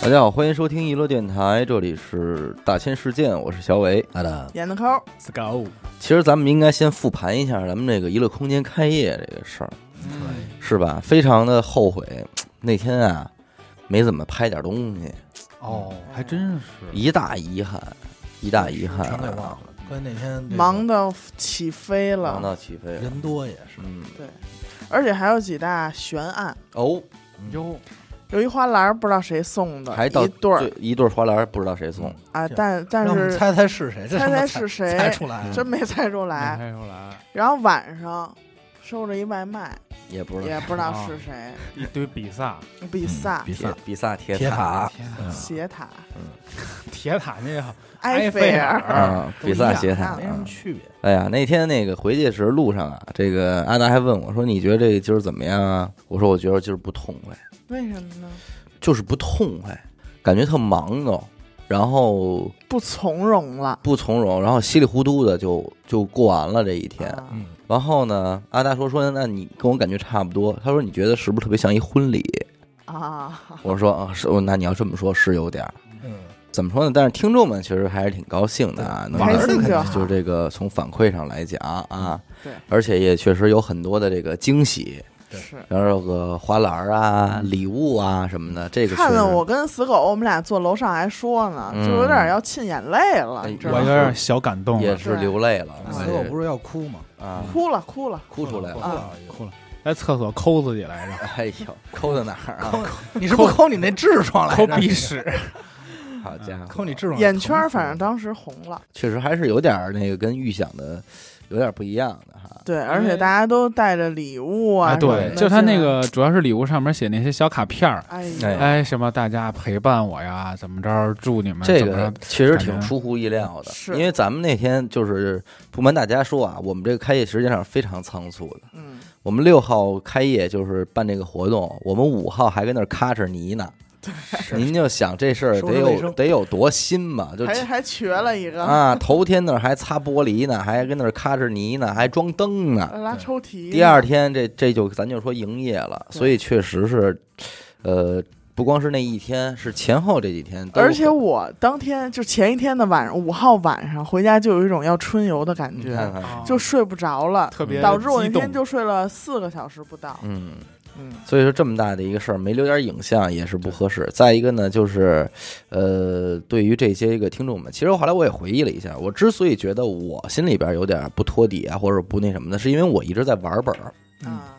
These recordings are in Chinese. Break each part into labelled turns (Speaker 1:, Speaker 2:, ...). Speaker 1: 大家好，欢迎收听娱乐电台，这里是大千世界，我是小伟。
Speaker 2: 好的，
Speaker 3: 演的抠，
Speaker 4: s c o
Speaker 1: 其实咱们应该先复盘一下咱们这个娱乐空间开业这个事儿，
Speaker 2: 嗯
Speaker 1: 是吧？非常的后悔那天啊，没怎么拍点东西，
Speaker 4: 哦，还真是
Speaker 1: 一大遗憾，一大遗憾
Speaker 2: 全给忘
Speaker 1: 啊，
Speaker 2: 了。关键那天这个
Speaker 3: 忙到起飞
Speaker 1: 忙
Speaker 3: 了，
Speaker 1: 到起飞了。
Speaker 2: 人多也是，
Speaker 1: 嗯，
Speaker 3: 而且还有几大悬案，
Speaker 1: 哦，
Speaker 4: 哟，
Speaker 3: 有一花篮儿不知道谁送的，
Speaker 1: 还到
Speaker 3: 一对儿
Speaker 1: 最一对儿花篮，不知道谁
Speaker 2: 嗯
Speaker 1: 送。
Speaker 3: 啊，
Speaker 2: 这
Speaker 3: 但但
Speaker 2: 让我们
Speaker 3: 是
Speaker 2: 猜猜是谁？这
Speaker 3: 猜
Speaker 2: 他妈
Speaker 3: 猜
Speaker 2: 猜
Speaker 3: 是谁
Speaker 2: 猜出来了
Speaker 3: 真没猜出
Speaker 2: 嗯
Speaker 4: 没
Speaker 3: 来。
Speaker 4: 猜出来，
Speaker 3: 然后晚上收着一外卖，
Speaker 1: 也不知道
Speaker 3: 也不知道是谁，
Speaker 4: 一堆比萨、
Speaker 3: 比萨、
Speaker 2: 哦嗯比
Speaker 1: 铁
Speaker 2: 萨
Speaker 1: 嗯比萨铁
Speaker 2: 铁
Speaker 1: 塔
Speaker 2: 塔，
Speaker 4: 天
Speaker 2: 嗯
Speaker 3: 斜塔、
Speaker 4: 铁塔那个
Speaker 3: 埃
Speaker 4: 菲
Speaker 3: 尔，
Speaker 1: 啊，比萨斜塔
Speaker 2: 没什么
Speaker 1: 啊。
Speaker 2: 区别。
Speaker 1: 哎呀，那天那个回去时路上啊，这个阿达还问我说：“你觉得这今儿怎么样啊？”我说：“我觉得今儿不痛快，
Speaker 3: 为什么呢？
Speaker 1: 就是不痛快，感觉特忙叨，然后
Speaker 3: 不从容了。
Speaker 1: 不从容，然后稀里糊涂的就就过完了这一天。
Speaker 3: 啊
Speaker 2: 嗯，
Speaker 1: 然后呢，阿达说说，那你跟我感觉差不多。他说你觉得是不是特别像一婚礼？
Speaker 3: 啊，
Speaker 1: 我说啊，是，那你要这么说，是有点儿。
Speaker 2: 嗯，
Speaker 1: 怎么说呢？但是听众们其实还是挺高兴的啊，能
Speaker 2: 玩
Speaker 3: 开
Speaker 2: 的
Speaker 3: 心
Speaker 2: 肯
Speaker 3: 就
Speaker 2: 定
Speaker 3: 好嗯
Speaker 1: 就是这个从反馈上来讲啊，
Speaker 3: 对，
Speaker 1: 而且也确实有很多的这个惊喜，
Speaker 2: 对
Speaker 3: 是。
Speaker 1: 然后有个花篮儿啊、
Speaker 2: 嗯
Speaker 1: 礼物啊什么的，这个
Speaker 3: 看
Speaker 1: 确
Speaker 3: 的
Speaker 1: 实
Speaker 3: 我跟死狗，我们俩坐楼上还说呢，
Speaker 1: 嗯
Speaker 3: 就有点要沁眼泪了，
Speaker 1: 哎
Speaker 3: 你知
Speaker 4: 我
Speaker 3: 道
Speaker 4: 有
Speaker 3: 吗？
Speaker 4: 点小感动
Speaker 1: 也
Speaker 4: 了，
Speaker 1: 是流泪了，
Speaker 2: 所以我啊不是要哭吗？
Speaker 1: 啊，
Speaker 3: 哭了，哭了，
Speaker 1: 哭出来了，
Speaker 2: 哭
Speaker 3: 啊
Speaker 2: 了，
Speaker 4: 哭了，在厕所抠自己来着，
Speaker 1: 哎呦，抠到哪儿啊？
Speaker 2: 你是不抠你那痔疮来着？
Speaker 4: 抠鼻屎，
Speaker 1: 好家伙，
Speaker 2: 啊抠你痔疮，
Speaker 3: 眼圈儿反正当时红了。
Speaker 1: 确实还是有点儿那个跟预想的有点儿不一样的哈。
Speaker 3: 对，
Speaker 4: 因
Speaker 3: 而且
Speaker 4: 为
Speaker 3: 大家都带着礼物啊，
Speaker 4: 哎对，就他
Speaker 3: 他
Speaker 4: 那，个主要是礼物上面写那些小卡片儿，
Speaker 3: 哎
Speaker 1: 哎
Speaker 3: 呀，
Speaker 4: 哎，什么大家陪伴我呀，怎么着，祝
Speaker 2: 嗯
Speaker 4: 你们
Speaker 1: 这
Speaker 4: 怎么
Speaker 1: 个
Speaker 4: 着
Speaker 1: 其实挺
Speaker 4: 感觉
Speaker 1: 出乎意料的，
Speaker 3: 是
Speaker 1: 因为咱们那天就是不瞒大家说啊，我们这个开业时间上非常仓促的。
Speaker 3: 嗯，
Speaker 1: 我们六号开业就是办这个活动，我们五号还跟那儿咔哧泥呢。您就想这事儿
Speaker 2: 收
Speaker 1: 得
Speaker 2: 拾卫
Speaker 1: 有
Speaker 2: 生
Speaker 1: 得有多新吧？就
Speaker 3: 还还瘸了一个，
Speaker 1: 啊，头天那儿还擦玻璃 呢，还跟那儿咔哧泥呢，还装灯呢。
Speaker 3: 拉抽屉。
Speaker 1: 第二，天这这就咱就说营业了，所以确实是，呃，不光是那一天，是前后这几天都，
Speaker 3: 而且我当天就前一天的晚上，五号晚上回家就有一种要春游的感
Speaker 1: 你嗯看
Speaker 3: 觉，
Speaker 1: 看，
Speaker 4: 啊
Speaker 3: 就睡不着了，
Speaker 4: 特别
Speaker 3: 导致我那
Speaker 4: 激动
Speaker 3: 天就睡了四个小时不到。
Speaker 1: 嗯，
Speaker 3: 嗯，
Speaker 1: 所以说这么大的一个事儿没留点影像也是不合适。再一个呢，就是，呃，对于这些个听众们，其实后来我也回忆了一下，我之所以觉得我心里边有点不托底啊，或者不那什么的，是因为我一直在玩本儿，
Speaker 3: 啊，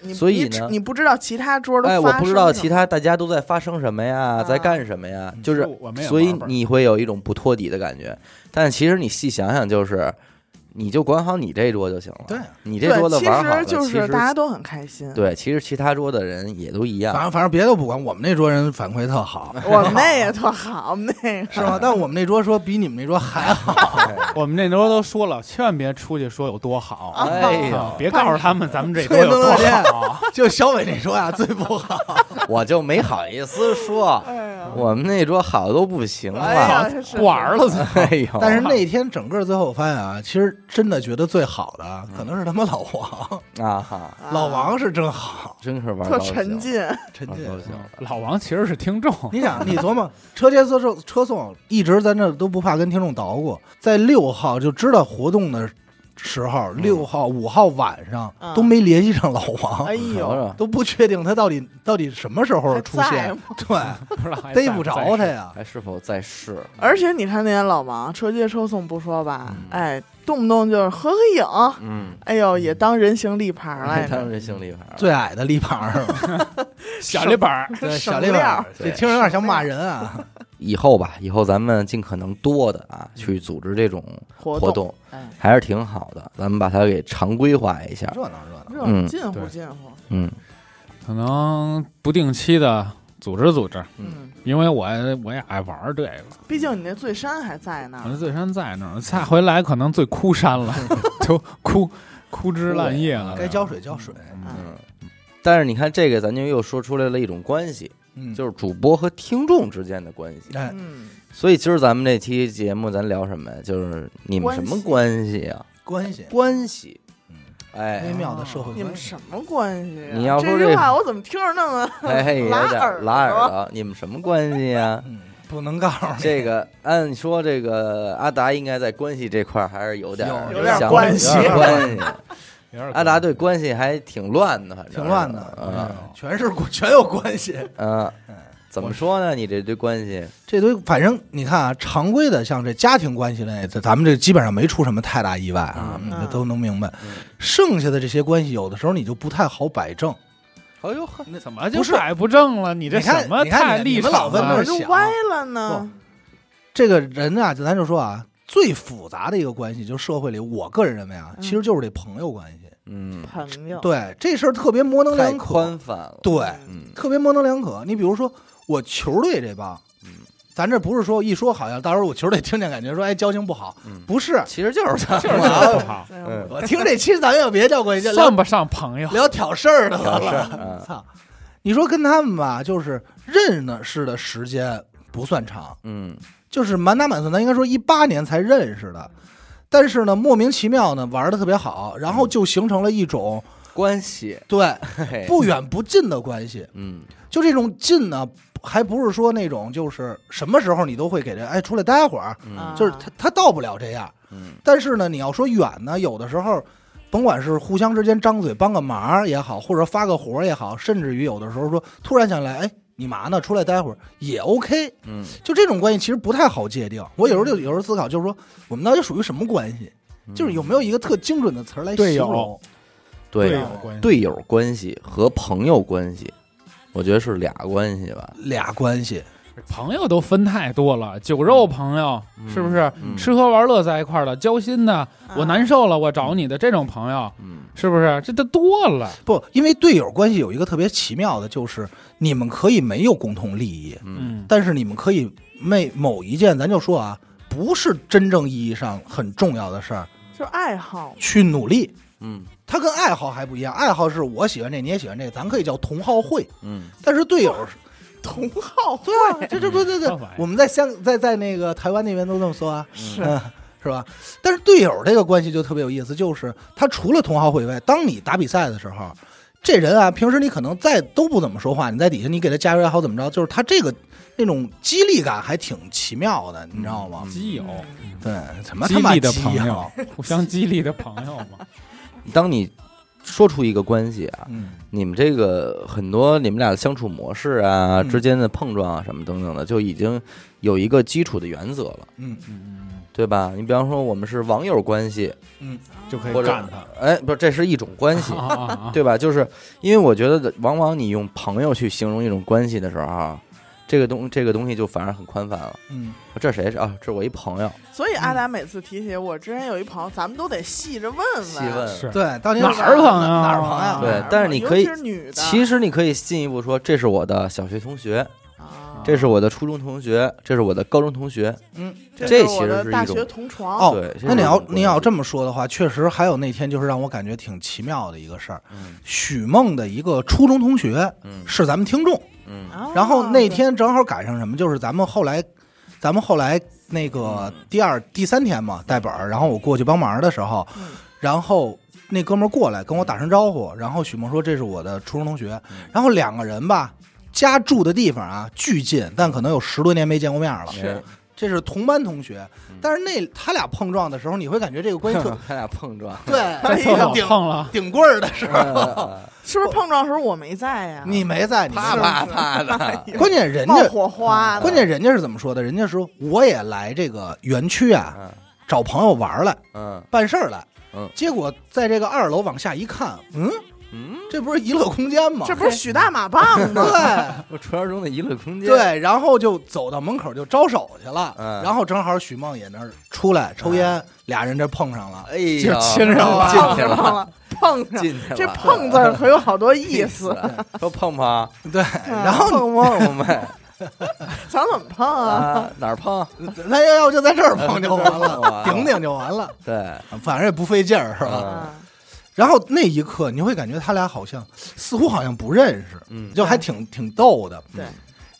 Speaker 3: 你
Speaker 1: 嗯所以
Speaker 3: 你只
Speaker 1: 呢
Speaker 3: 你不知道其他桌的，
Speaker 1: 哎，我不知道其，他大家都在发生什么
Speaker 3: 啊
Speaker 1: 呀，在干什么呀，就是
Speaker 4: 嗯我们也
Speaker 1: 所以
Speaker 4: 玩本儿
Speaker 1: 你会有一种不托底的感觉。但其实你细想想，就是你就管好你这桌就行了。
Speaker 2: 对，
Speaker 1: 你这桌
Speaker 3: 对，
Speaker 1: 子
Speaker 3: 其
Speaker 1: 玩好了，
Speaker 3: 实就
Speaker 1: 其
Speaker 3: 是
Speaker 1: 实
Speaker 3: 大家都很开心。
Speaker 1: 对，其实其他桌的人也都一
Speaker 2: 反
Speaker 1: 样。
Speaker 2: 正反正别的不管，我们那桌人反馈特好，
Speaker 3: 我们那也特好，我们 那个
Speaker 2: 是吗？但我们那桌说比你们那桌还好，
Speaker 4: 我们那时候都说了，千万别出去说有多好，
Speaker 1: 哎
Speaker 4: 啊
Speaker 1: 呦，
Speaker 4: 别告诉他们咱们这
Speaker 2: 吹
Speaker 4: 都有
Speaker 2: 灯
Speaker 4: 多
Speaker 2: 笼店
Speaker 4: 好。
Speaker 2: 就小伟那桌呀最不好，
Speaker 1: 我就没好意思说，
Speaker 3: 哎呀，
Speaker 1: 我们那桌好都不行
Speaker 3: 哎
Speaker 1: 了。
Speaker 3: 呀，真是
Speaker 4: 管儿了怎么
Speaker 1: 哎呦，
Speaker 2: 但是那天整个最后我发现啊，其实真的觉得最好的可能是他妈老王，
Speaker 1: 啊哈，
Speaker 3: 啊
Speaker 2: 老王是真好，
Speaker 1: 真是玩高
Speaker 3: 特
Speaker 1: 兴
Speaker 3: 沉， 浸，哎
Speaker 2: 陈
Speaker 1: 玩
Speaker 2: 进。
Speaker 1: 高兴了。
Speaker 4: 老王其实是听众，
Speaker 2: 你想，你琢磨车接车送车送，一直在那都不怕跟听众捣鼓，在六号就知道活动的时候，六号、五号晚上
Speaker 3: 嗯
Speaker 2: 都没联系上老王，
Speaker 3: 哎
Speaker 1: 瞅
Speaker 3: 呦，
Speaker 1: 瞅，
Speaker 2: 都不确定他到底到底什么时候出
Speaker 3: 还在
Speaker 2: 现
Speaker 3: 吗，
Speaker 2: 对，
Speaker 4: 不知道还在
Speaker 2: 逮不着他
Speaker 4: 在
Speaker 2: 呀。
Speaker 1: 还是否在世？
Speaker 3: 而且你看那些老王，车接车送不说吧，哎，动不动就是合个影，
Speaker 1: 嗯，哎
Speaker 3: 哎呦，也当人形 立牌来着。
Speaker 1: 当时行李牌儿，
Speaker 2: 最矮的立牌 是吧？
Speaker 4: 小立板儿，
Speaker 2: 对，
Speaker 3: 省
Speaker 2: 小立牌
Speaker 3: 料
Speaker 2: 儿，这听着有点想骂人啊。
Speaker 1: 以后吧，以后咱们尽可能多的啊，去组织这种
Speaker 3: 活
Speaker 1: 活
Speaker 3: 动
Speaker 1: 动
Speaker 3: 哎，
Speaker 1: 还是挺好的。咱们把它给常规化一下。
Speaker 2: 热闹热闹，
Speaker 3: 热
Speaker 1: 嗯
Speaker 3: 近乎
Speaker 4: 对
Speaker 3: 近乎，
Speaker 1: 嗯，
Speaker 4: 可能不定期的组织组织，
Speaker 3: 嗯，
Speaker 4: 因为我我也爱玩这个，
Speaker 3: 毕竟你那醉山还在
Speaker 2: 啊
Speaker 4: 我
Speaker 2: 嗯
Speaker 3: 呢，
Speaker 4: 那醉山在那儿，下回来可能醉哭山 了，都哭枯枝烂叶了。
Speaker 2: 该浇水浇水。
Speaker 3: 啊
Speaker 1: 嗯，但是你看这个，咱就又说出来了一种关系，
Speaker 2: 嗯，
Speaker 1: 就是主播和听众之间的关系。
Speaker 2: 哎，
Speaker 3: 嗯，
Speaker 1: 所以今儿咱们这期节目，咱聊什么呀？就是你们什么关系啊？
Speaker 2: 关系
Speaker 1: 关系。哎
Speaker 2: 微妙的社会
Speaker 3: 哦你们
Speaker 2: 关系。
Speaker 3: 什么关系、啊？
Speaker 1: 你要说
Speaker 3: 这
Speaker 1: 这
Speaker 3: 句
Speaker 1: 个
Speaker 3: 话，我怎么听着那么……
Speaker 1: 哎嘿，有
Speaker 3: 拉
Speaker 1: 点
Speaker 3: 耳
Speaker 1: 拉耳
Speaker 3: 朵
Speaker 1: 朵，你们什么关系 呀、
Speaker 2: 嗯，不能告诉你
Speaker 1: 这个按说这个阿达应该在关系这块儿还是有点儿
Speaker 2: 有有
Speaker 3: 点
Speaker 1: 想
Speaker 3: 关系
Speaker 1: 有点儿关系。
Speaker 4: 有点
Speaker 1: 阿达对关系还挺乱的，反正
Speaker 2: 挺乱的，
Speaker 1: 嗯
Speaker 2: 嗯全是全有关系。
Speaker 1: 嗯，怎么说呢？你这对关系，
Speaker 2: 这堆反正你看啊，常规的像这家庭关系类，这咱们这基本上没出什么太大意外啊，
Speaker 3: 嗯
Speaker 2: 嗯都能明白。剩下的这些关系，有的时候你就不太好摆正。
Speaker 1: 哎呦呵，
Speaker 4: 怎么就
Speaker 2: 不是
Speaker 4: 摆不正了？你这
Speaker 2: 你看
Speaker 4: 什么
Speaker 2: 你看
Speaker 4: 太
Speaker 2: 你
Speaker 4: 立
Speaker 2: 你
Speaker 4: 场
Speaker 2: 们老问
Speaker 4: 了
Speaker 2: 那
Speaker 3: 我
Speaker 2: 儿
Speaker 3: 就
Speaker 2: 想
Speaker 3: 歪了呢。
Speaker 2: 这个人啊，咱就说啊，最复杂的一个关系，就是社会里，我个人认为啊，
Speaker 3: 嗯
Speaker 2: 其实就是这朋友关系。
Speaker 1: 嗯，
Speaker 3: 朋友，
Speaker 2: 对这事儿特别模棱
Speaker 1: 太
Speaker 2: 两可，
Speaker 1: 宽泛了，
Speaker 2: 对，
Speaker 1: 嗯
Speaker 2: 特别模棱两可。你比如说我球队这帮，
Speaker 1: 嗯
Speaker 2: 咱这不是说一说好像到时候我球队听见感觉说哎交情不好，
Speaker 1: 嗯，
Speaker 2: 不是，
Speaker 1: 其实就是这样
Speaker 4: 就是不好，
Speaker 3: 哎呦
Speaker 1: 嗯
Speaker 2: 我听这期咱们也别 叫啊关系，聊
Speaker 4: 算不上朋友。
Speaker 2: 聊挑事儿的
Speaker 1: 挑事
Speaker 2: 了。
Speaker 1: 儿，嗯
Speaker 2: 操，你说跟他们吧，就是认识的时间不算长，
Speaker 1: 嗯
Speaker 2: 就是满打满算，咱应该说一八年才认识的。但是呢，莫名其妙呢玩的特别好，然后就形成了一种
Speaker 1: 嗯，关系，
Speaker 2: 对
Speaker 1: 嘿，
Speaker 2: 不远不近的关系。
Speaker 1: 嗯
Speaker 2: 就这种近呢，还不是说那种就是什么时候你都会给这哎出来待会儿，
Speaker 1: 嗯
Speaker 3: 啊
Speaker 2: 就是他他到不了这样。
Speaker 1: 嗯
Speaker 2: 但是呢，你要说远呢，有的时候，甭管是互相之间张嘴帮个忙儿也好，或者发个活儿也好，甚至于有的时候说突然想来，哎，你嘛呢？出来待会儿也 OK。
Speaker 1: 嗯
Speaker 2: 就这种关系其实不太好界定。我有时候就有时候思考，就是说我们到底属于什么关系？
Speaker 1: 嗯，
Speaker 2: 就是有没有一个特精准的词儿来
Speaker 4: 队
Speaker 2: 形
Speaker 4: 友
Speaker 2: 容？
Speaker 1: 对啊
Speaker 4: 友啊关系，
Speaker 1: 队友关系和朋友关系，我觉得是俩关系吧，
Speaker 2: 俩关系，
Speaker 4: 朋友都分太多了，酒肉朋友
Speaker 1: 嗯
Speaker 4: 是不是？
Speaker 1: 嗯
Speaker 4: 吃喝玩乐在一块儿的，交心的，我
Speaker 3: 啊
Speaker 4: 难受了，我找你的这种朋友，
Speaker 1: 嗯
Speaker 4: 是不是？这都多了，
Speaker 2: 不，因为队友关系有一个特别奇妙的，就是你们可以没有共同利益，
Speaker 1: 嗯
Speaker 4: 嗯，
Speaker 2: 但是你们可以为某一件，咱就说啊，不是真正意义上很重要的事儿
Speaker 3: 就是爱好嘛，
Speaker 2: 去努力。
Speaker 1: 嗯
Speaker 2: 它跟爱好还不一样，爱好是我喜欢这，你也喜欢这，咱可以叫同好会。
Speaker 1: 嗯
Speaker 2: 但是队友是，
Speaker 3: 同好
Speaker 2: 对啊，这这不对对
Speaker 4: 嗯，
Speaker 2: 我们在香在在那个台湾那边都这么说啊，
Speaker 3: 是
Speaker 2: 嗯是吧？但是队友这个关系就特别有意思，就是他除了同好会以外，当你打比赛的时候，这人啊，平时你可能再都不怎么说话，你在底下你给他加油也好怎么着，就是他这个那种激励感还挺奇妙的，你知道吗？
Speaker 4: 基友，
Speaker 2: 对，什嗯么
Speaker 4: 嗯激
Speaker 2: 他妈啊
Speaker 4: 励的
Speaker 2: 基
Speaker 4: 朋
Speaker 2: 友
Speaker 4: 友，互相激励的朋友嘛。
Speaker 1: 当你说出一个关系啊，
Speaker 2: 嗯，
Speaker 1: 你们这个很多你们俩的相处模式啊，
Speaker 2: 嗯
Speaker 1: 之间的碰撞啊，什么等等的，就已经有一个基础的原则了，
Speaker 2: 嗯
Speaker 4: 嗯，
Speaker 1: 对吧？你比方说我们是网友关系，
Speaker 2: 嗯
Speaker 4: 就可
Speaker 1: 或
Speaker 4: 以
Speaker 1: 者
Speaker 4: 干他。
Speaker 1: 哎，不是，这是一种关系，
Speaker 4: 啊啊啊！
Speaker 1: 对吧？就是因为我觉得，往往你用朋友去形容一种关系的时候啊，这个东这个东西就反而很宽泛了。
Speaker 2: 嗯，
Speaker 1: 这谁是啊？这是我一朋友，
Speaker 3: 所以阿
Speaker 1: 嗯
Speaker 3: 达每次提起我之前有一朋友，咱们都得细着问
Speaker 1: 细
Speaker 3: 问。
Speaker 1: 问。
Speaker 4: 是
Speaker 2: 对，当年
Speaker 4: 哪儿朋友啊
Speaker 2: 哪儿朋友？
Speaker 1: 对
Speaker 3: 哪儿
Speaker 1: 但是你
Speaker 3: 尤
Speaker 1: 可以
Speaker 3: 其是女的，
Speaker 1: 其实你可以进一步说，这是我的小学同学，
Speaker 3: 啊
Speaker 1: 这是我的初中同学，这是我的高中同学。
Speaker 2: 嗯，
Speaker 1: 这
Speaker 3: 是
Speaker 1: 其
Speaker 3: 我
Speaker 1: 实
Speaker 3: 的
Speaker 1: 是一
Speaker 3: 大
Speaker 1: 种
Speaker 3: 学同床
Speaker 2: 哦
Speaker 1: 对，
Speaker 2: 那你要你要这
Speaker 1: 么，
Speaker 2: 么说的话，确实还有那天就是让我感觉挺奇妙的一个事儿。
Speaker 1: 嗯
Speaker 2: 许梦的一个初中同学
Speaker 1: 嗯
Speaker 2: 是咱们听众，
Speaker 1: 嗯
Speaker 3: 啊
Speaker 2: 然后那天正好赶上什么，就是咱们后来，咱们后来那个第二第三天嘛带本儿，然后我过去帮忙的时候
Speaker 3: 嗯，
Speaker 2: 然后那哥们儿过来跟我打声招呼，然后许梦说这是我的初中同学
Speaker 1: 嗯，
Speaker 2: 然后两个人吧。家住的地方啊，巨近，但可能有十多年没见过面了。
Speaker 1: 是，
Speaker 2: 这是同班同学，但是那他俩碰撞的时候，你会感觉这个 关系特，
Speaker 1: 他俩碰撞
Speaker 2: 对，
Speaker 4: 在厕所
Speaker 2: 哎顶
Speaker 4: 碰了，
Speaker 2: 顶棍儿的
Speaker 1: 嗯
Speaker 2: 时候，
Speaker 3: 是不是碰撞时候我没在呀？
Speaker 2: 你没在，你没
Speaker 1: 啪
Speaker 2: 在
Speaker 1: 啪啪的，
Speaker 2: 关键人
Speaker 3: 哎冒
Speaker 2: 家，
Speaker 3: 火
Speaker 1: 嗯
Speaker 3: 花，
Speaker 2: 关键人家是怎么说的？人家说我也来这个园区啊，
Speaker 1: 嗯
Speaker 2: 找朋友玩儿来，
Speaker 1: 嗯
Speaker 2: 办事儿来。
Speaker 1: 嗯
Speaker 2: 结果在这个二楼往下一看，嗯，
Speaker 1: 嗯，
Speaker 2: 这不是娱乐空间吗？
Speaker 3: 这不是许大马棒吗？
Speaker 2: 对
Speaker 1: 我传说中的娱乐空间，，
Speaker 2: 对，然后就走到门口就招手去了。
Speaker 1: 嗯
Speaker 2: 然后正好许梦也那儿出来抽烟，俩人这碰上了。
Speaker 1: 哎呀，
Speaker 4: 就亲上了
Speaker 1: 进去
Speaker 3: 碰上
Speaker 1: 了，
Speaker 3: 了，碰上。
Speaker 1: 进去了，哎
Speaker 3: 这碰字儿可有好多意思，
Speaker 1: 说碰碰，
Speaker 2: 对，然 后
Speaker 3: 碰碰，
Speaker 1: 碰呗，
Speaker 3: 想怎么碰啊？
Speaker 1: 啊，哪儿碰？
Speaker 2: 咱要要就在这儿
Speaker 1: 嗯
Speaker 2: 碰就完 了，
Speaker 1: 哇
Speaker 2: 顶顶就完了，
Speaker 1: 对，
Speaker 2: 反正也不费劲儿，是吧？
Speaker 1: 嗯
Speaker 3: 啊
Speaker 2: 然后那一刻，你会感觉他俩好像似乎好像不认识，
Speaker 1: 嗯
Speaker 2: 就还挺挺逗的。
Speaker 3: 对，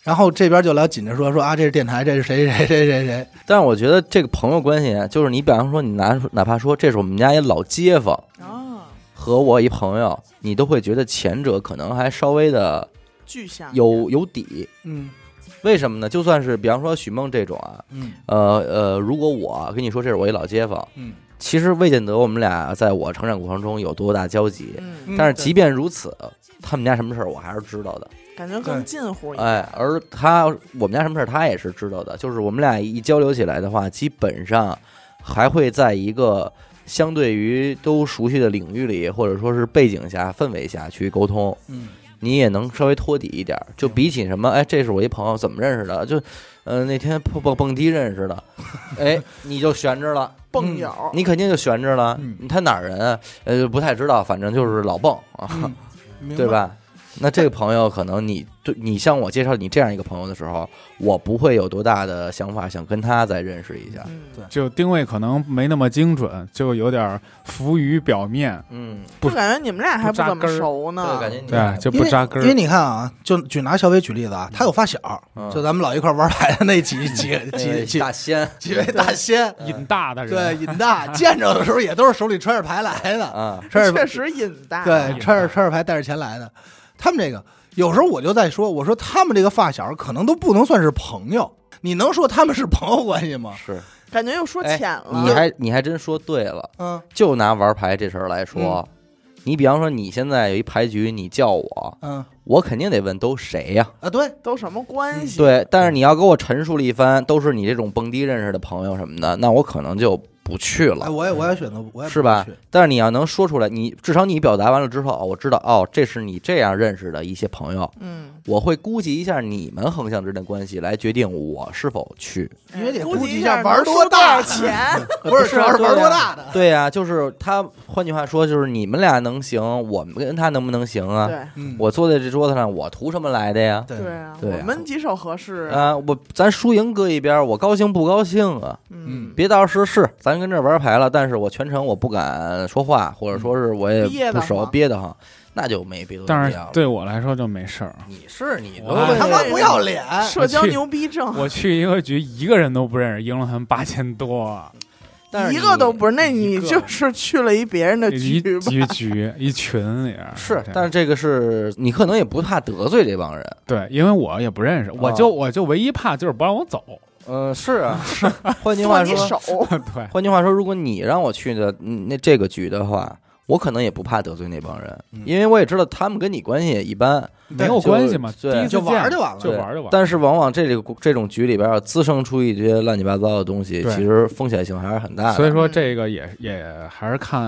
Speaker 2: 然后这边就老紧着说说啊，这是电台，这是谁谁谁谁谁，
Speaker 1: 但是我觉得啊这个朋友关系，就是你比方说，你拿出哪怕说这是我们家一老街坊，
Speaker 3: 啊，
Speaker 1: 和我一朋友，你都会觉得前者可能还稍微的
Speaker 3: 具象
Speaker 1: 有有底。
Speaker 2: 嗯
Speaker 1: 为什么呢？就算是比方说许梦这种啊，
Speaker 2: 嗯
Speaker 1: 呃呃，如果我跟你说这是我一老街坊，
Speaker 2: 嗯，
Speaker 1: 其实未见得我们俩在我成长过程中有多大交集。
Speaker 3: 嗯，
Speaker 2: 嗯
Speaker 1: 但是即便如此，他们家什么事儿我还是知道的。
Speaker 3: 感觉更近乎一点。
Speaker 1: 哎，而他我们家什么事儿他也是知道的，就是我们俩一交流起来的话，基本上还会在一个相对于都熟悉的领域里，或者说是背景下、氛围下去沟通，
Speaker 2: 嗯
Speaker 1: 你也能稍微托底一点儿。就比起什么，哎，这是我一朋友，怎么认识的？就，呃，那天蹦蹦蹦迪认识的，哎，你就悬着了。
Speaker 3: 蹦友，
Speaker 1: 嗯你肯定就悬着了
Speaker 2: 哦嗯，
Speaker 1: 他哪儿人啊？呃，不太知道，反正就是老蹦啊。
Speaker 2: 嗯，明白
Speaker 1: 对？吧？那这个朋友可能你对你向我介绍你这样一个朋友的时候，我不会有多大的想法想跟他再认识一下。
Speaker 3: 嗯，
Speaker 2: 对
Speaker 4: 就定位可能没那么精准，就有点浮于表面，
Speaker 1: 嗯，
Speaker 4: 不
Speaker 3: 就感觉你们俩还不怎么熟
Speaker 1: 对，
Speaker 2: 啊
Speaker 3: 呢。
Speaker 1: 感觉你啊
Speaker 4: 对，就不扎根
Speaker 2: 因为
Speaker 4: 儿。
Speaker 2: 你看啊，就举拿小伟举例子啊，他有发小，
Speaker 1: 嗯
Speaker 2: 就咱们老一块玩牌的那几几
Speaker 1: 那
Speaker 2: 几
Speaker 1: 个
Speaker 2: 几
Speaker 1: 大仙
Speaker 2: 几位大仙，
Speaker 4: 瘾大的
Speaker 2: 对，
Speaker 4: 人，
Speaker 2: 尹大见着的时候也都是手里揣着牌 来的，
Speaker 1: 啊，
Speaker 2: 揣
Speaker 3: 确
Speaker 2: 着
Speaker 3: 实瘾大。
Speaker 2: 对，
Speaker 4: 大
Speaker 2: 揣着揣着牌带着钱来的。他们这个有时候我就在说，我说他们这个发小可能都不能算是朋友，你能说他们是朋友关系吗？
Speaker 1: 是。
Speaker 3: 感觉又说
Speaker 1: 哎
Speaker 3: 浅了。
Speaker 1: 你还你还真说对了，
Speaker 2: 嗯
Speaker 1: 就拿玩牌这事儿来说，你比方说你现在有一牌局，你叫我，
Speaker 2: 嗯
Speaker 1: 我肯定得问都谁呀？
Speaker 2: 啊，对，
Speaker 3: 都什么关系？
Speaker 1: 对，
Speaker 2: 嗯
Speaker 1: 但是你要给我陈述了一番，都是你这种蹦迪认识的朋友什么的，那我可能就不去了
Speaker 2: 哎，。我也我也选择我也不
Speaker 1: 是吧
Speaker 2: 去？
Speaker 1: 但是你要能说出来，你至少你表达完了之后，哦我知道哦，这是你这样认识的一些朋友，
Speaker 3: 嗯，
Speaker 1: 我会估计一下你们横向之间的关系，来决定我是否去。
Speaker 2: 因为得
Speaker 3: 哎估
Speaker 2: 计
Speaker 3: 一
Speaker 2: 下
Speaker 3: 能
Speaker 2: 玩
Speaker 3: 输
Speaker 2: 多
Speaker 3: 多
Speaker 2: 大啊
Speaker 3: 少，钱。
Speaker 1: 呃
Speaker 2: 不是
Speaker 1: 不
Speaker 2: 主要是
Speaker 1: 对
Speaker 2: 玩多
Speaker 1: 呀
Speaker 2: 大的。
Speaker 1: 对呀、就是他，换句话说，就是你们俩能行，我们跟他能不能行啊？
Speaker 3: 对
Speaker 2: 嗯，
Speaker 1: 我坐在这桌子上，我图什么来的呀？
Speaker 2: 对
Speaker 3: 对啊，
Speaker 1: 对啊
Speaker 3: 我们几手合适？
Speaker 1: 啊，我咱输赢搁一边儿，我高兴不高兴啊？
Speaker 3: 嗯，
Speaker 1: 别到时候是咱跟这儿玩牌了，但是我全程我不敢说话，或者说是我也
Speaker 3: 憋
Speaker 1: 不
Speaker 3: 得
Speaker 1: 熟，
Speaker 3: 慌
Speaker 1: 憋得慌，那就没别的必要
Speaker 4: 但
Speaker 1: 了。
Speaker 4: 是对我来说就没事儿。
Speaker 1: 你是你
Speaker 4: 我
Speaker 1: 会
Speaker 2: 他妈不要脸！
Speaker 3: 社交
Speaker 4: 我去
Speaker 3: 牛逼症，
Speaker 4: 我去一个局，一个人都不认识，赢了他们八千多，
Speaker 1: 但是
Speaker 3: 一个都不
Speaker 1: 是
Speaker 3: 是。那
Speaker 4: 一
Speaker 3: 你
Speaker 4: 个
Speaker 3: 就是去了一别人的
Speaker 4: 一
Speaker 3: 局吧？
Speaker 4: 一局一群里边儿
Speaker 1: 是，
Speaker 4: 这
Speaker 1: 但是这个是你可能也不怕得罪这帮人，
Speaker 4: 对，因为我也不认识，我
Speaker 2: 哦
Speaker 4: 就我就唯一怕就是不让我 走。
Speaker 1: 嗯、是啊，是。 换句
Speaker 3: 做
Speaker 1: 话
Speaker 3: 你
Speaker 1: 说，
Speaker 3: 手，
Speaker 4: 对，
Speaker 1: 换句话说，如果你让我去的嗯那这个局的话，我可能也不怕得罪那帮人，
Speaker 2: 嗯
Speaker 1: 因为我也知道他们跟你关系也一般。
Speaker 4: 没有关系嘛，
Speaker 1: 对
Speaker 4: 第一次
Speaker 2: 就玩
Speaker 4: 见
Speaker 2: 儿就完了
Speaker 4: 就玩儿就完了。
Speaker 1: 但是往往这个这种局里边儿滋生出一些乱七八糟的东西，
Speaker 4: 对
Speaker 1: 其实风险性还是很大的。
Speaker 4: 所以说
Speaker 3: 嗯
Speaker 4: 这个也也还是看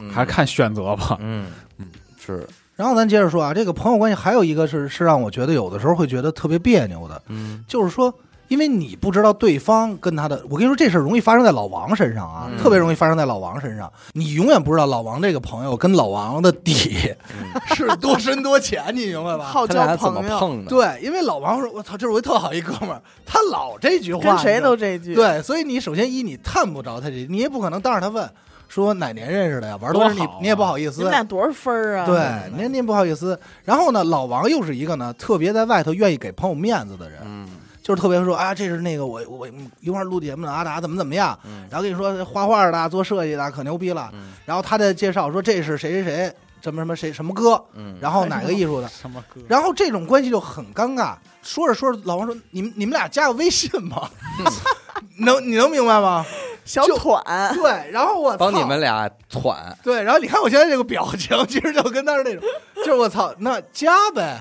Speaker 1: 嗯
Speaker 4: 还是看选择吧。
Speaker 1: 嗯
Speaker 4: 嗯
Speaker 1: 是
Speaker 2: 然后咱接着说啊，这个朋友关系还有一个是是让我觉得有的时候会觉得特别别扭的，
Speaker 1: 嗯
Speaker 2: 就是说，因为你不知道对方跟他的，我跟你说这事儿容易发生在老王身上啊，
Speaker 1: 嗯
Speaker 2: 特别容易发生在老王身上。你永远不知道老王这个朋友跟老王的底
Speaker 1: 嗯，
Speaker 2: 是多深多浅，你明白吧？
Speaker 3: 好
Speaker 1: 他俩
Speaker 3: 交
Speaker 1: 怎么
Speaker 3: 朋友，
Speaker 1: 碰的？
Speaker 2: 对，因为老王说：“我操，这是我一特好一哥们儿，他老这句话，
Speaker 3: 跟谁都
Speaker 2: 你
Speaker 3: 这句。
Speaker 2: 知道吗对。所以你首先一你探不着他这，你也不可能当着他问说哪年认识的呀，玩多少
Speaker 4: 多
Speaker 2: 你
Speaker 4: 好啊
Speaker 2: 你也不好意
Speaker 3: 你
Speaker 2: 思
Speaker 3: 们。俩多少分儿啊？
Speaker 2: 对，您您不好意思。然后呢，老王又是一个呢特别在外头愿意给朋友面子的人，
Speaker 1: 嗯
Speaker 2: 就是特别说啊，这是那个我我我一块儿录节目的阿达怎么怎么样，
Speaker 1: 嗯
Speaker 2: 然后跟你说画画的做设计的可牛逼了，
Speaker 1: 嗯
Speaker 2: 然后他再介绍说这是谁谁谁什么什么谁什么歌，
Speaker 1: 嗯，
Speaker 2: 然哦后哪个艺术 的，
Speaker 4: 什么歌？
Speaker 2: 然后这种关系就很尴尬。说着说着，老王说：“你们你们俩加个微信吧， 能你能明白吗
Speaker 3: 小
Speaker 2: 就
Speaker 3: 团？”
Speaker 2: 对，然后我操
Speaker 1: 帮你们俩喘，
Speaker 2: 对，然后你看我现在这个表情，其实就跟当时那种，就是我操，那加呗。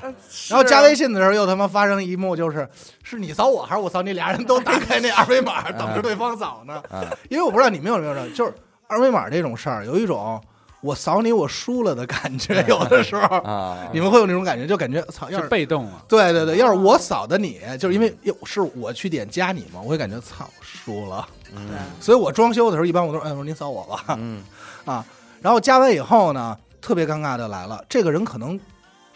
Speaker 2: 然后加微
Speaker 3: 信，
Speaker 2: 信的时候，又他妈发生一幕，就是是你扫我还是我扫你，俩人都打开那二 维码，
Speaker 1: 嗯
Speaker 2: 等着对方扫呢。
Speaker 1: 啊
Speaker 2: 因为我不知道你们有没有这种，就是二维码这种事儿，有一种我扫你我输了的感觉，有的时候
Speaker 1: 啊，
Speaker 2: 你们会有那种感觉，就感觉操，要
Speaker 4: 就是被动啊了。
Speaker 2: 对对对，要是我扫的你，就是因为哟是我去点加你嘛，我会感觉操输了，
Speaker 3: 对
Speaker 1: 嗯
Speaker 2: 所以我装修的时候一般我都说，哎，我说您扫我吧，
Speaker 1: 嗯
Speaker 2: 然后加完以后呢，特别尴尬的来了，这个人可能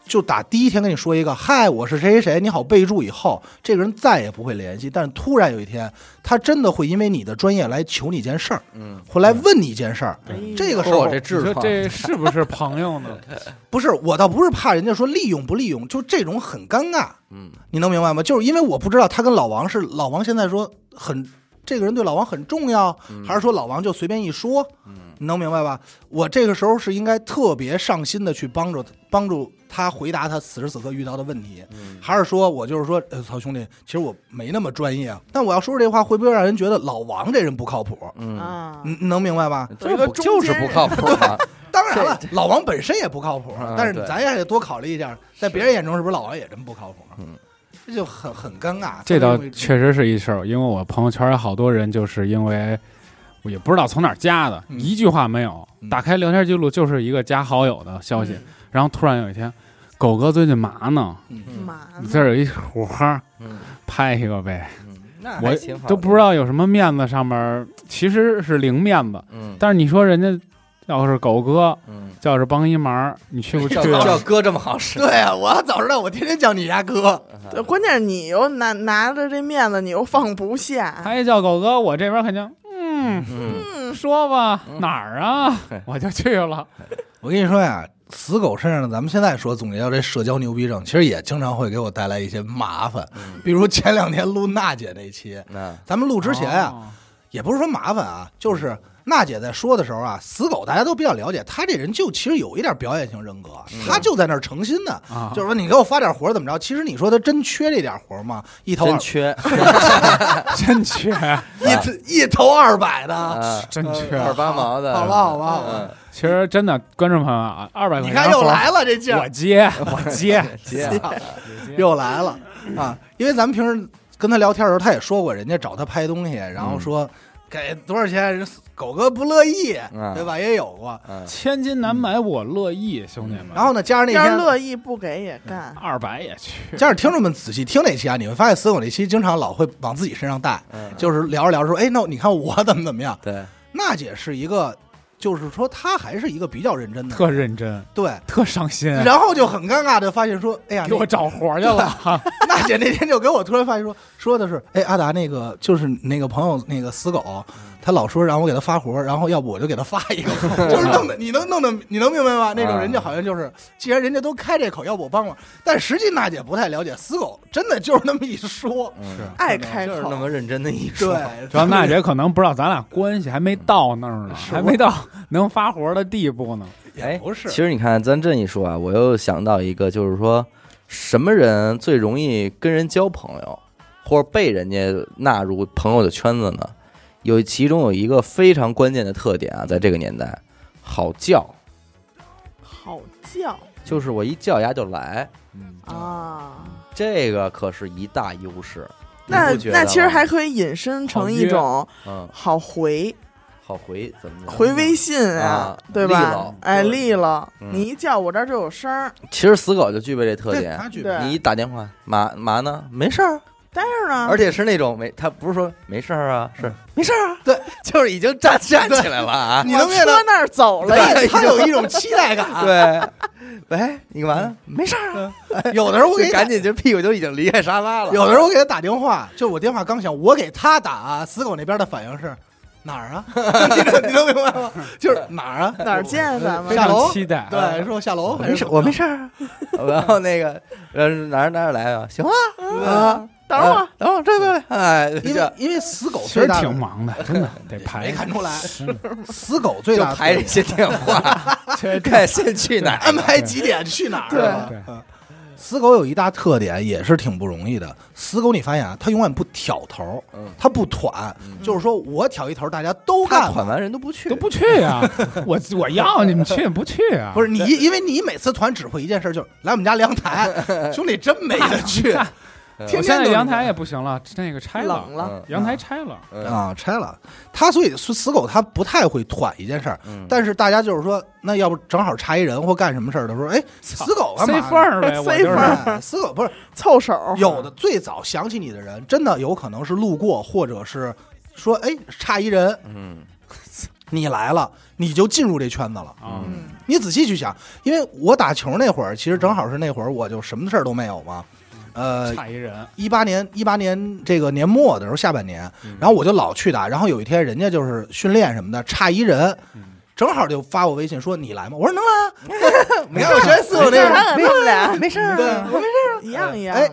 Speaker 2: 就打第一天跟你说一个嗨，我是谁谁谁，你好备注以后，这个人再也不会联系，但是突然有一天，他真的会因为你的专业来求你一件事儿，
Speaker 1: 嗯，
Speaker 2: 会来问你一件事儿，
Speaker 3: 哎呦
Speaker 2: 这个时
Speaker 1: 说
Speaker 2: 候
Speaker 1: 我这
Speaker 4: 你
Speaker 1: 痔
Speaker 4: 说
Speaker 1: 疮，
Speaker 4: 这是不是朋友 呢？
Speaker 2: 不是我倒不是怕人家说利用不利用，就这种很尴尬。
Speaker 1: 嗯
Speaker 2: 你能明白吗？就是因为我不知道他跟老王是老王现在说很这个人对老王很重要，
Speaker 1: 嗯
Speaker 2: 还是说老王就随便一说？你能明白吧？我这个时候是应该特别上心的去帮助帮助他回答他此时此刻遇到的问题，
Speaker 1: 嗯
Speaker 2: 还是说我就是说，呃，曹兄弟，其实我没那么专业啊，但我要说出这话，会不会让人觉得老王这人不靠谱？
Speaker 1: 嗯，
Speaker 3: 啊，
Speaker 2: 你你能明白吧？
Speaker 1: 这不就是不 靠谱啊吗？
Speaker 2: 当然了，老王本身也不靠谱
Speaker 1: 啊，
Speaker 2: 但是
Speaker 1: 对
Speaker 2: 咱也得多考虑一下，在别人眼中是不是老王也真不靠谱？
Speaker 1: 嗯，
Speaker 2: 这就很很尴尬。
Speaker 4: 这倒
Speaker 2: 特别容易
Speaker 4: 确实是一事儿，因为我朋友圈有好多人就是因为我也不知道从哪儿加的，
Speaker 2: 嗯
Speaker 4: 一句话没有，
Speaker 2: 嗯
Speaker 4: 打开聊天记录就是一个加好友的消
Speaker 3: 嗯
Speaker 4: 息，然后突然有一天，狗哥最近嘛呢？
Speaker 2: 嗯
Speaker 1: 嗯
Speaker 3: 嘛呢
Speaker 4: 你这儿有一火花，
Speaker 1: 嗯
Speaker 4: 拍一个呗，
Speaker 1: 嗯，那
Speaker 4: 我
Speaker 1: 还挺好的
Speaker 4: 都不知。道有什么面子，上面其实是零面子，
Speaker 1: 嗯
Speaker 4: 但是你说人家要是狗哥，
Speaker 1: 嗯，
Speaker 4: 要是帮一忙，你去不去
Speaker 1: 叫？叫哥这么好使，
Speaker 2: 对啊，我要早知道我天天叫你家哥，
Speaker 3: 对关键是你又拿拿着这面子，你又放不下，
Speaker 4: 他一哎叫狗哥，我这边肯定，嗯，
Speaker 1: 嗯，
Speaker 4: 说吧，
Speaker 1: 嗯
Speaker 4: 哪儿啊
Speaker 1: 嘿？
Speaker 4: 我就去了。
Speaker 2: 我跟你说呀，死狗身上的，咱们现在说总结到这社交牛逼症，其实也经常会给我带来一些麻烦，
Speaker 4: 嗯
Speaker 2: 比如前两天录娜姐那期，
Speaker 1: 那
Speaker 2: 咱们录之前啊，
Speaker 4: 哦，嗯
Speaker 2: 也不是说麻烦啊，就是娜姐在说的时候啊，死狗大家都比较了解，她这人就其实有一点表演型人格，她就在那儿诚心的，
Speaker 4: 嗯啊
Speaker 2: 就是说你给我发点活儿怎么着？其实你说她真缺这点活儿吗？一头
Speaker 1: 真
Speaker 2: 二
Speaker 1: 缺，
Speaker 4: 真缺，
Speaker 2: 一一头二百的，
Speaker 1: 啊
Speaker 4: 真
Speaker 1: 二
Speaker 2: 呃
Speaker 4: 缺。
Speaker 1: 八毛的，
Speaker 2: 好吧好吧好吧，
Speaker 1: 嗯，
Speaker 4: 其实真的，观众朋友啊，二百块
Speaker 2: 你
Speaker 4: 钱
Speaker 2: 看又
Speaker 4: 活儿
Speaker 2: 来了这劲儿
Speaker 4: 我，接，我 接，
Speaker 1: 接啊
Speaker 2: 操又来了啊！因为咱们平时跟他聊天的时候，他也说过，人家找他拍东西，然后说给多少钱，人狗哥不乐意，
Speaker 1: 嗯
Speaker 2: 对吧？也有过。
Speaker 1: 嗯
Speaker 4: 千金难买我乐意，
Speaker 2: 嗯
Speaker 4: 兄弟们。
Speaker 2: 然后呢，加上那
Speaker 3: 要是
Speaker 2: 天，
Speaker 3: 乐意不给也干。
Speaker 4: 二百也去，
Speaker 2: 加上听众们仔细听那期啊，你会发现死狗那期经常老会往自己身上带，
Speaker 1: 嗯，
Speaker 2: 就是聊着聊着说，哎，那你看我怎么怎么样？
Speaker 1: 对，
Speaker 2: 娜姐是一个，就是说她还是一个比较认真的，
Speaker 4: 特认真，
Speaker 2: 对。
Speaker 4: 特上心，
Speaker 2: 然后就很尴尬的发现说，哎呀，
Speaker 4: 给我找活儿去了。
Speaker 2: 娜姐那天就给我突然发现说，说的是，哎，阿达那个就是那个朋友那个死狗，他老说让我给他发活，然后要不我就给他发一个， 就是弄的，你能弄的，你能明白吗？那种人家好像就是，既然人家都开这口，要不我帮忙，但实际娜姐不太了解，死狗真的就是那么一说，
Speaker 1: 嗯
Speaker 4: 是
Speaker 3: 爱开
Speaker 1: 就是那
Speaker 3: 口，
Speaker 1: 么认真的一说，
Speaker 2: 对，
Speaker 4: 主要娜 姐可能不知道咱俩关系还没到那儿呢，
Speaker 2: 嗯是
Speaker 4: 还没到 能发活儿的地步呢。
Speaker 1: 哎
Speaker 2: 也不是
Speaker 1: 其，实你看，咱这一说啊，我又想到一个，就是说，什么人最容易跟人交朋友，或者被人家纳入朋友的圈子呢？有其中有一个非常关键的特点啊，在这个年代，好叫，
Speaker 3: 好叫
Speaker 1: 就是我一叫丫就来，
Speaker 4: 嗯，
Speaker 3: 啊。
Speaker 1: 这个可是一大优势。你
Speaker 3: 那
Speaker 1: 不觉得
Speaker 3: 那其实
Speaker 1: 吗
Speaker 3: 还可以引申成一种
Speaker 1: 嗯，
Speaker 3: 好回
Speaker 1: 好回怎么着
Speaker 3: 回微信
Speaker 1: 嗯啊
Speaker 3: 对
Speaker 1: 利
Speaker 3: 吧
Speaker 1: 落？
Speaker 3: 哎，
Speaker 1: 对
Speaker 3: 利落，
Speaker 1: 嗯
Speaker 3: 你一叫我这儿就有声儿。
Speaker 1: 其实死狗就具备这特
Speaker 2: 对
Speaker 1: 点
Speaker 2: 他。具
Speaker 3: 对
Speaker 1: 你一打电话，嘛嘛呢？没事儿，
Speaker 3: 但是呢，
Speaker 1: 而且是那种没，他不是说没事儿啊，是
Speaker 2: 没事啊，对，
Speaker 1: 就是已经站站起来了啊
Speaker 2: 你
Speaker 3: 我
Speaker 2: 能
Speaker 3: 车
Speaker 2: 明白
Speaker 3: 那儿走了，
Speaker 2: 对，他有一种期待感，
Speaker 1: 对，喂，你干嘛呢？没事儿啊，
Speaker 2: 有的时候我给
Speaker 1: 就
Speaker 2: 你打
Speaker 1: 赶紧就屁股就已经离开沙发了。
Speaker 2: 有的时候我给他打电话，就我电话刚响，我给他打、死狗那边的反应是哪儿 啊？你能你能明白吗？就是哪儿啊？
Speaker 3: 哪儿见咱们啊
Speaker 4: 非
Speaker 2: 下
Speaker 4: 常
Speaker 2: 楼
Speaker 4: 期待。
Speaker 2: 对，说我下楼，
Speaker 1: 没事，我没事儿啊。 然后那个，呃，哪儿哪儿来啊？行啊，
Speaker 3: 啊？等会儿，
Speaker 1: 等会儿这过来。哎，
Speaker 2: 因
Speaker 1: 就
Speaker 2: 为因为死狗
Speaker 4: 其
Speaker 2: 最
Speaker 4: 实
Speaker 2: 大的
Speaker 4: 挺忙 的，真的得排
Speaker 2: 没。看出来，
Speaker 4: 真的
Speaker 2: 死狗最
Speaker 1: 就
Speaker 2: 大的
Speaker 1: 排这些电话， 看先去哪儿
Speaker 2: 安。排几点去哪儿？
Speaker 3: 对
Speaker 2: 吧嗯死狗有一大特点，也是挺不容易的。死狗，你发现啊，它永远不挑头
Speaker 1: 嗯，
Speaker 2: 它不团，就是说我挑一头，大家都
Speaker 1: 他
Speaker 2: 干
Speaker 1: 款完人都不去，
Speaker 4: 都不去 啊！我我要你们去不去啊？
Speaker 2: 不是你，因为你每次团只会一件事，就是来我们家 阳台，兄弟真没得去，
Speaker 1: 嗯
Speaker 2: 天
Speaker 4: 我
Speaker 2: 天
Speaker 4: 现在
Speaker 2: 都
Speaker 4: 阳
Speaker 2: 这样
Speaker 4: 台也不行了，那个拆
Speaker 3: 冷
Speaker 4: 了，
Speaker 3: 了，
Speaker 1: 嗯
Speaker 4: 阳台拆了，
Speaker 1: 嗯
Speaker 2: 啊，拆了。他所以死死狗他不太会团一件事儿，
Speaker 1: 嗯
Speaker 2: 但是大家就是说，那要不正好插一人或干什么事儿的时候，哎，死狗干
Speaker 4: 塞
Speaker 2: 嘛？
Speaker 4: 缝儿呗，我
Speaker 3: 塞
Speaker 4: 就
Speaker 3: 缝
Speaker 4: 是啊
Speaker 3: 儿
Speaker 2: 哎死狗不是
Speaker 3: 凑手
Speaker 2: 有的最早想起你的人，真的有可能是路过，或者是说哎差一人，
Speaker 1: 嗯
Speaker 2: 你来了，你就进入这圈子了。
Speaker 4: 啊，
Speaker 3: 嗯
Speaker 2: 你仔细去想，因为我打球那会儿，其实正好是那会儿我就什么事儿都没有嘛，呃，
Speaker 4: 差一人，
Speaker 2: 一八年一八年这个年末的时候，下半年，
Speaker 4: 嗯
Speaker 2: 然后我就老去打，然后有一天人家就是训练什么的，差一人，
Speaker 4: 嗯
Speaker 2: 正好就发我微信说你来吗？我说能 来啊，你看我学四
Speaker 3: 我
Speaker 2: 我
Speaker 3: 这
Speaker 2: 那
Speaker 3: 还
Speaker 2: 个，
Speaker 3: 有他们俩没事儿
Speaker 2: 对
Speaker 1: 哎
Speaker 3: 啊，我没事儿啊，一样一样的。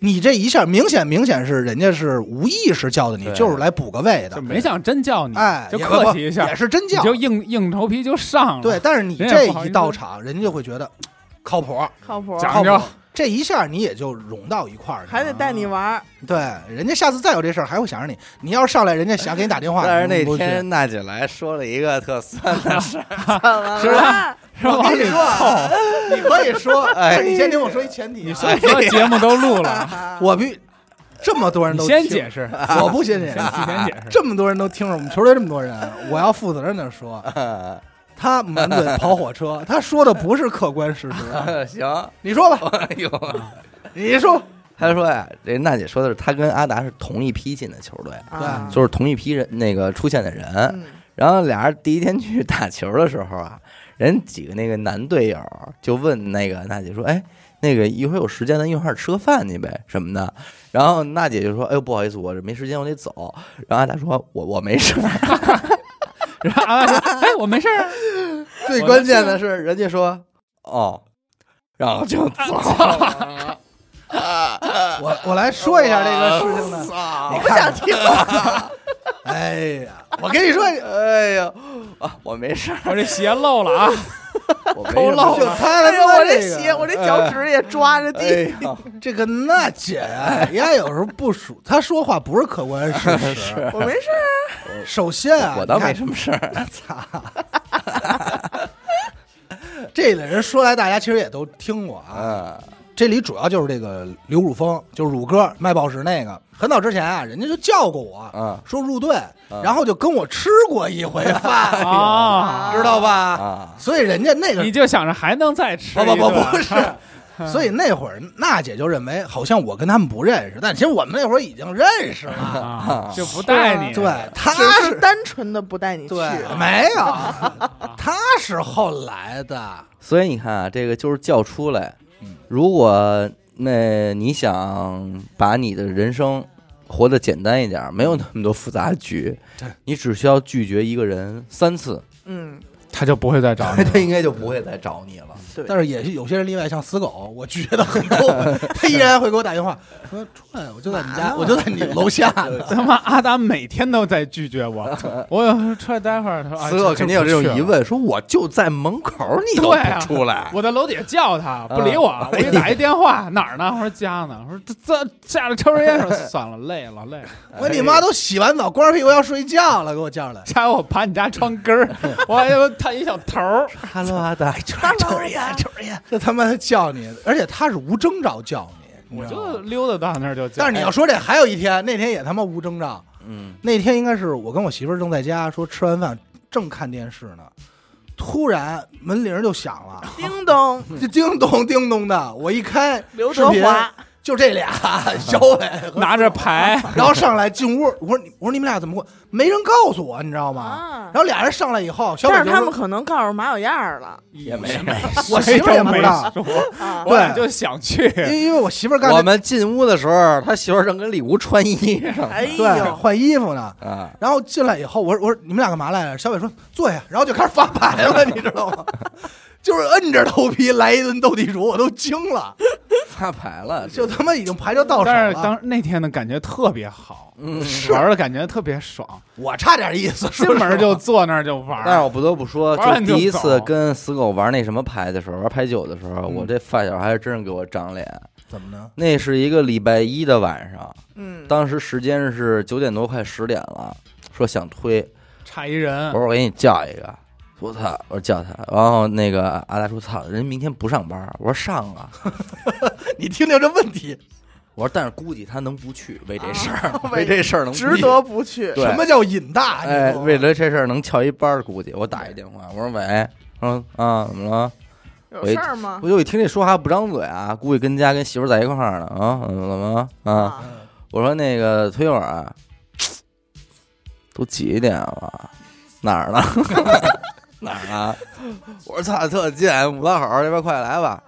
Speaker 2: 你这一下明显明显是人家是无意识叫的你，
Speaker 1: 对
Speaker 2: 就是来补个位的
Speaker 4: 就，没想真叫你，
Speaker 2: 哎，
Speaker 4: 就
Speaker 2: 也
Speaker 4: 客
Speaker 2: 不
Speaker 4: 气一下
Speaker 2: 也，是真
Speaker 4: 你
Speaker 2: 叫，
Speaker 4: 就硬硬头皮就上了。
Speaker 2: 对。，但是你
Speaker 4: 人家
Speaker 2: 这
Speaker 4: 也不好意
Speaker 2: 一
Speaker 4: 思
Speaker 2: 到场，人家就会觉得靠谱，
Speaker 3: 靠谱，
Speaker 4: 讲
Speaker 2: 靠谱
Speaker 4: 究，
Speaker 2: 这一下你也就融到一块儿去了。
Speaker 3: 还得带你玩儿。
Speaker 2: 对，人家下次再有这事儿还会想着你。你要是上来，人家想给你打 电话，
Speaker 1: 但是那
Speaker 2: 你不去
Speaker 1: 天娜姐来说了一个特酸的事儿，
Speaker 3: 怎么
Speaker 4: 是
Speaker 3: 了？
Speaker 4: 是吧？
Speaker 2: 我跟你说，啊你可以说，哎，你先听我说一前提啊，
Speaker 4: 你说 所有节目都录 了，
Speaker 3: 啊
Speaker 2: 哎我比这么多人
Speaker 4: 你
Speaker 2: 都
Speaker 4: 先
Speaker 2: 听
Speaker 4: 解释，
Speaker 2: 我不先解
Speaker 4: 先
Speaker 2: 释，
Speaker 4: 提前解释。
Speaker 2: 这么多人都听着，我们球队这么多人，我要负责任的说，啊他满嘴跑火车，他说的不是客观事实。啊
Speaker 1: 行，
Speaker 2: 你说吧，
Speaker 1: 哎呦，
Speaker 2: 你说吧，
Speaker 1: 她说呀，这娜姐说的是她跟阿达是同一批进的球队，
Speaker 3: 啊
Speaker 1: 就是哎同一批人那个出现的人，
Speaker 3: 嗯
Speaker 1: 然后俩人第一天去打球的时候啊，人几个那个男队友就问那个娜姐说：“哎，那个一会儿有时间咱一块儿吃个饭去呗什么 的。”然后娜姐就说：“哎呦，不好意思，我这没时间，我得走。”然后他说：“我我没事儿。
Speaker 4: 然后阿达说：“哎，我没事儿啊。”
Speaker 1: 最关键的是，人家说：“哦。”然后就 走了。
Speaker 2: 我我来说一下这个事情呢。
Speaker 1: 操！
Speaker 2: 你看，哎呀，我跟你说，
Speaker 1: 哎呀，啊，我没事儿，
Speaker 4: 我这鞋漏了啊！
Speaker 1: 我没事
Speaker 2: 就
Speaker 1: 儿。
Speaker 2: 猜了
Speaker 3: 哎呦，
Speaker 2: 这个，嗯
Speaker 3: 我这鞋，我这脚趾也抓着
Speaker 1: 哎
Speaker 3: 地。
Speaker 1: 呀，
Speaker 2: 这个娜姐呀，人家有时候不属，她说话不是客观事 实。
Speaker 3: 我没事儿，
Speaker 2: 首先啊，
Speaker 1: 我倒
Speaker 2: 你看
Speaker 1: 没什么事儿。
Speaker 2: 这类人说来，大家其实也都听过啊。
Speaker 1: 嗯，
Speaker 2: 这里主要就是这个刘汝峰，就是汝哥卖报纸那个。很早之前啊，人家就叫过我，
Speaker 4: 啊
Speaker 1: 嗯
Speaker 2: 说入队，然后就跟我吃过一回饭，
Speaker 4: 啊，
Speaker 2: 知道吧？
Speaker 1: 啊
Speaker 2: 所以人家那个
Speaker 4: 你就想着还能再吃
Speaker 2: 不
Speaker 4: 一啊
Speaker 2: 不
Speaker 4: 顿？
Speaker 2: 不不是， 所以那会儿娜姐就认为好像我跟他们不认识，但其实我们那会儿已经认识了。
Speaker 4: 啊， 就不带你。
Speaker 2: 对，他
Speaker 3: 只
Speaker 2: 是
Speaker 3: 是单纯的不带你去。啊
Speaker 2: 对
Speaker 4: 啊
Speaker 2: 没有，他是后来的。
Speaker 1: 所以你看啊，这个就是叫出来
Speaker 2: 嗯。
Speaker 1: 如果那你想把你的人生活得简单一点，没有那么多复杂的局
Speaker 2: 对，
Speaker 1: 你只需要拒绝一个人三 次，
Speaker 3: 嗯，
Speaker 4: 他就不会再找
Speaker 1: 哎他应该就不会再找你了。
Speaker 3: 对。
Speaker 2: 但是也是有些人例外，像死狗，我拒绝的很够， 他依然会给我打电话说出来，我就在你家，我就在你楼下呢。
Speaker 4: 他妈阿达每天都在拒绝我，我有时候出来待会儿，他说啊
Speaker 1: 死狗肯定有这种疑，
Speaker 4: 就就不去了
Speaker 1: 问，说我就在门口，你都
Speaker 4: 对啊
Speaker 1: 不出来。
Speaker 4: 我在楼底下叫他，不理我，我给打一电话，哪儿呢？我说家呢。我说这这下来抽根烟，说算了，累了累了。
Speaker 2: 我说你妈都洗完澡，光着屁股要睡觉了，给我叫来。
Speaker 4: 下回我爬你家窗根儿，我还有探一小头儿，
Speaker 1: 哎哈喽阿达，
Speaker 2: 抽根 烟，抽根烟，这他妈叫你，而且他是无征兆叫你，
Speaker 4: 我
Speaker 2: 你知道吗
Speaker 4: 就溜达到那儿就叫。
Speaker 2: 但是你要说这还有一天，那天也他妈无征兆。
Speaker 1: 嗯，
Speaker 2: 那天应该是我跟我媳妇儿正在家，说吃完饭正看电视呢，突然门铃儿就响了，
Speaker 3: 叮咚，
Speaker 2: 就叮咚叮咚的。我一开
Speaker 3: 刘
Speaker 2: 视
Speaker 3: 德
Speaker 2: 频，
Speaker 3: 华，
Speaker 2: 就这俩 小伟和，
Speaker 4: 拿着牌，
Speaker 2: 然后上来进屋，我说你我说你们俩怎么过？没人告诉我，你知道吗？
Speaker 3: 啊
Speaker 2: 然后俩人上来以后，小
Speaker 3: 但
Speaker 2: 伟
Speaker 3: 是
Speaker 2: 就
Speaker 3: 他们
Speaker 2: 说
Speaker 3: 可能告诉马小燕儿 了
Speaker 1: 也没什么。
Speaker 2: 我媳妇儿也不知道，
Speaker 4: 谁都没
Speaker 3: 啊
Speaker 4: 说，我俩就想去，
Speaker 2: 因为因为我媳妇儿干
Speaker 1: 我
Speaker 2: 的
Speaker 1: 们进屋的时候，他媳妇儿正跟里屋穿衣裳
Speaker 3: 哎呦，
Speaker 2: 对 换衣服呢。
Speaker 1: 啊，
Speaker 2: 然后进来以后，我说我说你们俩干嘛来了？小伟说坐下，然后就开始发牌了， 你知道吗？就是摁着头皮来一顿斗地主，我都惊 了，
Speaker 1: 发牌了，
Speaker 2: 就他妈已经牌就到手
Speaker 4: 但
Speaker 2: 了。
Speaker 4: 是当那天的感觉特别好，
Speaker 1: 嗯。
Speaker 4: 玩的感觉特别爽，
Speaker 2: 我差点意思，
Speaker 4: 进
Speaker 2: 说实话
Speaker 4: 门就坐那儿就玩
Speaker 1: 但是
Speaker 4: 儿。
Speaker 1: 我不得不说，
Speaker 4: 玩完
Speaker 1: 就
Speaker 4: 就
Speaker 1: 第一次
Speaker 4: 走嗯
Speaker 1: 跟死狗玩那什么牌的时候，玩牌九的时候，我这发小还是真是给我长脸。
Speaker 2: 怎么呢？
Speaker 1: 那是一个礼拜一的晚上，
Speaker 3: 嗯，
Speaker 1: 当时时间是九点多，快十点了，说想推，
Speaker 4: 差一人
Speaker 1: 我，说我给你叫一个。我操！我说叫他，然后那个阿达说：“操，人明天不上班。”我说：“上啊
Speaker 2: 你听听这问题，！”
Speaker 1: 我说：“但是估计他能不去，为这事儿，
Speaker 3: 啊
Speaker 1: 为这事儿能不去
Speaker 3: 值得不去。
Speaker 1: 对
Speaker 2: 什么叫瘾大？你
Speaker 1: 哎，
Speaker 2: 知道吗
Speaker 1: 为了这事儿能翘一班儿，估计我打一电话，我说：‘喂，他说啊，怎么了？’
Speaker 3: 有事儿
Speaker 4: 啊
Speaker 3: 吗？
Speaker 1: 我就一听这说话不张嘴啊，估计跟家跟媳妇儿在一块儿呢啊，怎么了啊？
Speaker 3: 啊，
Speaker 2: 嗯
Speaker 1: 我说那个推友啊， 都几点了？哪儿 呢？哪儿呢？我说操，特近，五道口这边快来吧！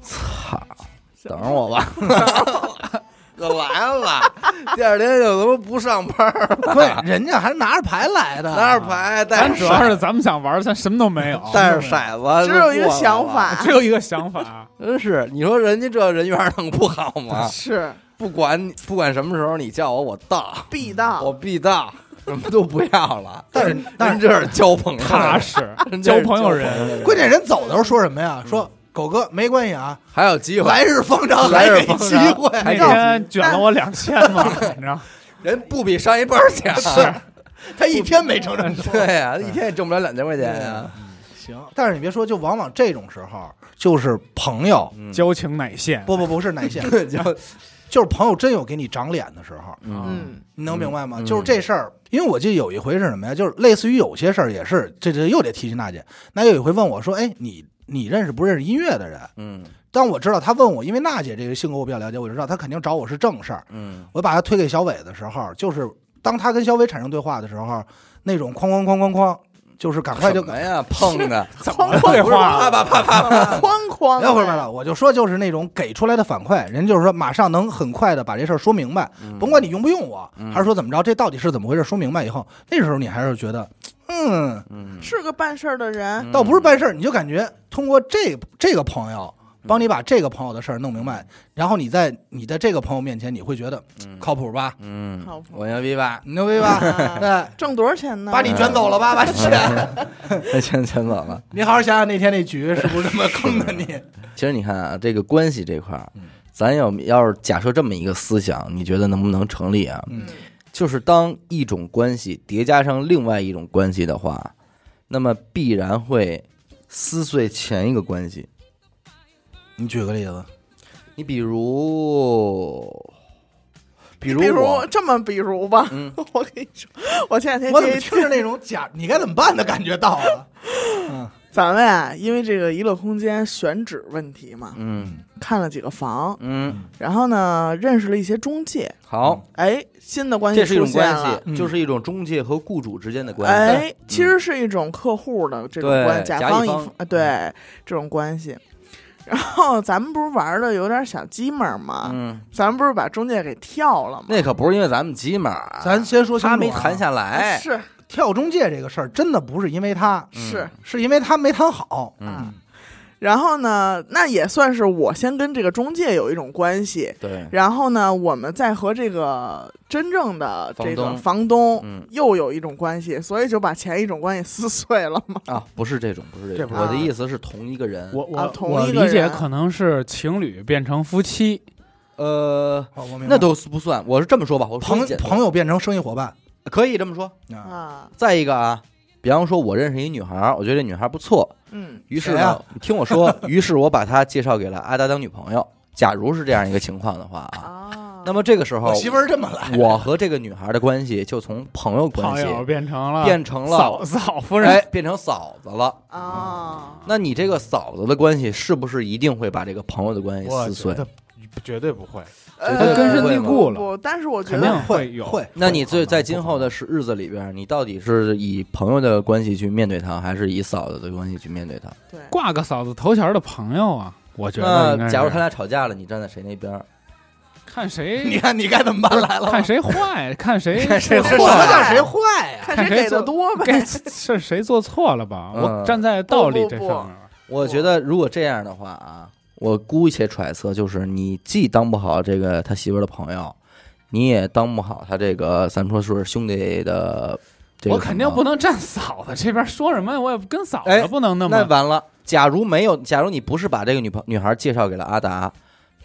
Speaker 1: 操，等着我 吧，我来了。第二天就他妈不上班儿，
Speaker 2: 对，人家还拿着牌来的，
Speaker 1: 拿着牌，带
Speaker 4: 啊咱
Speaker 1: 着
Speaker 4: 主要
Speaker 1: 骰，
Speaker 4: 是咱们想玩儿，咱什么都没有，
Speaker 2: 啊
Speaker 1: 带着骰子，
Speaker 3: 只有一个想，法，
Speaker 4: 只有一个想法，啊
Speaker 1: 真是你说人家这人缘儿能不好吗？
Speaker 3: 是
Speaker 1: 不管不管什么时候你叫我，我到，
Speaker 2: 嗯
Speaker 3: 必到。
Speaker 1: 我必到，什么都不要了。
Speaker 2: 啊 但是但
Speaker 1: 但
Speaker 2: 是
Speaker 1: 这是交朋友，
Speaker 4: 踏实
Speaker 1: 真这
Speaker 4: 交
Speaker 1: 是
Speaker 4: 朋友
Speaker 1: 交
Speaker 4: 人，
Speaker 1: 朋友
Speaker 2: 关键人走的时候说什么呀？
Speaker 1: 嗯
Speaker 2: 说狗哥没关系啊，
Speaker 1: 还有机会，
Speaker 2: 来日方长，
Speaker 1: 来
Speaker 2: 还
Speaker 1: 日
Speaker 2: 给
Speaker 1: 方
Speaker 2: 机
Speaker 1: 长
Speaker 2: 会。
Speaker 4: 那天卷了我两千嘛，你知道？
Speaker 1: 人不比上一辈儿强。
Speaker 2: 他一天没成这么多。
Speaker 1: 对呀、一天也挣不了两千块钱呀、
Speaker 2: 行，但是你别说，就往往这种时候，就是朋友，
Speaker 1: 嗯
Speaker 4: 交情乃现，
Speaker 2: 不不不 是哪些，
Speaker 1: 就
Speaker 2: 就是朋友真有给你长脸的时候，
Speaker 1: 嗯
Speaker 3: 嗯，
Speaker 2: 你能明白吗？
Speaker 1: 嗯
Speaker 2: 就是这事儿，因为我记得有一回是什么呀？就是类似于有些事儿也是，这这又得提起娜姐。娜姐有一回问我说：“哎，你你认识不认识音乐的人
Speaker 1: 嗯？”
Speaker 2: 当我知道她问我，因为娜姐这个性格我比较了解，我就知道她肯定找我是正事儿。
Speaker 1: 嗯
Speaker 2: 我把她推给小伟的时候，就是当她跟小伟产生对话的时候，那种哐哐哐哐哐，就是赶快就
Speaker 1: 什么呀碰的，
Speaker 4: 怎么
Speaker 3: 哐哐
Speaker 4: 对
Speaker 1: 不是啪？
Speaker 4: 话
Speaker 1: 啪啪啪啪，
Speaker 2: 啊
Speaker 3: 哐哐，
Speaker 2: 聊会儿吧了，我就说就是那种给出来的反馈，人就是说马上能很快的把这事儿说明白，甭管你用不用我，
Speaker 1: 嗯
Speaker 2: 还是说怎么着，这到底是怎么回事，说明白以后，那时候你还是觉得，嗯，
Speaker 1: 嗯，
Speaker 3: 是个办事儿的人，
Speaker 2: 倒不是办事儿，你就感觉通过这这个朋友
Speaker 1: 嗯
Speaker 2: 帮你把这个朋友的事儿弄明白，然后你在你在这个朋友面前，你会觉得
Speaker 1: 嗯
Speaker 2: 靠谱吧，
Speaker 1: 嗯
Speaker 3: 靠，谱
Speaker 1: 我牛逼 吧？
Speaker 2: 你牛逼吧？
Speaker 3: 啊
Speaker 2: 对，
Speaker 3: 挣多少钱呢？
Speaker 2: 嗯把你卷走了吧，把你卷，
Speaker 1: 全全走了。
Speaker 2: 你好好想想那天那局是不是这么坑的你？
Speaker 1: 其实你看啊，这个关系这块儿，咱要要是假设这么一个思想，你觉得能不能成立啊？
Speaker 2: 嗯
Speaker 3: 嗯，
Speaker 1: 就是当一种关系叠加上另外一种关系的话，那么必然会撕碎前一个关系。
Speaker 2: 你举个例子，
Speaker 1: 你比如，比如
Speaker 3: 比如
Speaker 1: 我，
Speaker 3: 这么比如吧，
Speaker 1: 嗯
Speaker 3: 我跟你说，我前两天
Speaker 2: 我怎么
Speaker 3: 接一
Speaker 2: 听着那 种假你该怎么办的感觉到啊了？
Speaker 3: 咱们啊，因为这个娱乐空间选址问题嘛，
Speaker 1: 嗯
Speaker 3: 看了几个房，
Speaker 1: 嗯，
Speaker 3: 然后呢，认识了一些中介，
Speaker 1: 好，
Speaker 3: 哎，新的关系
Speaker 1: 这是一
Speaker 3: 出
Speaker 1: 种
Speaker 3: 现
Speaker 1: 关
Speaker 3: 了。
Speaker 1: 系，就是一种中介和雇主之间的关系。
Speaker 3: 哎，其实是一种客户的这种
Speaker 1: 对
Speaker 3: 关，
Speaker 1: 甲
Speaker 3: 方
Speaker 1: 乙
Speaker 3: 乙
Speaker 1: 方嗯
Speaker 3: 方，啊对这种关系。然后咱们不是玩的有点小鸡门嘛，
Speaker 1: 嗯，
Speaker 3: 咱们不是把中介给跳了吗？啊
Speaker 1: 那可不是因为咱们急嘛啊，
Speaker 2: 咱先说清楚、
Speaker 1: 他
Speaker 2: 啊，
Speaker 1: 没谈下来，
Speaker 3: 是
Speaker 2: 跳中介这个事儿，真的不是因为他，
Speaker 3: 是、
Speaker 2: 是因为他没谈好。
Speaker 1: 嗯，
Speaker 3: 啊。然后呢，那也算是我先跟这个中介有一种关系，
Speaker 1: 对，
Speaker 3: 然后呢，我们再和这个真正的这
Speaker 1: 房
Speaker 3: 个
Speaker 1: 东
Speaker 3: 房东
Speaker 1: 嗯
Speaker 3: 又有一种关系，所以就把前一种关系撕碎了嘛。
Speaker 1: 啊，不是这种，不是这
Speaker 4: 这
Speaker 1: 种，
Speaker 4: 不
Speaker 3: 是
Speaker 1: 我的
Speaker 3: 这
Speaker 1: 意思是同一个人，
Speaker 4: 我
Speaker 3: 啊
Speaker 4: 我
Speaker 3: 同
Speaker 4: 我
Speaker 3: 一个
Speaker 4: 理解
Speaker 3: 人
Speaker 4: 可能是情侣变成夫妻，
Speaker 1: 呃，
Speaker 2: 好，我明白
Speaker 1: 那都不算，我是这么说吧，我说
Speaker 2: 朋
Speaker 1: 简
Speaker 2: 朋友变成生意伙伴
Speaker 1: 可以这么说。
Speaker 2: 啊，
Speaker 3: 啊，
Speaker 1: 再一个啊，比方说，我认识一女孩儿，我觉得这女孩儿不错，
Speaker 3: 嗯
Speaker 1: 于是
Speaker 2: 谁
Speaker 1: 呢
Speaker 2: 啊，
Speaker 1: 你听我说，于是我把她介绍给了阿达当女朋友。假如是这样一个情况的话啊，
Speaker 3: 啊，
Speaker 1: 那么这个时候
Speaker 2: 我，媳妇儿这么来，
Speaker 1: 我和这个女孩儿的关系就从朋友关
Speaker 4: 朋
Speaker 1: 系
Speaker 4: 友变成了
Speaker 1: 变成
Speaker 4: 嫂
Speaker 1: 了，
Speaker 4: 嫂夫
Speaker 1: 哎
Speaker 4: 人，，
Speaker 1: 变成嫂子了。
Speaker 3: 啊，
Speaker 1: 那你这个嫂子的关系是不是一定会把这个朋友的关系
Speaker 5: 我
Speaker 1: 撕
Speaker 5: 觉
Speaker 1: 碎？
Speaker 5: 得不绝对不会，
Speaker 1: 他根深
Speaker 3: 呃
Speaker 1: 蒂
Speaker 4: 固了
Speaker 3: 不，但是我觉
Speaker 4: 肯定
Speaker 3: 得
Speaker 4: 会有
Speaker 2: 会
Speaker 1: 那你
Speaker 5: 不
Speaker 1: 最
Speaker 5: 可能
Speaker 1: 在今后的是日子里边，你到底是以朋友的关系去面对他，还是以嫂子的关系去面对他？
Speaker 3: 对，
Speaker 4: 挂个嫂子头衔的朋友啊，我觉得应该
Speaker 1: 那
Speaker 4: 是
Speaker 1: 假如他俩吵架了，你站在谁那边儿？
Speaker 4: 看
Speaker 2: 你
Speaker 4: 谁
Speaker 2: 看你该怎么办来了？
Speaker 4: 看谁坏，看谁
Speaker 1: 看谁
Speaker 2: 我
Speaker 1: 坏
Speaker 4: 啊
Speaker 2: 们叫谁坏呀？
Speaker 3: 看
Speaker 4: 看
Speaker 3: 谁
Speaker 4: 谁
Speaker 3: 给
Speaker 4: 做
Speaker 3: 的多
Speaker 4: 该
Speaker 3: 呗。
Speaker 4: 是谁做错了吧？
Speaker 1: 嗯
Speaker 4: 我站在道理这
Speaker 3: 不不
Speaker 4: 上面了，
Speaker 1: 我觉得如果这样的话啊，我姑且揣测，就是你既当不好这个他媳妇儿的朋友，你也当不好他这个咱们说是兄弟的这个。
Speaker 4: 我肯定不。能站嫂子这边说什么呀，我也跟嫂
Speaker 1: 哎
Speaker 4: 子不能那
Speaker 1: 那
Speaker 4: 么
Speaker 1: 完了，假如没有，假如你不是把这个女朋女孩介绍给了阿达，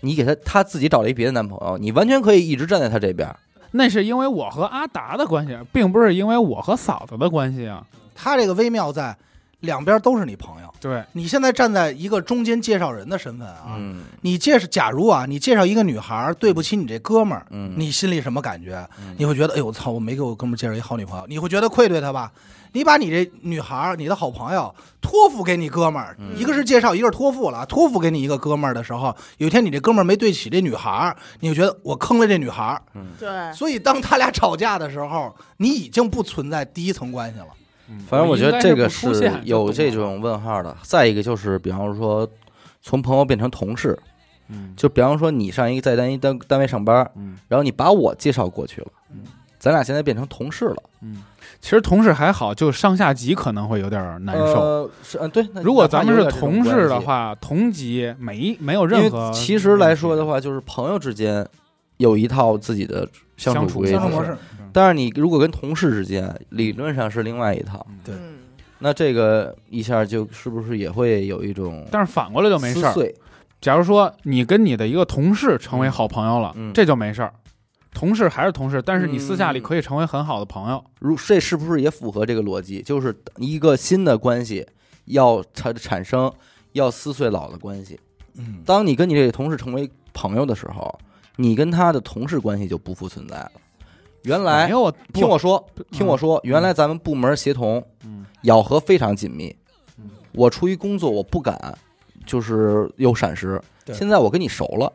Speaker 1: 你给他他自己找了一别的男朋友，你完全可以一直站在他这边。
Speaker 4: 那是因为我和阿达的关系，并不是因为我和嫂子的关系啊。
Speaker 2: 他这个微妙在两边都是你朋友，
Speaker 4: 对，
Speaker 2: 你现在站在一个中间介绍人的身份啊，
Speaker 1: 嗯
Speaker 2: 你介绍假如啊，你介绍一个女孩儿，对不起你这哥们儿。
Speaker 1: 嗯，
Speaker 2: 你心里什么感觉
Speaker 1: 嗯？
Speaker 2: 你会觉得，哎呦，我操，我没给我哥们儿介绍一好女朋友，你会觉得愧对他
Speaker 1: 嗯
Speaker 2: 吧？你把你这女孩儿、你的好朋友托付给你哥们儿，
Speaker 1: 嗯
Speaker 2: 一个是介绍，一个是托付了。托付给你一个哥们儿的时候，有一天你这哥们儿没对起这女孩儿，你就觉得我坑了这女孩儿。
Speaker 3: 对，
Speaker 1: 嗯
Speaker 2: 所以当他俩吵架的时候，你已经不存在第一层关系了。
Speaker 1: 反正我觉得这个是
Speaker 4: 嗯应该不出现就
Speaker 1: 有这
Speaker 4: 懂了，
Speaker 1: 种问号的。再一个就是，比方说从朋友变成同事，
Speaker 4: 嗯
Speaker 1: 就比方说你上一个在单一单单位上班，
Speaker 4: 嗯
Speaker 1: 然后你把我介绍过去了，咱俩现在变成同事了，
Speaker 4: 嗯，其实同事还好，就上下级可能会有点儿难受。
Speaker 1: 呃是嗯对。那
Speaker 4: 如果
Speaker 1: 哪怕
Speaker 4: 咱们
Speaker 1: 有
Speaker 4: 是
Speaker 1: 点这种
Speaker 4: 同事的
Speaker 1: 关系，
Speaker 4: 话，同级没没有
Speaker 1: 因
Speaker 4: 任何
Speaker 1: 为。其实来说的，话，就是朋友之间有一套自己的
Speaker 4: 相
Speaker 1: 处
Speaker 4: 处
Speaker 1: 规
Speaker 2: 相
Speaker 1: 则
Speaker 2: 处模式，
Speaker 1: 但是你如果跟同事之间，理论上是另外一套，
Speaker 2: 对
Speaker 3: 嗯，
Speaker 1: 那这个一下就是不是也会有一种
Speaker 4: 但是反过来就没事儿
Speaker 1: 撕。碎
Speaker 4: 假如说你跟你的一个同事成为好朋友了，
Speaker 1: 嗯
Speaker 4: 这就没事儿。同事还是同事，但是你私下里
Speaker 1: 嗯
Speaker 4: 可以成为很好的朋友。
Speaker 1: 如这是不是也符合这个逻辑？就是一个新的关系要产产生，要撕碎老的关系。
Speaker 2: 嗯，
Speaker 1: 当你跟你这个同事成为朋友的时候，你跟他的同事关系就不复存在了。原
Speaker 4: 没
Speaker 1: 来
Speaker 4: 有哎我
Speaker 1: 听我说，
Speaker 4: 不
Speaker 1: 听我说，原来咱们部门协同
Speaker 4: 嗯
Speaker 1: 咬合非常紧密
Speaker 4: 嗯。
Speaker 1: 我出于工作，我不敢就是有闪失。
Speaker 2: 对
Speaker 1: 现在我跟你熟了，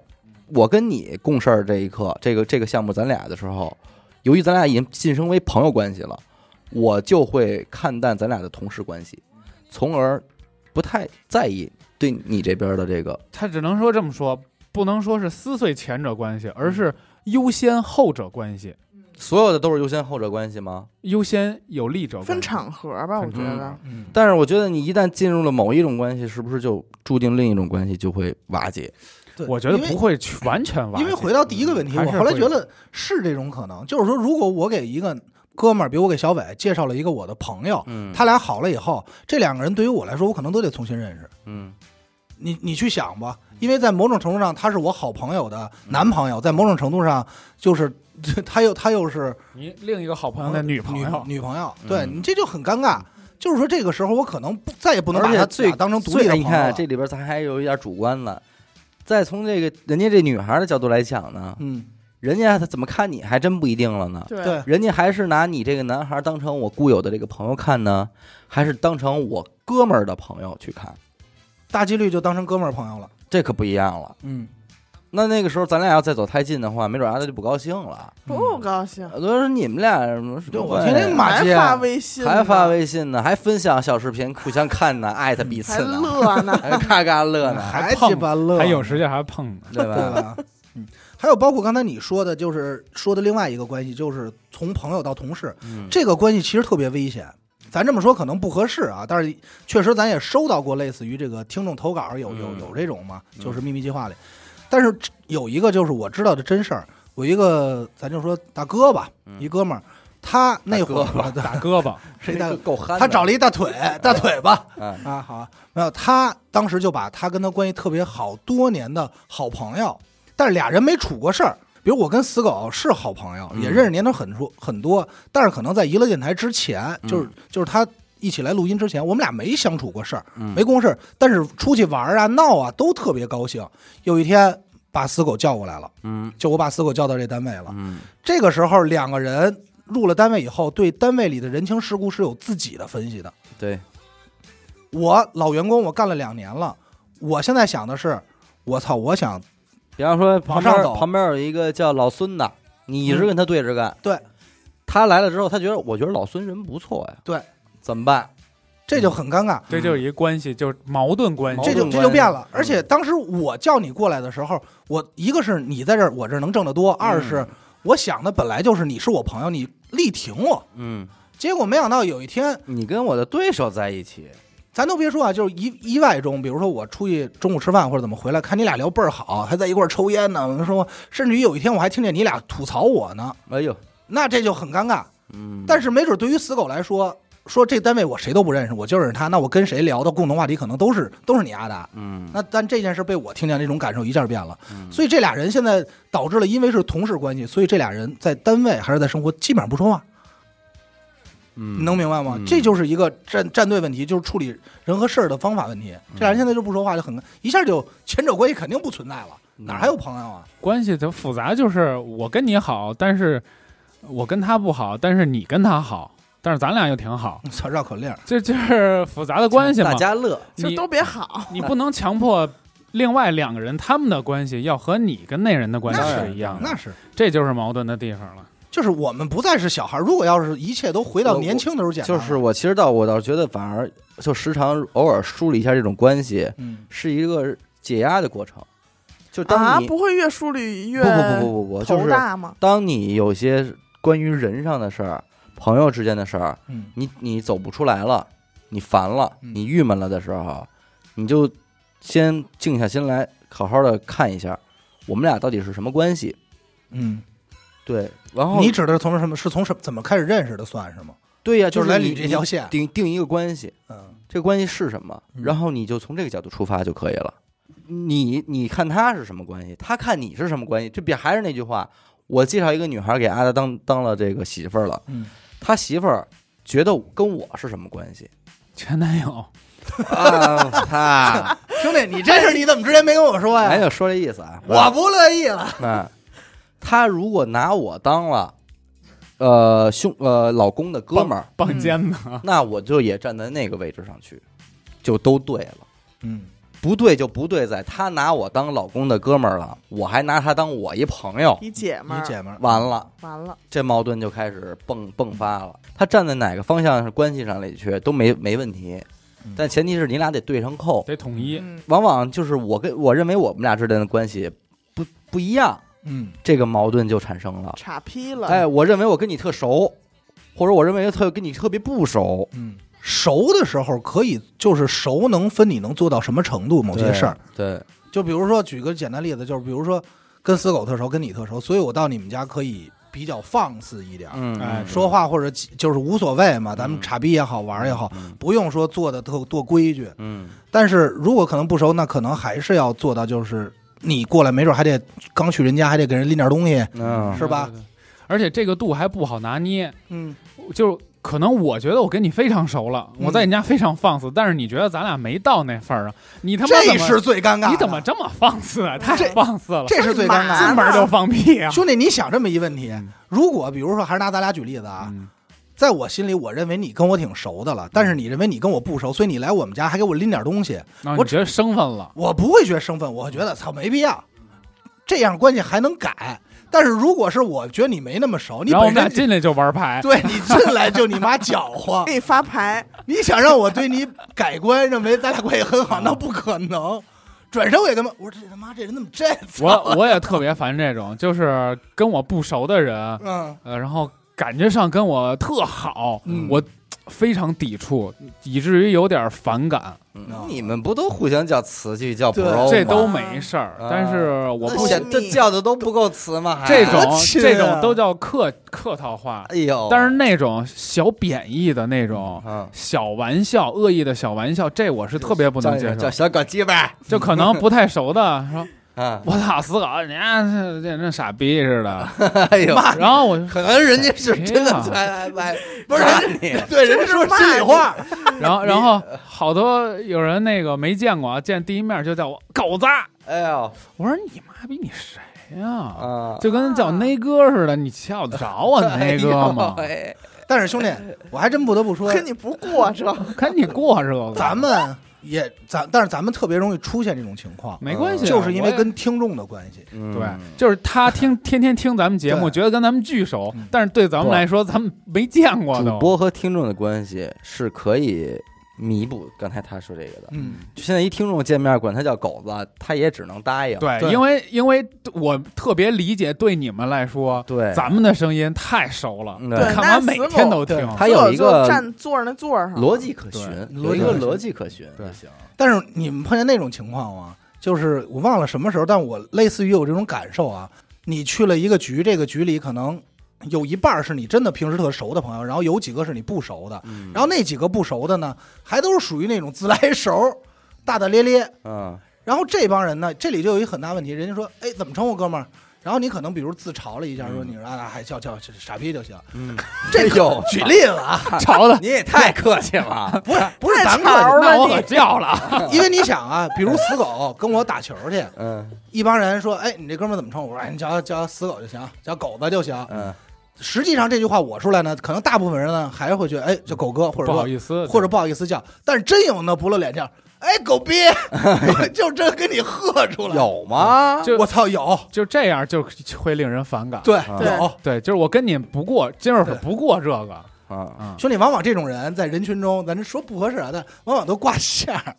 Speaker 1: 我跟你共事儿这一刻，这个这个项目咱俩的时候，由于咱俩已经晋升为朋友关系了，我就会看淡咱俩的同事关系，从而不太在意对你这边的这个
Speaker 4: 他只能说这么说，不能说是撕碎前者关系，而
Speaker 1: 嗯
Speaker 4: 是优先后者关系，
Speaker 1: 所有的都是优先后者关系吗？
Speaker 4: 优先有利者关系。
Speaker 3: 分场合吧，我
Speaker 4: 分
Speaker 3: 觉
Speaker 4: 场
Speaker 3: 得
Speaker 4: 合，
Speaker 2: 嗯
Speaker 1: 但是我觉得你一旦进入了某一种关系，是不是就注定另一种关系就会瓦解？
Speaker 2: 对
Speaker 4: 我觉得
Speaker 2: 因为
Speaker 4: 不会去完全完。
Speaker 2: 因为回到第一个问题，
Speaker 4: 还
Speaker 2: 我
Speaker 4: 是
Speaker 2: 后来
Speaker 4: 会
Speaker 2: 觉得是这种可能，就是说，如果我给一个哥们儿，比如我给小伟介绍了一个我的朋友，
Speaker 1: 嗯
Speaker 2: 他俩好了以后，这两个人对于我来说，我可能都得重新认识。
Speaker 1: 嗯
Speaker 2: 你你去想吧，
Speaker 4: 嗯
Speaker 2: 因为在某种程度上，他是我好朋友的男朋友，在某种程度上，就是 他又他又是
Speaker 4: 你另一个好朋友的女
Speaker 2: 女
Speaker 4: 朋友，嗯
Speaker 2: 女朋友，
Speaker 1: 嗯
Speaker 2: 对你这就很尴尬。就是说，这个时候我可能不再也不能把
Speaker 1: 而且
Speaker 2: 他
Speaker 1: 最
Speaker 2: 俩当成独
Speaker 1: 所以
Speaker 2: 立的朋
Speaker 1: 你
Speaker 2: 友了
Speaker 1: 看。这里边咱还有一点主观了。再从这个人家这女孩的角度来讲呢，
Speaker 2: 嗯，
Speaker 1: 人家她怎么看你还真不一定了呢。
Speaker 3: 对
Speaker 2: 对
Speaker 1: 人家还是拿你这个男孩当成我固有的这个朋友看呢，还是当成我哥们儿的朋友去看？
Speaker 2: 大几率就当成哥们儿朋友了。
Speaker 1: 这可不一样了。
Speaker 2: 嗯，
Speaker 1: 那那个时候咱俩要再走太近的话，没准儿丫的就不高兴了。
Speaker 3: 不高兴，
Speaker 1: 我说你们俩什么什
Speaker 2: 对
Speaker 1: 么
Speaker 2: 我
Speaker 1: 关系啊
Speaker 2: 天天骂
Speaker 3: 还
Speaker 2: 街啊
Speaker 3: 发微信呢，
Speaker 1: 还发微信呢，还分享小视频，互相看呢，艾特彼
Speaker 3: 还
Speaker 1: 此呢，
Speaker 3: 乐呢，
Speaker 1: 还嘎嘎乐 呢，
Speaker 2: 还
Speaker 4: 碰
Speaker 2: 鸡巴乐，
Speaker 4: 还有时间还碰呢。
Speaker 1: 对
Speaker 2: 对
Speaker 1: 吧？
Speaker 2: 吧？嗯，还有包括刚才你说的，就是说的另外一个关系，就是从朋友到同事，
Speaker 1: 嗯
Speaker 2: 这个关系其实特别危险。咱这么说可能不合适啊，但是确实咱也收到过类似于这个听众投稿，有有
Speaker 1: 嗯
Speaker 2: 有这种嘛，
Speaker 1: 嗯
Speaker 2: 就是秘密计划里。但是有一个就是我知道的真事儿，我一个咱就说大哥吧，
Speaker 1: 嗯
Speaker 2: 一哥们儿，他那会
Speaker 1: 大哥
Speaker 2: 儿对
Speaker 4: 打胳 膊，
Speaker 2: 谁大
Speaker 1: 这个够憨的，哎
Speaker 2: 他找了一大腿，大腿吧，
Speaker 1: 嗯
Speaker 2: 啊，好啊，没有，他当时就把他跟他关系特别好多年的好朋友，但是俩人没处过事儿。比如我跟死狗是好朋友，
Speaker 1: 嗯
Speaker 2: 也认识年头很多很多，但是可能在娱乐电台之前，
Speaker 1: 嗯
Speaker 2: 就是就是他一起来录音之前，我们俩没相处过事儿，
Speaker 1: 嗯
Speaker 2: 没公事儿，但是出去玩啊、闹啊都特别高兴。有一天把死狗叫过来了，
Speaker 1: 嗯
Speaker 2: 就我把死狗叫到这单位了。
Speaker 1: 嗯
Speaker 2: 这个时候两个人入了单位以后，对单位里的人情世故是有自己的分析的。
Speaker 1: 对，
Speaker 2: 我老员工，我干了两年了，我现在想的是，我操，我想
Speaker 1: 比方说旁
Speaker 2: 往上
Speaker 1: 边
Speaker 2: 走嗯
Speaker 1: 旁边有一个叫老孙的，你一直跟他对着干，
Speaker 2: 对
Speaker 1: 他来了之后，他觉得我觉得老孙人不错呀，
Speaker 2: 对，
Speaker 1: 怎么办？
Speaker 2: 这就很尴尬，
Speaker 4: 这就是一个关系，就是矛盾关
Speaker 1: 嗯
Speaker 4: 系。
Speaker 1: 矛
Speaker 2: 这
Speaker 1: 盾
Speaker 2: 就
Speaker 1: 关系
Speaker 2: 这就变了。而且当时我叫你过来的时候，我一个是你在这儿，我这儿能挣得多；
Speaker 1: 嗯
Speaker 2: 二是我想的本来就是你是我朋友，你力挺我。
Speaker 1: 嗯，
Speaker 2: 结果没想到有一天，
Speaker 1: 你跟我的对手在一起，
Speaker 2: 咱都别说啊，就是意意外中，比如说我出去中午吃饭或者怎么回来，看你俩聊倍儿好，还在一块儿抽烟呢。我们说，甚至于有一天我还听见你俩吐槽我呢，
Speaker 1: 哎呦，
Speaker 2: 那这就很尴尬。
Speaker 1: 嗯，
Speaker 2: 但是没准对于死狗来说，说这单位我谁都不认识，我就认识他，那我跟谁聊的共同话题可能都是都是你阿达。
Speaker 1: 嗯，
Speaker 2: 那但这件事被我听见，这种感受一下变了。
Speaker 1: 嗯
Speaker 2: 所以这俩人现在导致了，因为是同事关系，所以这俩人在单位还是在生活基本上不说话，你
Speaker 1: 嗯
Speaker 2: 能明白吗？
Speaker 1: 嗯
Speaker 2: 这就是一个战战队问题，就是处理人和事儿的方法问题。
Speaker 1: 嗯
Speaker 2: 这俩人现在就不说话，就很一下就前者关系肯定不存在了，
Speaker 1: 嗯
Speaker 2: 哪还有朋友啊？
Speaker 4: 关系它复杂，就是我跟你好，但是我跟他不好，但是你跟他好，但是咱俩又挺好，
Speaker 2: 操，绕口令儿，
Speaker 4: 这就是复杂的关系嘛
Speaker 1: 大。家乐，
Speaker 3: 就
Speaker 4: 你
Speaker 3: 都别好，
Speaker 4: 你不能强迫另外两个人他们的关系要和你跟那人的关
Speaker 2: 那
Speaker 4: 系
Speaker 2: 是
Speaker 4: 一
Speaker 1: 嗯
Speaker 4: 样
Speaker 2: 那
Speaker 4: 的，
Speaker 2: 是。
Speaker 4: 这就是矛盾的地方了。
Speaker 2: 就是我们不再是小孩儿，如果要是一切都回到
Speaker 1: 我
Speaker 2: 年轻的时候简单
Speaker 1: 就
Speaker 2: 了，
Speaker 1: 是我其实倒我倒是觉得反而就时常偶尔梳理一下这种关系，
Speaker 2: 嗯，
Speaker 1: 是一个解压的过程。就当
Speaker 3: 啊，
Speaker 1: 你
Speaker 3: 不会越梳理越
Speaker 1: 不不不不不不，就
Speaker 3: 头
Speaker 1: 是
Speaker 3: 大吗？
Speaker 1: 当你有些关于人上的事儿、朋友之间的事儿，
Speaker 2: 嗯，
Speaker 1: 你你走不出来了，你烦了，
Speaker 2: 嗯
Speaker 1: 你郁闷了的时候，你就先静下心来，好好的看一下我们俩到底是什么关系。
Speaker 2: 嗯，
Speaker 1: 对，然后
Speaker 2: 你指的是从什么？是从什么怎么开始认识的算是吗？
Speaker 1: 对呀、就
Speaker 2: 来
Speaker 1: 你
Speaker 2: 捋这条线
Speaker 1: 你。定定一个关系，
Speaker 2: 嗯
Speaker 1: 这个关系是什么，
Speaker 2: 嗯
Speaker 1: 然后你就从这个角度出发就可以了。你你看他是什么关系，他看你是什么关系，这比还是那句话，我介绍一个女孩给阿达当当了这个媳妇儿了，
Speaker 2: 嗯，
Speaker 1: 他媳妇儿觉得跟我是什么关 系
Speaker 4: 前男友，
Speaker 1: 啊？ 他
Speaker 2: 兄弟，你这事儿你怎么之前没跟我说
Speaker 1: 咱
Speaker 2: 呀？
Speaker 1: 就哎说这意思啊，
Speaker 2: 我不乐意了。
Speaker 1: 那他如果拿我当了，呃兄呃老公的哥们儿，
Speaker 2: 嗯
Speaker 4: 棒尖啊
Speaker 2: 啊
Speaker 4: 呢？
Speaker 1: 那我就也站在那个位置上去，就都对了。
Speaker 2: 嗯
Speaker 1: 不对就不对在，他拿我当老公的哥们儿了，我还拿他当我一朋友，
Speaker 3: 你姐
Speaker 2: 你
Speaker 3: 们儿，
Speaker 2: 姐们儿
Speaker 1: 完了，
Speaker 3: 完了，
Speaker 1: 这矛盾就开始迸迸发了。他站在哪个方向是关系上里去都没没问题
Speaker 2: 嗯，
Speaker 1: 但前提是你俩得对上扣。
Speaker 4: 得统一，
Speaker 3: 嗯，
Speaker 1: 往往就是我跟我认为我们俩之间的关系不不一样，
Speaker 2: 嗯
Speaker 1: 这个矛盾就产生了。
Speaker 3: 岔劈了，
Speaker 1: 哎，，我认为我跟你特熟，或者我认为特跟你特别不熟，
Speaker 2: 嗯，熟的时候可以，就是熟能分你能做到什么程度某些事儿。
Speaker 1: 对，
Speaker 2: 就比如说，举个简单例子，就是比如说跟死狗特熟，跟你特熟，所以我到你们家可以比较放肆一点儿，
Speaker 1: 嗯
Speaker 4: 哎
Speaker 2: 说话或者就是无所谓嘛，咱们
Speaker 1: 嗯
Speaker 2: 傻逼也好，玩儿也好，
Speaker 1: 嗯
Speaker 2: 不用说做的特多规矩。
Speaker 1: 嗯，
Speaker 2: 但是如果可能不熟，那可能还是要做到，就是你过来没准还得刚去人家还得给人拎点东西，
Speaker 1: 嗯
Speaker 2: 是吧
Speaker 4: 对？对对而且这个度还不好拿捏，
Speaker 2: 嗯，
Speaker 4: 就是可能我觉得我跟你非常熟了，
Speaker 2: 嗯
Speaker 4: 我在你家非常放肆，但是你觉得咱俩没到那份儿上，你他妈怎
Speaker 2: 这
Speaker 4: 么
Speaker 2: 是最尴尬的。
Speaker 4: 你怎么这么放肆啊？太放肆了，
Speaker 2: 这是最尴尬
Speaker 4: 进
Speaker 2: 的
Speaker 3: 干嘛？
Speaker 4: 门就放屁啊！
Speaker 2: 兄弟，你想这么一问题
Speaker 4: 嗯，
Speaker 2: 如果比如说还是拿咱俩举例子啊，
Speaker 4: 嗯
Speaker 2: 在我心里，我认为你跟我挺熟的了，但是你认为你跟我不熟，所以你来我们家还给我拎点东西，
Speaker 4: 然后
Speaker 2: 我
Speaker 4: 你觉得生分了，
Speaker 2: 我不会觉得生分，我会觉得操没必要，这样关系还能改。但是如果是我觉得你没那么熟，你
Speaker 4: 然后我
Speaker 2: 本
Speaker 4: 们俩
Speaker 2: 身就
Speaker 4: 进来就玩牌，
Speaker 2: 对你进来就你妈搅 和
Speaker 3: 给，你发牌，
Speaker 2: 你想让我对你改观，认为咱俩关系很好，那不可能。转身我也跟他我说这他妈这人怎么这次？
Speaker 4: 我我也特别烦这种，就是跟我不熟的人，
Speaker 2: 嗯
Speaker 4: 呃，然后感觉上跟我特好，
Speaker 2: 嗯
Speaker 4: 我非常抵触，以至于有点反感。
Speaker 1: 嗯你们不都互相叫词句叫
Speaker 2: 对
Speaker 1: bro
Speaker 4: 这
Speaker 1: 吗
Speaker 4: 都没事儿，
Speaker 1: 哦啊
Speaker 4: 但是
Speaker 3: 那
Speaker 4: 我不
Speaker 1: 这
Speaker 4: 想
Speaker 3: 行
Speaker 1: 这叫的都不够词吗？还
Speaker 4: 这种
Speaker 2: 我去
Speaker 4: 这种都叫客客套话，
Speaker 1: 哎呦，
Speaker 4: 但是那种小贬义的那种。
Speaker 1: 嗯，
Speaker 4: 小玩笑，恶意的小玩笑，这我是特别不能接
Speaker 1: 叫
Speaker 4: 受。
Speaker 1: 小狗鸡巴
Speaker 4: 就可能不太熟的 说，
Speaker 1: 啊，
Speaker 4: 我操死狗，你丫这这这傻逼似的。
Speaker 1: 哎呦，
Speaker 2: 骂
Speaker 4: 然后我就，
Speaker 1: 可能人家是
Speaker 4: 谁
Speaker 1: 真的
Speaker 4: 呀
Speaker 1: 在外
Speaker 2: 不是
Speaker 1: 骂你，
Speaker 2: 对人家说心里话，
Speaker 4: 然后然后好多有人那个没见过啊，见第一面就叫我狗子，
Speaker 1: 哎呦
Speaker 4: 我说你妈逼你谁呀、
Speaker 1: 啊，
Speaker 4: 就跟叫内哥似的，你瞧得着我 内哥吗？
Speaker 1: 哎呦喂
Speaker 2: 但是兄 弟，我还真不得不说，
Speaker 3: 跟你不 过这，
Speaker 4: 看你过这个，
Speaker 2: 咱们也咱，但是咱们特别容易出现这种情况，
Speaker 4: 没关系啊，
Speaker 2: 嗯就是因为
Speaker 4: 我也
Speaker 2: 跟听众的关系。
Speaker 1: 嗯
Speaker 4: 对，就是他听 天天听咱们节目，
Speaker 2: 对
Speaker 4: 觉得跟咱们巨熟
Speaker 2: 嗯，
Speaker 4: 但是对咱们
Speaker 1: 不
Speaker 4: 来说，咱们没见过
Speaker 1: 主
Speaker 4: 都。
Speaker 1: 播和听众的关系是可以弥补刚才他说这个的。
Speaker 2: 嗯，
Speaker 1: 就现在一听众见面管他叫狗子，他也只能答应。
Speaker 4: 对，
Speaker 2: 对
Speaker 4: 因为因为我特别理解，对你们来说，
Speaker 1: 对，
Speaker 4: 咱们的声音太熟了，
Speaker 1: 嗯
Speaker 3: 对
Speaker 4: 看完每天都听
Speaker 2: 对。
Speaker 1: 还有一个
Speaker 3: 就站坐着那座儿上，
Speaker 1: 逻辑可循，
Speaker 4: 对
Speaker 1: 有一个
Speaker 2: 逻辑可
Speaker 1: 逻辑可循
Speaker 4: 对
Speaker 1: 就行。
Speaker 2: 但是你们碰见那种情况啊，就是我忘了什么时候，但我类似于有这种感受啊。你去了一个局，这个局里可能有一半是你真的平时特熟的朋友，然后有几个是你不熟的，
Speaker 1: 嗯
Speaker 2: 然后那几个不熟的呢，还都是属于那种自来熟， 大大咧咧。
Speaker 1: 嗯，
Speaker 2: 然后这帮人呢，这里就有一很大问题，人家说，哎，怎么称呼哥们儿？然后你可能比如自嘲了一下，说
Speaker 1: 嗯
Speaker 2: 你说啊，还叫叫傻逼就行。
Speaker 1: 嗯，
Speaker 2: 这
Speaker 1: 有
Speaker 2: 有 举例子啊，
Speaker 4: 潮 的，
Speaker 1: 你也太客气了。
Speaker 2: 不是不是
Speaker 3: 太
Speaker 2: 咱们
Speaker 3: 潮
Speaker 2: 客
Speaker 3: 了
Speaker 2: 气
Speaker 4: 那我可叫了。
Speaker 2: 因为你想啊，比如死狗跟我打球去，
Speaker 1: 嗯
Speaker 2: 一帮人说，哎，你这哥们儿怎么称呼？我说，哎，你叫叫死狗就行，叫狗子就行。
Speaker 1: 嗯，
Speaker 2: 实际上这句话我出来呢，可能大部分人呢还会觉得，哎，叫狗 哥，或者
Speaker 4: 不好
Speaker 2: 说
Speaker 4: 意思，
Speaker 2: 或者不好意思叫，但是真有那不露脸这样，哎，狗 逼， 就真跟你喝出来。
Speaker 1: 有吗？
Speaker 4: 就
Speaker 2: 我操，有，
Speaker 4: 就这样就会令人反感。
Speaker 2: 对，
Speaker 1: 啊
Speaker 2: 有。
Speaker 4: 对，就是我跟你不过，今儿可不过这个。
Speaker 1: 啊，
Speaker 4: 嗯，
Speaker 2: 兄弟，往往这种人在人群中，咱这说不合适啊，但往往都挂线儿，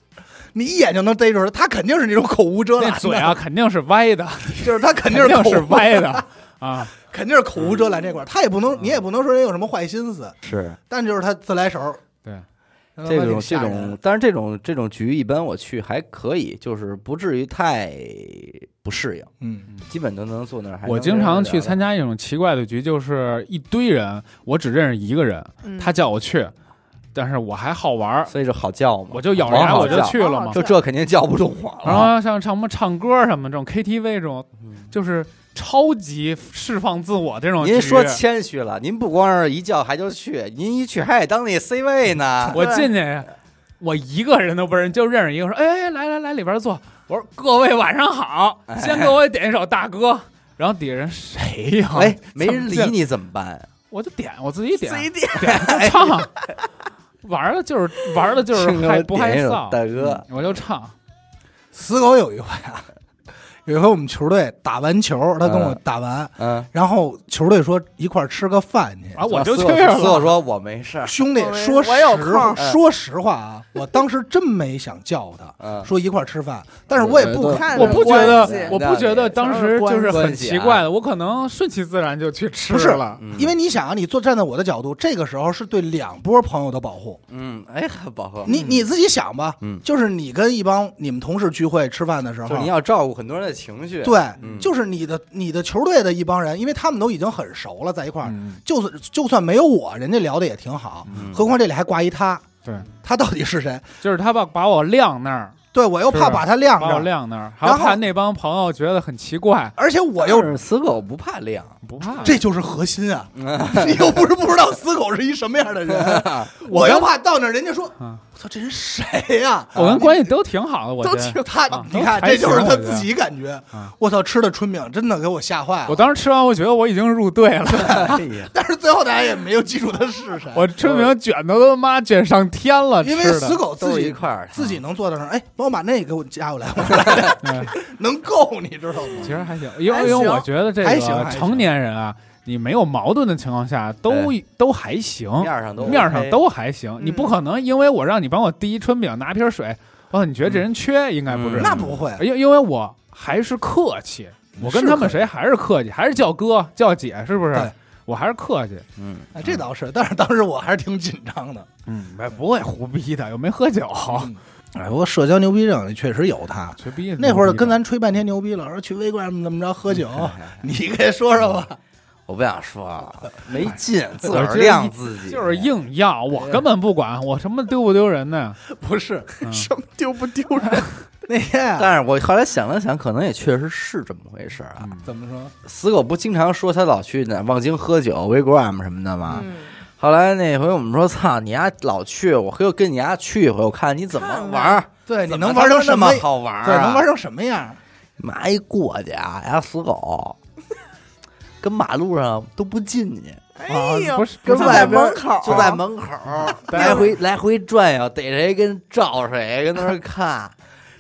Speaker 2: 你一眼就能逮出来，他肯定是那种口无遮拦
Speaker 1: 啊
Speaker 4: 那
Speaker 2: 的，
Speaker 4: 嘴啊肯定是歪的，
Speaker 2: 就是他肯
Speaker 4: 肯
Speaker 2: 定是口
Speaker 4: 是歪的。啊，
Speaker 2: 肯定是口无遮拦
Speaker 1: 嗯
Speaker 2: 这块儿，他也不能，你也不能说人有什么坏心思，
Speaker 1: 是
Speaker 2: 但就是他自来熟儿，
Speaker 4: 对，
Speaker 1: 这
Speaker 2: 挺
Speaker 1: 种这
Speaker 2: 呃吓人
Speaker 1: 种，但是这种这种局一般我去还可以，就是不至于太不适应，
Speaker 2: 嗯
Speaker 1: 基本都能坐那儿。还能
Speaker 4: 我经常去
Speaker 1: 聊聊
Speaker 4: 参加一种奇怪的局，就是一堆人，我只认识一个人，
Speaker 3: 嗯
Speaker 4: 他叫我去，但是我还好玩儿，
Speaker 1: 所以就好叫嘛，
Speaker 4: 我就咬着
Speaker 1: 往
Speaker 4: 牙
Speaker 1: 好
Speaker 4: 我就
Speaker 1: 叫
Speaker 4: 去啊了嘛
Speaker 3: 往好。
Speaker 1: 就这肯定叫不动我
Speaker 4: 然
Speaker 1: 了。
Speaker 4: 后像什么唱歌什么这种 KTV 这种，就是超级释放自我这种
Speaker 1: 嗯
Speaker 4: 局。
Speaker 1: 您说谦虚了，您不光是一叫还就去，您一去还得当那 C 位呢。
Speaker 4: 我进去，我一个人都不认，就认识一个说，哎，来来来，里边坐。我说各位晚上好，
Speaker 1: 哎
Speaker 4: 先给我点一首大哥。然后底下人谁呀？
Speaker 1: 哎，没人理
Speaker 4: 怎么进，
Speaker 1: 你怎么办？啊
Speaker 4: 我就点，我自己点，
Speaker 3: 自己点
Speaker 4: 点就 唱。玩儿的就是玩儿的就是
Speaker 1: 听
Speaker 4: 害
Speaker 1: 我
Speaker 4: 不
Speaker 1: 点
Speaker 4: 害
Speaker 1: 一首
Speaker 4: 臊，
Speaker 1: 大哥
Speaker 4: 嗯我就唱。
Speaker 2: 死狗有一回啊，有一回我们球队打完球，他跟我
Speaker 1: 嗯
Speaker 2: 打完，
Speaker 1: 嗯，
Speaker 2: 然后球队说一块儿吃个饭去。
Speaker 4: 啊，我就去
Speaker 1: 所以所以我
Speaker 4: 了。
Speaker 1: 说我没 事儿。
Speaker 2: 兄弟
Speaker 3: 我，没
Speaker 2: 说
Speaker 3: 我有
Speaker 2: 实话，
Speaker 1: 空
Speaker 2: 说实话啊，我当时真没想叫他，
Speaker 1: 嗯，
Speaker 2: 说一块儿吃饭，但是我也不
Speaker 1: 我
Speaker 2: 敢
Speaker 3: 看着
Speaker 4: 我不觉得
Speaker 3: 关系，
Speaker 4: 我不觉得当时就是很奇怪
Speaker 1: 关系
Speaker 4: 的，我可能顺其自然就去吃
Speaker 2: 不是
Speaker 4: 了。
Speaker 1: 嗯
Speaker 2: 因为你想啊，你坐站在我的角度，这个时候是对两波朋友的保护。
Speaker 1: 嗯，哎，宝哥，
Speaker 2: 你你自己想吧，
Speaker 1: 嗯
Speaker 2: 就是你跟一帮你们同事聚会吃饭的时候，
Speaker 1: 就是你要照顾很多人的情绪。
Speaker 2: 对，
Speaker 1: 嗯
Speaker 2: 就是你的你的球队的一帮人，因为他们都已经很熟了，在一块儿，
Speaker 4: 嗯，
Speaker 2: 就算就算没有我，人家聊的也挺好，
Speaker 1: 嗯，
Speaker 2: 何况这里还挂一他，
Speaker 4: 对，
Speaker 2: 他到底是谁？
Speaker 4: 就是他把把我晾那儿，
Speaker 2: 对我又
Speaker 4: 是
Speaker 2: 怕把他晾
Speaker 4: 把我
Speaker 2: 着，
Speaker 4: 晾那儿，还要
Speaker 2: 然后
Speaker 4: 怕那帮朋友觉得很奇怪，
Speaker 2: 而且我又
Speaker 1: 但是死狗不怕 亮，
Speaker 4: 不怕。
Speaker 2: 这就是核心啊！ 你又不是不知道死狗是一什么样 的人，
Speaker 4: 啊
Speaker 2: 我又怕到那儿人家说，
Speaker 4: 嗯
Speaker 2: 我操，这人谁呀？
Speaker 4: 我跟关系都挺好的，我觉
Speaker 3: 都
Speaker 4: 得。
Speaker 3: 挺
Speaker 2: 他
Speaker 4: 啊，
Speaker 2: 你看，
Speaker 4: 都
Speaker 2: 这就是他
Speaker 4: 还行
Speaker 2: 自己感觉
Speaker 4: 啊。
Speaker 2: 我操，吃的春饼真的给我吓坏
Speaker 4: 我
Speaker 2: 了。
Speaker 4: 当时吃完，我觉得我已经入队 了，
Speaker 1: 哎呀，
Speaker 2: 但是最后大家也没有记住他是谁，
Speaker 4: 我春饼卷的都妈卷上天了，
Speaker 2: 因为
Speaker 4: 吃的
Speaker 2: 死狗
Speaker 1: 都
Speaker 2: 自
Speaker 1: 是一
Speaker 2: 己
Speaker 1: 块儿的，
Speaker 2: 自己能做到上，哎，帮我把那个给我加过来， 我来
Speaker 4: 嗯
Speaker 2: 能够，你知道
Speaker 4: 其
Speaker 2: 吗？
Speaker 4: 实还行，因
Speaker 2: 还
Speaker 4: 为因为
Speaker 2: 行
Speaker 4: 我觉得这
Speaker 2: 还行
Speaker 4: 个
Speaker 2: 还行
Speaker 4: 成年人啊，你没有矛盾的情况下，都都还行，
Speaker 1: 啊面儿上都
Speaker 4: 面儿上
Speaker 1: OK
Speaker 4: 都还行。
Speaker 3: 嗯
Speaker 4: 你不可能因为我让你帮我递一春饼，拿瓶水，哦，你觉得这人缺，应该不是
Speaker 1: 嗯。
Speaker 2: 那不会，
Speaker 4: 因因为我还是客气，我跟
Speaker 2: 是
Speaker 4: 他们
Speaker 2: 客气
Speaker 4: 谁还是客气，还是叫哥叫姐，是不
Speaker 2: 对
Speaker 4: 是？我还是客气，
Speaker 1: 嗯，
Speaker 2: 哎这倒是，但是当时我还是挺紧张的。
Speaker 4: 嗯，不会胡逼的，又没喝酒，
Speaker 2: 嗯哎，不过社交牛逼症确实有他，
Speaker 4: 吹逼的
Speaker 2: 那会儿跟咱吹半天牛逼了，说去微观怎么怎么着喝酒，
Speaker 1: 嗯
Speaker 2: 你给说说吧。
Speaker 1: 我不想说 了，没劲，自个
Speaker 4: 我
Speaker 1: 儿
Speaker 4: 觉得
Speaker 1: 晾自己，啊
Speaker 4: 就是硬要，我根本不管，我什么丢不丢人呢？
Speaker 2: 不是
Speaker 4: 嗯
Speaker 3: 什么丢不丢人？
Speaker 2: 那天啊
Speaker 1: 但是我后来想了想，可能也确实是这么回事儿啊。
Speaker 4: 嗯
Speaker 2: 怎么说？
Speaker 1: 死狗不经常说他老去那望京喝酒、微 gram 什么的吗？
Speaker 3: 嗯，
Speaker 1: 后来那回我们说，操，你丫老去，我又跟你丫去一回，我看你怎么
Speaker 3: 看看
Speaker 1: 玩儿，
Speaker 2: 对，你
Speaker 1: 怎么
Speaker 2: 能玩成
Speaker 1: 他
Speaker 2: 什么
Speaker 1: 妈那？么好玩、啊？
Speaker 2: 对，能玩成什么样？
Speaker 1: 妈一过去啊，丫死狗，跟马路上都不进去，
Speaker 3: 哎
Speaker 4: 啊
Speaker 3: 呦，
Speaker 4: 不是
Speaker 1: 跟
Speaker 3: 就
Speaker 4: 不是
Speaker 1: 外
Speaker 3: 在
Speaker 1: 边
Speaker 3: 门口，
Speaker 1: 就在门口 儿来回来回转悠，逮谁跟照谁，跟那儿 看。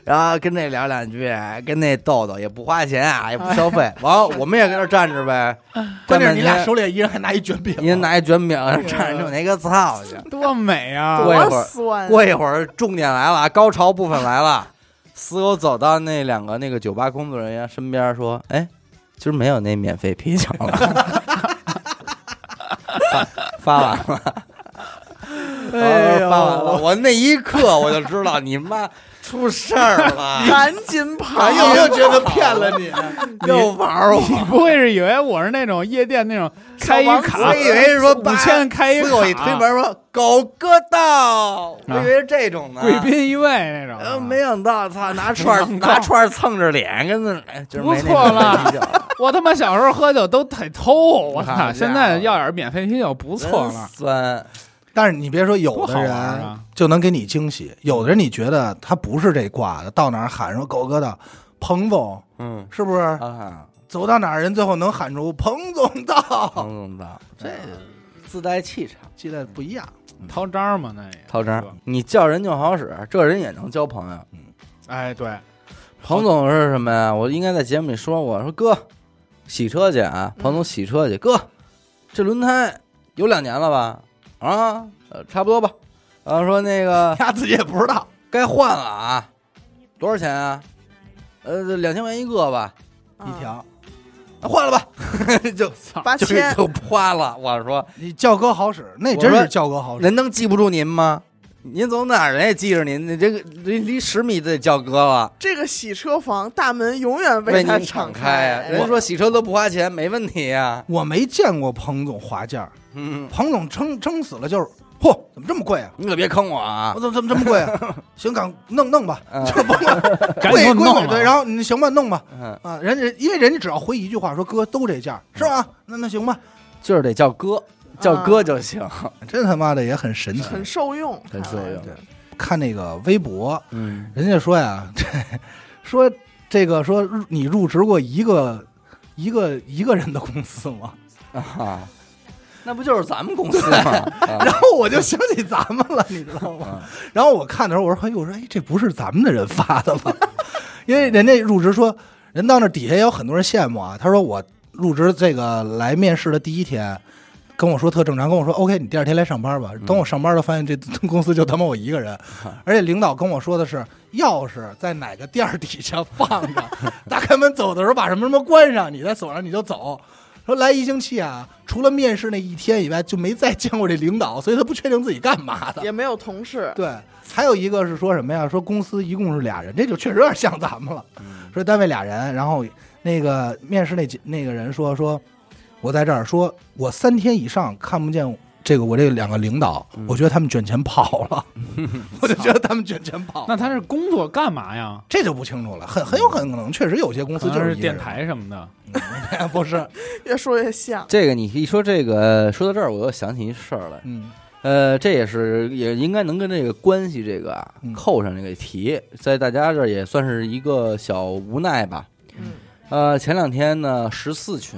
Speaker 1: 然后跟那聊两句，跟那逗逗，也不花钱啊，也不消 费。完了，我们也跟那儿站着呗。
Speaker 2: 哎
Speaker 1: 站
Speaker 2: 关
Speaker 1: 着
Speaker 2: 键是你俩手里一人还拿一卷饼，
Speaker 1: 你人拿一卷饼站着，就那个操去。
Speaker 4: 多美啊！
Speaker 1: 过一会
Speaker 3: 多
Speaker 1: 儿
Speaker 3: 酸，
Speaker 1: 过一会儿，重点来了，啊，高潮部分来了。 死狗走到那两个那个酒吧工作人员身边说：“哎，今儿没有那免费啤酒了。 发”发完了，
Speaker 2: 哎呦
Speaker 1: 发完了。我那一刻我就知道你妈出事儿了，
Speaker 3: 赶 紧跑
Speaker 2: 啊，，有没有觉得骗了你？
Speaker 1: 又玩我。
Speaker 4: 你不会是以为我是那种夜店那种 开一卡，
Speaker 1: 我以为是说
Speaker 4: 五千开一
Speaker 1: 死狗
Speaker 4: 卡，啊
Speaker 1: 一推门说狗哥到，我以为是这种呢。
Speaker 4: 贵宾一位那种。啊
Speaker 1: 呃，没，想到，操，拿串儿 拿串儿蹭着脸，跟那哎就是没那
Speaker 4: 不错了
Speaker 1: 啤酒
Speaker 4: 我他妈小时候喝酒都得偷，我
Speaker 1: 好家
Speaker 4: 操！
Speaker 1: 伙
Speaker 4: 现在要点免费啤酒不错
Speaker 1: 真
Speaker 4: 了，
Speaker 1: 酸，
Speaker 2: 但是你别说，有
Speaker 4: 多
Speaker 2: 的
Speaker 4: 好玩
Speaker 2: 人
Speaker 4: 啊！
Speaker 2: 就能给你惊喜，有的人你觉得他不是这挂的，到哪儿喊说狗哥的彭总，
Speaker 1: 嗯
Speaker 2: 是不是？
Speaker 1: 啊，
Speaker 2: 走到哪儿人最后能喊出彭总到，
Speaker 1: 彭总的这自带气场。
Speaker 2: 记得不一样。
Speaker 4: 掏章嘛那也
Speaker 1: 涛章，你叫人就好使，这人也能交朋友。
Speaker 4: 哎对，
Speaker 1: 彭总是什么呀？我应该在节目里说过，说哥，洗车去啊！彭总洗车去，哥，这轮胎有两年了吧？啊，呃，差不多吧。然后说那个
Speaker 2: 他自己也不知道，
Speaker 1: 该换了啊，多少钱啊？呃，两千元一个吧。
Speaker 3: 啊
Speaker 2: 一条
Speaker 1: 那换了吧， 就
Speaker 4: 操，
Speaker 3: 八
Speaker 1: 啊就
Speaker 3: 千，
Speaker 1: 就花了。我说
Speaker 2: 你叫哥好使，那真是叫哥好使。
Speaker 1: 人能记不住您吗？您走哪儿人也记着您，你这个离离十米得叫哥了。
Speaker 3: 这个洗车房大门永远
Speaker 1: 为
Speaker 3: 他
Speaker 1: 您敞开
Speaker 3: 开
Speaker 1: 啊！。人家说洗车都不花钱，没问题呀、
Speaker 2: 我没见过彭总划价，
Speaker 1: 嗯，
Speaker 2: 彭总撑撑死了就是，嚯，怎么这么贵啊？
Speaker 1: 你可别坑我啊
Speaker 2: 我！怎么怎么这么贵啊？ 行，赶弄弄吧，
Speaker 1: 嗯
Speaker 2: 就是甭管
Speaker 4: 啊赶紧给
Speaker 2: 贵贵
Speaker 4: 我弄
Speaker 2: 贵对，然
Speaker 4: 了。
Speaker 2: 后你行吧，弄吧
Speaker 1: 嗯，
Speaker 2: 啊，人家因为人家只要回一句话说哥都这价是吧？
Speaker 4: 嗯
Speaker 2: 那那行吧，
Speaker 1: 就是得叫哥，叫哥就行。
Speaker 2: 这他妈的也很神奇。
Speaker 4: 嗯
Speaker 3: 很受用，
Speaker 1: 很受用
Speaker 2: 对，看那个微博，
Speaker 1: 嗯，
Speaker 2: 人家说呀， 这说这个说入你入职过一个一个一个人的公司吗？
Speaker 1: 啊，那不就是咱们公司吗？
Speaker 4: 啊
Speaker 2: 然后我就想起咱们了，你知道吗？然后我看的时候，我说：“哎呦，我说哎，这不是咱们的人发的吧？” 因为人家入职说，人到那底下也有很多人羡慕啊。他说我入职这个来面试的第一天，跟我说特正常，跟我说 OK，你第二天来上班吧。等我上班了，发现这公司就他妈我一个人，而且领导跟我说的是，钥匙在哪个垫儿底下放着， 打开门走的时候把什么什么关上，你再锁上你就走。说来一星期啊，除了面试那一天以外，就没再见过这领导，所以他不确定自己干嘛的。
Speaker 3: 也没有同事，
Speaker 2: 对，还有一个是说什么呀？说公司一共是俩人，这就确实有点像咱们了。
Speaker 1: 嗯
Speaker 2: 说单位俩人，然后那个面试那几那个人说说，我在这儿说，我三天以上看不见这个我这两个领导，
Speaker 1: 嗯
Speaker 2: 我觉得他们卷钱 跑了，我就觉得他们卷钱
Speaker 1: 哦
Speaker 2: 跑了。
Speaker 4: 那他是工作干嘛呀？
Speaker 2: 这就不清楚了，很很有可能确实有些公
Speaker 4: 可
Speaker 2: 司
Speaker 4: 能
Speaker 2: 就是一个
Speaker 4: 电
Speaker 2: 人，嗯
Speaker 4: 台什么的。
Speaker 2: 不是，
Speaker 3: 越说越像。
Speaker 1: 这个你一说这个，说到这儿我又想起一事儿来。
Speaker 2: 嗯
Speaker 1: 呃，这也是也应该能跟这个关系这个啊
Speaker 2: 嗯
Speaker 1: 扣上这个题，在大家这儿也算是一个小无奈吧。
Speaker 3: 嗯，
Speaker 1: 呃，前两天呢，十四群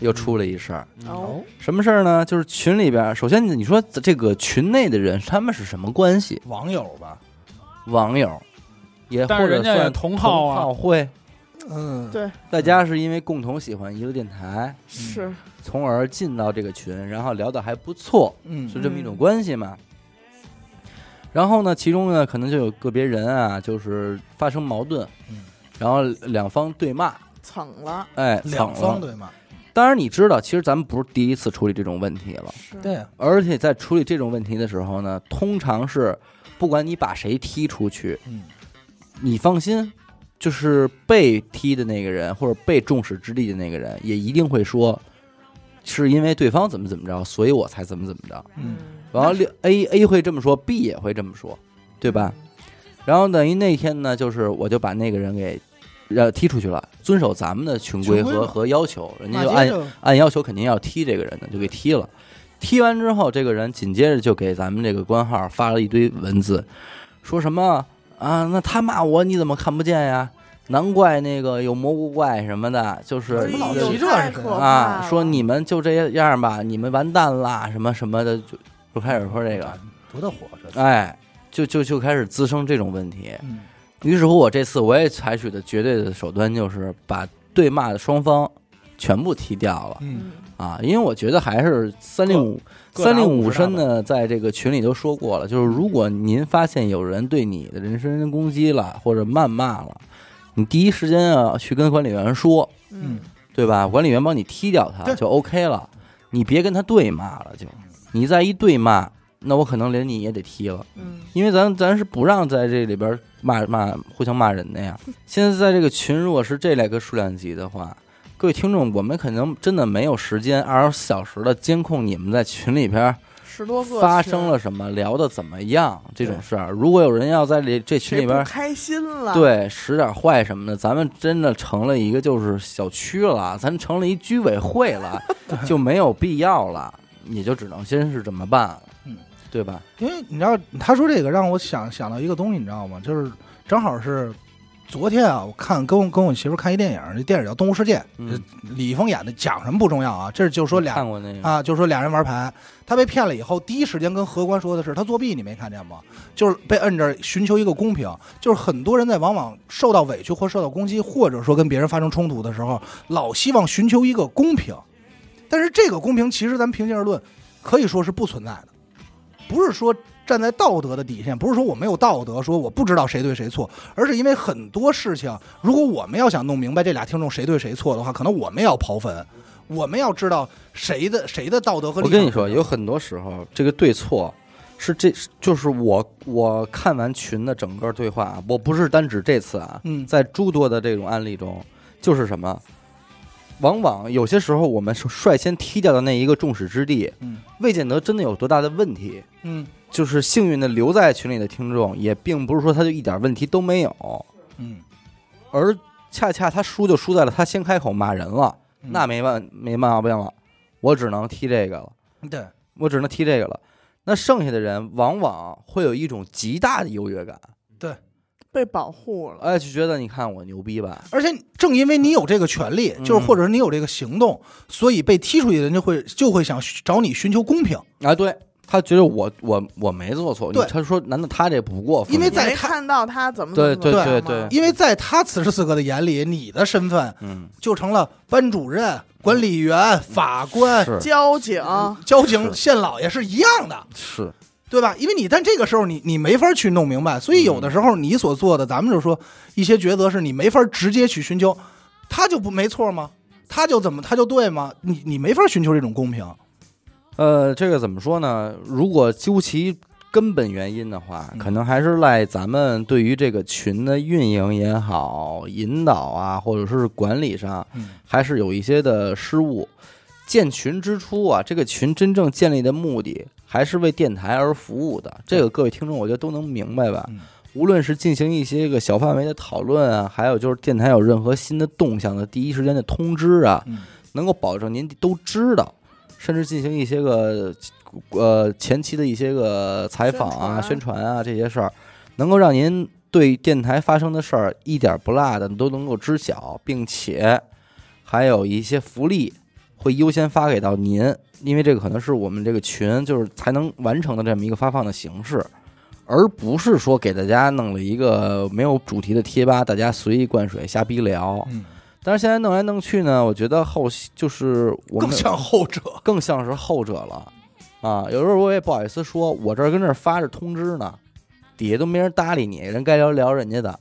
Speaker 1: 又出了一事儿，
Speaker 3: 哦，
Speaker 1: 什么事儿呢？就是群里边儿，首先你说这个群内的人他们是什么关系？
Speaker 2: 网友吧，
Speaker 1: 网友，也
Speaker 4: 但
Speaker 1: 或
Speaker 4: 是
Speaker 1: 者
Speaker 4: 人家也
Speaker 1: 算
Speaker 4: 同好啊
Speaker 1: 同好会，
Speaker 2: 嗯，
Speaker 3: 对，
Speaker 1: 大家是因为共同喜欢一个电台，嗯
Speaker 3: 是
Speaker 1: 从而进到这个群，然后聊得还不错，
Speaker 2: 嗯
Speaker 1: 是这么一种关系嘛。然后呢，其中呢，可能就有个别人啊，就是发生矛盾，
Speaker 2: 嗯
Speaker 1: 然后两方对骂，
Speaker 3: 蹭了，
Speaker 1: 哎，
Speaker 2: 两
Speaker 1: 吵
Speaker 2: 方
Speaker 1: 了。
Speaker 2: 对吗？
Speaker 1: 当然，你知道，其实咱们不是第一次处理这种问题了，
Speaker 3: 是，
Speaker 2: 对，
Speaker 1: 而且在处理这种问题的时候呢，通常是不管你把谁踢出去，
Speaker 2: 嗯
Speaker 1: 你放心，就是被踢的那个人或者被众矢之的的那个人，也一定会说，是因为对方怎么怎么着，所以我才怎么怎么着。
Speaker 2: 嗯，
Speaker 1: 然后 A A 会这么说，B 也会这么说，对吧？
Speaker 2: 嗯
Speaker 1: 然后等于那天呢，就是我就把那个人给呃踢出去了，遵守咱们的群规
Speaker 2: 群规
Speaker 1: 和
Speaker 2: 嘛
Speaker 1: 和要求，人家
Speaker 2: 马
Speaker 1: 就嗯
Speaker 2: 杰
Speaker 1: 按
Speaker 2: 就
Speaker 1: 按要求肯定要踢这个人的，就给踢了。踢完之后，这个人紧接着就给咱们这个官号发了一堆文字，说什么啊？那他骂我你怎么看不见呀？难怪那个有蘑菇怪什么的，就是
Speaker 2: 怎么老
Speaker 3: 哎呦
Speaker 2: 提这
Speaker 3: 太
Speaker 2: 事
Speaker 3: 可怕
Speaker 1: 啊，
Speaker 3: 了
Speaker 1: 说你们就这样吧，你们完蛋啦，什么什么的，就就开始说这个，
Speaker 2: 哎多大火这，
Speaker 1: 哎，就就就开始滋生这种问题。
Speaker 2: 嗯
Speaker 1: 于是乎，我这次我也采取的绝对的手段就是把对骂的双方全部踢掉了。
Speaker 2: 嗯，
Speaker 3: 嗯
Speaker 1: 啊，因为我觉得还是三令五
Speaker 4: 各打
Speaker 1: 三令
Speaker 4: 五
Speaker 1: 五
Speaker 4: 十大
Speaker 1: 申呢，在这个群里都说过了，就是如果您发现有人对你的人身攻击了或者谩骂了，你第一时间啊去跟管理员说，
Speaker 3: 嗯
Speaker 1: 对吧？管理员帮你踢掉他
Speaker 2: 对
Speaker 1: 就 OK 了，你别跟他对骂了就，你再一对骂，那我可能连你也得踢了。
Speaker 3: 嗯
Speaker 1: 因为咱咱是不让在这里边骂骂互相骂人的 呀。现在在这个群，如果是这类个数量级的话，各位听众，我们可能真的没有时间二十四小时的监控你们在群里边
Speaker 3: 十多个
Speaker 1: 发生
Speaker 3: 群
Speaker 1: 了什么，聊的怎么样这种事儿。如果有人要在这这群
Speaker 3: 谁
Speaker 1: 里边
Speaker 3: 不开心了，，
Speaker 1: 对使点坏什么的，咱们真的成了一个就是小区了，咱成了一居委会 了，就没有必要了，也就只能先是这么办了
Speaker 2: 嗯，
Speaker 1: 对吧？
Speaker 2: 因为你知道他说这个让我想想到一个东西，你知道吗？就是正好是昨天啊，我看跟我跟我媳妇看一电影，这电影叫《动物世界》，
Speaker 1: 嗯
Speaker 2: 李易峰演的，讲什么不重要啊，这就说俩
Speaker 1: 看过那个，
Speaker 2: 啊，就说俩人玩牌，他被骗了以后，第一时间跟荷官说的是他作弊，你没看见吗？就是被摁着寻求一个公平，就是很多人在往往受到委屈或受到攻击，或者说跟别人发生冲突的时候，老希望寻求一个公平，但是这个公平其实咱们平心而论，可以说是不存在的，不是说站在道德的底线，不是说我没有道德，说我不知道谁对谁错，而是因为很多事情，如果我们要想弄明白这俩听众谁对谁错的话，可能我们也要刨坟，我们要知道谁的谁的道德和
Speaker 1: 我
Speaker 2: 立场
Speaker 1: 跟你说，有很多时候这个对错是这，就是我我看完群的整个对话，啊我不是单指这次啊，
Speaker 2: 嗯
Speaker 1: 在诸多的这种案例中，就是什么，往往有些时候我们是率先踢掉的那一个众矢之的，
Speaker 2: 嗯
Speaker 1: 未见得真的有多大的问题。
Speaker 2: 嗯
Speaker 1: 就是幸运的留在群里的听众，也并不是说他就一点问题都没有，
Speaker 2: 嗯，
Speaker 1: 而恰恰他输就输在了他先开口骂人了，
Speaker 2: 嗯
Speaker 1: 那没办没毛病了，我只能踢这个了。
Speaker 2: 对，
Speaker 1: 我只能踢这个了。那剩下的人往往会有一种极大的优越感，
Speaker 3: 被保护了。
Speaker 1: 哎，就觉得你看我牛逼吧？
Speaker 2: 而且正因为你有这个权利，
Speaker 1: 嗯
Speaker 2: 就是或者是你有这个行动，所以被踢出去的人就会就会想寻找你寻求公平，
Speaker 1: 啊，对他觉得我我我没做错，你
Speaker 2: 对
Speaker 1: 他说难道他这不过分？
Speaker 2: 因为
Speaker 3: 你
Speaker 2: 在
Speaker 3: 没
Speaker 2: 他
Speaker 3: 看到他怎么怎
Speaker 1: 对
Speaker 3: 么
Speaker 1: 对
Speaker 2: 对
Speaker 3: 怎么样吗
Speaker 1: 对
Speaker 2: 因为在他此时此刻的眼里，你的身份
Speaker 1: 嗯，
Speaker 2: 就成了班主任、管理员、法官、
Speaker 1: 是
Speaker 3: 交警
Speaker 2: 交警、
Speaker 1: 是
Speaker 2: 县老爷是一样的，
Speaker 1: 是，
Speaker 2: 对吧？因为你但这个时候你你没法去弄明白，所以有的时候你所做的，咱们就说一些抉择是你没法直接去寻求，他就不没错吗？他就怎么他就对吗？你你没法寻求这种公平，
Speaker 1: 呃，这个怎么说呢？如果究其根本原因的话，
Speaker 2: 嗯
Speaker 1: 可能还是赖咱们对于这个群的运营也好、引导啊，或者是管理上，
Speaker 2: 嗯
Speaker 1: 还是有一些的失误。建群之初啊，这个群真正建立的目的还是为电台而服务的，这个各位听众我觉得都能明白吧
Speaker 2: 嗯？
Speaker 1: 无论是进行一些个小范围的讨论啊，还有就是电台有任何新的动向的第一时间的通知啊，
Speaker 2: 嗯
Speaker 1: 能够保证您都知道，甚至进行一些个呃前期的一些个采访啊、宣
Speaker 3: 宣
Speaker 1: 传啊这些事儿，能够让您对电台发生的事儿一点不落的都能够知晓，并且还有一些福利会优先发给到您，因为这个可能是我们这个群就是才能完成的这么一个发放的形式。而不是说给大家弄了一个没有主题的贴吧，大家随意灌水瞎逼聊。
Speaker 2: 嗯，
Speaker 1: 但是现在弄来弄去呢，我觉得后期就是我们
Speaker 2: 更像后者。
Speaker 1: 更像是后者了啊。有时候我也不好意思说，我这儿跟这儿发着通知呢，底下都没人搭理你，人该聊聊人家的。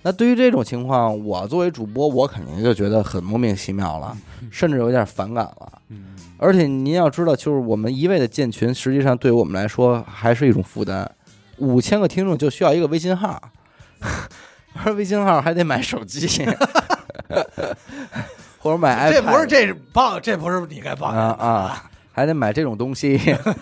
Speaker 1: 那对于这种情况，我作为主播，我肯定就觉得很莫名其妙了，
Speaker 2: 嗯
Speaker 1: 甚至有点反感了。
Speaker 4: 嗯，
Speaker 1: 而且您要知道，就是我们一味的建群，实际上对我们来说还是一种负担。五千个听众就需要一个微信号， 而微信号还得买手 机，或者买 iPad。
Speaker 2: 这不是这是帮，这不是你该帮
Speaker 1: 哎啊啊，还得买这种东西，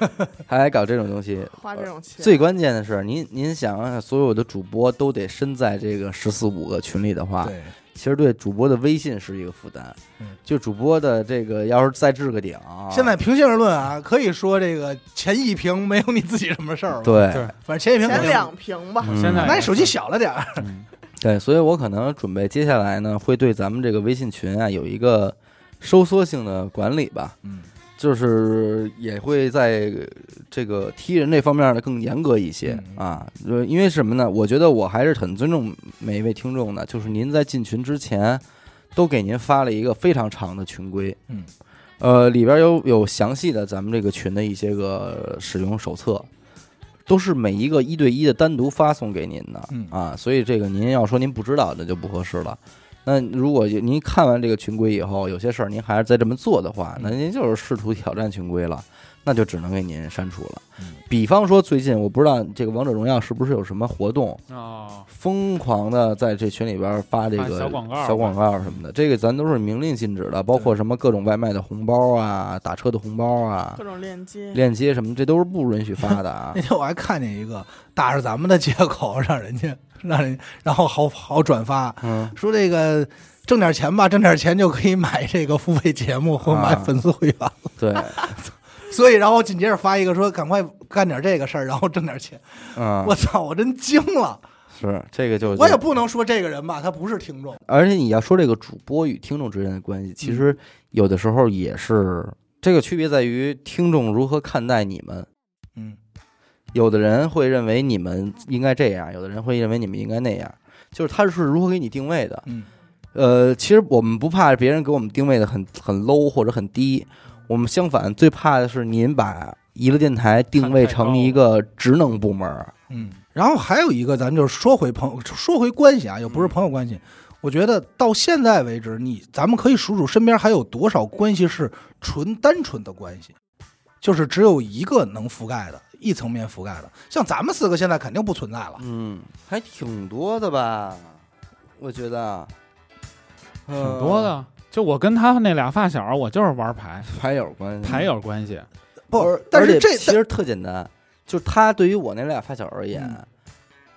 Speaker 1: 还得搞这种东西。
Speaker 3: 花这种钱，
Speaker 1: 最关键的是，您您想啊，所有的主播都得身在这个十四五个群里的话，
Speaker 2: 对，
Speaker 1: 其实对主播的微信是一个负担
Speaker 2: 嗯。
Speaker 1: 就主播的这个，要是再置个顶，
Speaker 2: 现在平心而论啊，可以说这个前一屏没有你自己什么事儿了。，
Speaker 1: 对
Speaker 4: 对，
Speaker 2: 反正前一屏
Speaker 3: 前
Speaker 2: 肯定，
Speaker 3: 两瓶吧，
Speaker 1: 嗯
Speaker 4: 现在
Speaker 2: 那你手机小了点儿。
Speaker 4: 嗯
Speaker 1: 对，所以我可能准备接下来呢，会对咱们这个微信群啊有一个收缩性的管理吧。
Speaker 2: 嗯，
Speaker 1: 就是也会在这个踢人这方面呢更严格一些
Speaker 2: 嗯
Speaker 1: 啊，呃因为什么呢？我觉得我还是很尊重每一位听众的，就是您在进群之前，都给您发了一个非常长的群规，
Speaker 2: 嗯，
Speaker 1: 呃，里边有有详细的咱们这个群的一些个使用手册，都是每一个一对一的单独发送给您的，
Speaker 2: 嗯
Speaker 1: 啊，所以这个您要说您不知道，那就不合适了。那如果您看完这个群规以后，有些事儿您还是再这么做的话，那您就是试图挑战群规了，那就只能给您删除了
Speaker 2: 嗯。
Speaker 1: 比方说，最近我不知道这个王者荣耀是不是有什么活动，
Speaker 4: 哦，
Speaker 1: 疯狂的在这群里边发这个
Speaker 4: 发小广告
Speaker 1: 小广告什么的，这个咱都是明令禁止的，包括什么各种外卖的红包啊、打车的红包啊
Speaker 3: 各、种链接，
Speaker 1: 链接什么，这都是不允许发的啊
Speaker 2: 那。天我还看见一个打着咱们的借口让人家让人然后好好转发，
Speaker 1: 嗯，
Speaker 2: 说这个挣点钱吧，挣点钱就可以买这个付费节目或买
Speaker 1: 啊
Speaker 2: 粉丝会员了。
Speaker 1: 对，
Speaker 2: 所以然后紧接着发一个说赶快干点这个事儿，然后挣点钱。
Speaker 1: 嗯，
Speaker 2: 我操，我真惊了！
Speaker 1: 是这个就
Speaker 2: 我也不能说这个人吧，他不是听众。
Speaker 1: 而且你要说这个主播与听众之间的关系，其实有的时候也是这个区别在于听众如何看待你们。
Speaker 2: 嗯
Speaker 1: 有的人会认为你们应该这样，有的人会认为你们应该那样，就是他是如何给你定位的。
Speaker 2: 嗯
Speaker 1: 呃，其实我们不怕别人给我们定位的很很 low 或者很低，我们相反最怕的是您把娱乐电台定位成一个职能部门儿，
Speaker 2: 嗯，然后还有一个，咱们就是说回朋友，说回关系啊，又不是朋友关系。我觉得到现在为止，你咱们可以数数身边还有多少关系是纯单纯的关系，就是只有一个能覆盖的，一层面覆盖的。像咱们四个现在肯定不存在了。
Speaker 1: 嗯，还挺多的吧？我觉得呃挺
Speaker 4: 挺多，的。嗯就我跟他那俩发小，我就是玩牌，
Speaker 1: 牌友关系，
Speaker 4: 牌友关系。
Speaker 2: 不
Speaker 1: 而，
Speaker 2: 但是
Speaker 1: 而且
Speaker 2: 这
Speaker 1: 其实特简单，就是他对于我那俩发小而言，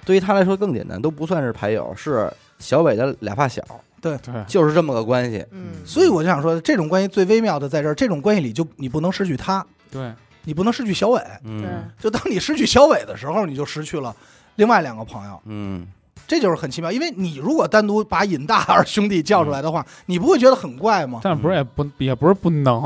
Speaker 1: 对于他来说更简单，都不算是牌友，是小伟的俩发小，
Speaker 4: 对，
Speaker 1: 就是这么个关系。
Speaker 3: 嗯，
Speaker 2: 所以我就想说，这种关系最微妙的在这儿，这种关系里就你不能失去他，
Speaker 4: 对，
Speaker 2: 你不能失去小伟。
Speaker 3: 对，
Speaker 1: 嗯
Speaker 2: 就当你失去小伟的时候，你就失去了另外两个朋友。
Speaker 1: 嗯，
Speaker 2: 这就是很奇妙，因为你如果单独把尹大二兄弟叫出来的话，你不会觉得很怪吗？
Speaker 4: 但是不是也不也不是不能，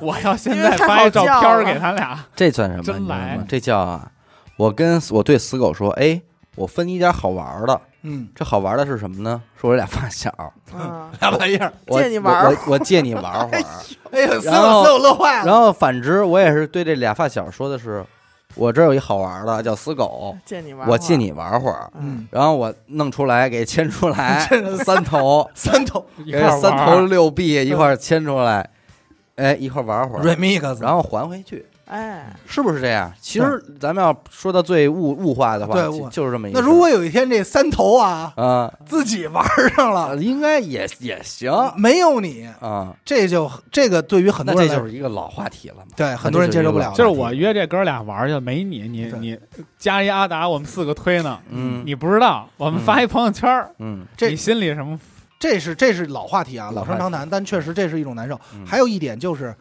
Speaker 4: 我要现
Speaker 3: 因为
Speaker 4: 在
Speaker 3: 太
Speaker 4: 发
Speaker 3: 好
Speaker 4: 一照
Speaker 3: 叫
Speaker 4: 片儿
Speaker 3: 了
Speaker 4: 给他俩，
Speaker 1: 这算什么？
Speaker 4: 真
Speaker 1: 你知道
Speaker 4: 来
Speaker 1: 吗？这叫啊！我跟我对死狗说，哎，我分你点好玩的。
Speaker 2: 嗯，
Speaker 1: 这好玩的是什么呢？是我俩发小，
Speaker 3: 嗯，
Speaker 2: 俩玩意儿，
Speaker 1: 我
Speaker 3: 借你玩儿
Speaker 1: 我我我借你玩会儿。
Speaker 2: 哎呀，所
Speaker 1: 然后
Speaker 2: 有所有乐坏了。
Speaker 1: 然后反之，我也是对这俩发小说的是，我这儿有一好玩的叫死狗，
Speaker 3: 借你玩，
Speaker 1: 我借，你玩会儿。
Speaker 3: 嗯，
Speaker 1: 然后我弄出来给牵出来，三头，
Speaker 2: 三头
Speaker 4: 一
Speaker 1: 给
Speaker 4: 块儿玩
Speaker 1: 三头
Speaker 4: 儿。
Speaker 1: 六臂一块儿牵出来，哎，一块儿玩会儿，
Speaker 2: remix，
Speaker 1: 然后还回去，
Speaker 3: 哎，
Speaker 1: 是不是这样？其实咱们要说到最物物化的话，
Speaker 2: 对
Speaker 1: 就
Speaker 2: 物化
Speaker 1: 就是这么一个
Speaker 2: 那
Speaker 1: 事儿。
Speaker 2: 如果有一天这三头啊
Speaker 1: 啊、
Speaker 2: 自己玩上
Speaker 1: 啊
Speaker 2: 了，
Speaker 1: 应该也也行
Speaker 2: 没有你，
Speaker 1: 啊，
Speaker 2: 这就这个对于很
Speaker 1: 那
Speaker 2: 多
Speaker 1: 这
Speaker 2: 人来
Speaker 1: 就
Speaker 2: 说
Speaker 1: 是一个老话题了嘛。
Speaker 2: 对很多人接受不了。
Speaker 4: 就是我约这哥俩玩儿去，没你，你
Speaker 2: 对
Speaker 4: 你加一阿达，我们四个推呢，
Speaker 1: 嗯
Speaker 4: 你不知道，我们发一朋友圈儿，
Speaker 1: 嗯
Speaker 2: 这
Speaker 4: 你心里什么？
Speaker 2: 这是这是老话题啊，
Speaker 1: 老
Speaker 2: 老
Speaker 1: 话题
Speaker 2: 生常谈，但确实这是一种难受。
Speaker 1: 嗯
Speaker 2: 还有一点就是，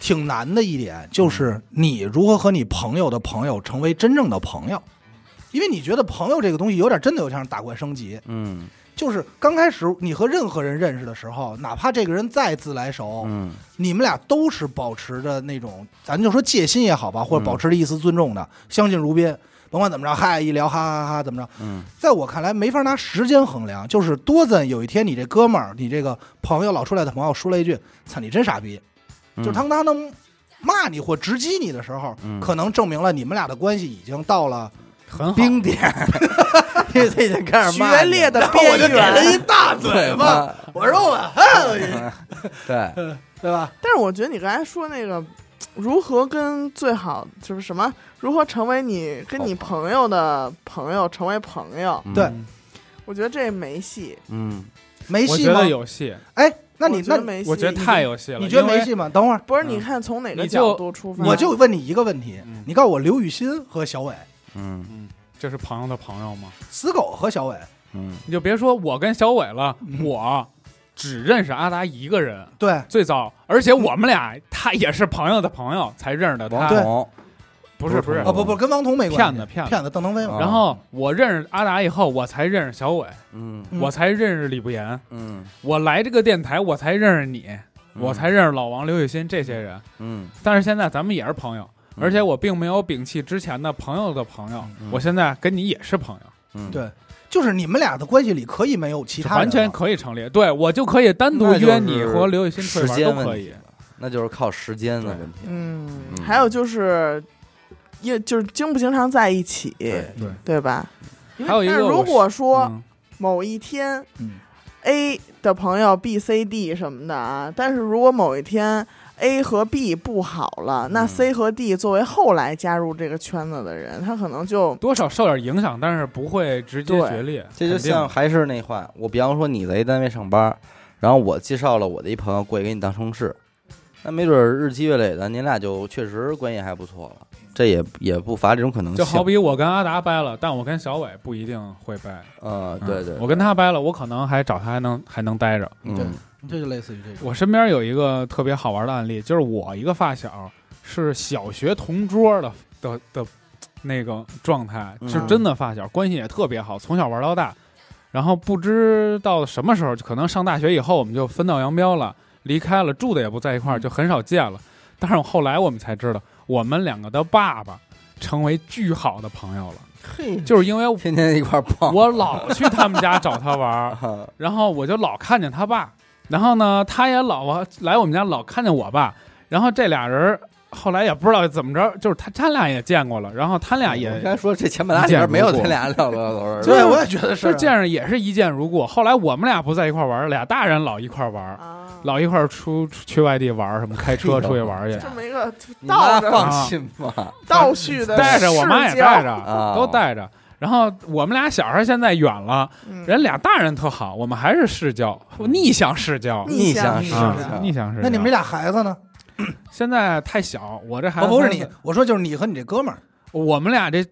Speaker 2: 挺难的一点
Speaker 1: 嗯
Speaker 2: 就是你如何和你朋友的朋友成为真正的朋友，因为你觉得朋友这个东西有点真的有像打怪升级，
Speaker 1: 嗯
Speaker 2: 就是刚开始你和任何人认识的时候，哪怕这个人再自来熟，
Speaker 1: 嗯
Speaker 2: 你们俩都是保持着那种，咱就说戒心也好吧，或
Speaker 1: 嗯
Speaker 2: 者保持着一丝尊重的，相敬如宾。甭管怎么着，嗨，一聊，哈哈哈，怎么着？
Speaker 1: 嗯
Speaker 2: 在我看来，没法拿时间衡量。就是多咱有一天，你这哥们儿，你这个朋友老出来的朋友说了一句：“操，你真傻逼！”
Speaker 1: 嗯，
Speaker 2: 就是当他能骂你或直击你的时候，
Speaker 1: 嗯
Speaker 2: 可能证明了你们俩的关系已经到了
Speaker 4: 很好，
Speaker 1: 冰点， 因为他已经开始骂
Speaker 3: 决
Speaker 1: 你
Speaker 3: 裂
Speaker 1: 了
Speaker 3: 的边缘。
Speaker 2: 一大
Speaker 1: 对吧？
Speaker 2: 我说我
Speaker 1: 嗯对，
Speaker 2: 对吧？
Speaker 3: 但是我觉得你刚才说那个，如何跟最好就是什么，如何成为你跟你朋友的朋友成为朋友，
Speaker 1: 嗯
Speaker 2: 对
Speaker 3: 我觉得这没戏。
Speaker 1: 嗯
Speaker 2: 没
Speaker 4: 我
Speaker 2: 戏
Speaker 4: 觉
Speaker 2: 吗
Speaker 4: 得？有戏，
Speaker 2: 哎，那
Speaker 3: 我
Speaker 2: 你
Speaker 3: 觉
Speaker 2: 那
Speaker 3: 得没戏，
Speaker 4: 我觉得太有戏了。
Speaker 2: 你觉得
Speaker 4: 因
Speaker 2: 没
Speaker 4: 为？
Speaker 2: 戏吗？等会儿
Speaker 3: 不是？
Speaker 4: 嗯
Speaker 3: 你看从哪个
Speaker 4: 你就
Speaker 3: 角度出发？
Speaker 2: 我就问你一个问题
Speaker 4: 嗯，
Speaker 2: 你告诉我刘雨欣和小伟，
Speaker 1: 嗯
Speaker 4: 嗯，这是朋友的朋友吗？
Speaker 2: 死狗和小伟，
Speaker 1: 嗯
Speaker 4: 你就别说我跟小伟了，
Speaker 2: 嗯
Speaker 4: 我只认识阿达一个人。
Speaker 2: 对
Speaker 4: 最早，而且我们俩他也是朋友的朋友才认识的
Speaker 1: 王
Speaker 4: 他，
Speaker 1: 彤，
Speaker 4: 不是
Speaker 1: 不
Speaker 4: 不
Speaker 1: 是
Speaker 4: 是
Speaker 1: 同
Speaker 2: 哦不不，跟王彤没关系，
Speaker 4: 骗子骗子
Speaker 2: 骗子，邓腾飞嘛
Speaker 1: 啊。
Speaker 4: 然后我认识阿达以后，我才认识小伟，
Speaker 1: 嗯
Speaker 2: 嗯
Speaker 4: 我才认识李不言，
Speaker 1: 嗯
Speaker 4: 我来这个电台，我才认识你，
Speaker 1: 嗯
Speaker 4: 我才认识老王、刘雨欣这些人。
Speaker 1: 嗯，
Speaker 4: 但是现在咱们也是朋友，
Speaker 1: 嗯
Speaker 4: 而且我并没有摒弃之前的朋友的朋友，
Speaker 1: 嗯
Speaker 4: 我现在跟你也是朋友，
Speaker 1: 嗯
Speaker 2: 对就是你们俩的关系里可以没有其他人
Speaker 4: 完全
Speaker 2: 了
Speaker 4: 可以成立。对我就可以单独
Speaker 1: 那就是
Speaker 4: 约你
Speaker 1: 嗯
Speaker 4: 和刘雨欣出
Speaker 1: 时
Speaker 4: 去
Speaker 1: 间
Speaker 4: 玩都
Speaker 1: 问
Speaker 4: 可
Speaker 1: 题
Speaker 4: 以。
Speaker 1: 了，那就是靠时间的问题。
Speaker 3: 嗯
Speaker 1: 嗯，
Speaker 3: 还有就是，也就是经不经常在一起，
Speaker 1: 对，
Speaker 2: 对，
Speaker 3: 对吧？
Speaker 4: 还有一
Speaker 3: 但
Speaker 4: 个
Speaker 3: 是
Speaker 4: 我是，
Speaker 3: 如果说
Speaker 4: 嗯
Speaker 3: 某一天
Speaker 2: 嗯
Speaker 3: A 的朋友 B、C、D 什么的啊，但是如果某一天 A 和 B 不好了，那
Speaker 1: 嗯
Speaker 3: C 和 D 作为后来加入这个圈子的人，他可能就
Speaker 4: 多少受点影响，但是不会直接
Speaker 3: 对
Speaker 4: 决裂。
Speaker 1: 这就
Speaker 4: 肯定
Speaker 1: 像还是那话，我比方说你在一单位上班，然后我介绍了我的一朋友过去给你当同事，那没准儿日积月累的，您俩就确实关系还不错了，这也也不乏这种可能性。
Speaker 4: 就好比我跟阿达掰了，但我跟小伟不一定会掰。
Speaker 1: 呃，
Speaker 4: 嗯
Speaker 1: 对对，
Speaker 4: 我跟他掰了，我可能还找他还能还能待着。
Speaker 2: 对
Speaker 1: 嗯
Speaker 2: 这就类似于这种。
Speaker 4: 我身边有一个特别好玩的案例，就是我一个发小是小学同桌的的的那个状态，
Speaker 1: 嗯
Speaker 4: 是真的发小，关系也特别好，从小玩到大。然后不知道什么时候，可能上大学以后我们就分道扬镳了，离开了，住的也不在一
Speaker 1: 嗯
Speaker 4: 块儿，就很少见了。但是后来我们才知道，我们两个的爸爸成为巨好的朋友了，
Speaker 1: 嘿，
Speaker 4: 就是因为
Speaker 1: 天天一块儿 碰，
Speaker 4: 我老去他们家找他玩儿，然后我就老看见他爸，然后呢，他也老啊来我们家老看见我爸，然后这俩人儿后来也不知道怎么着，就是他他俩也见过了，然后他俩
Speaker 1: 我
Speaker 4: 也
Speaker 1: 刚才说这前半拉里边没有咱俩聊聊聊
Speaker 4: 就
Speaker 1: 聊，
Speaker 2: 对，我也觉得是
Speaker 4: 就见着也是一见如故。后来我们俩不在一块儿玩儿，俩大人老一块儿玩儿，
Speaker 3: 啊，
Speaker 4: 老一块儿出出去外地玩儿，什么开车出去玩 儿去，
Speaker 3: 这么一个
Speaker 1: 你
Speaker 3: 倒
Speaker 1: 妈
Speaker 3: 着
Speaker 1: 放心吧
Speaker 3: 倒叙的
Speaker 4: 带着我妈也带
Speaker 3: 着，
Speaker 1: 啊，
Speaker 4: 着，都带着。然后我们俩小孩儿现在远了，
Speaker 3: 嗯
Speaker 4: 人俩大人特好，我们还是世交，逆向世交
Speaker 1: 逆
Speaker 3: 向
Speaker 1: 向是
Speaker 4: 啊
Speaker 1: 是，
Speaker 4: 逆向世交。
Speaker 2: 那你们这俩孩子呢？
Speaker 4: 现在太小，我这孩
Speaker 2: 哦，
Speaker 4: 子
Speaker 2: 不是
Speaker 4: 三
Speaker 2: 你
Speaker 4: 岁，
Speaker 2: 我说就是你和你这哥们儿，
Speaker 4: 我们俩这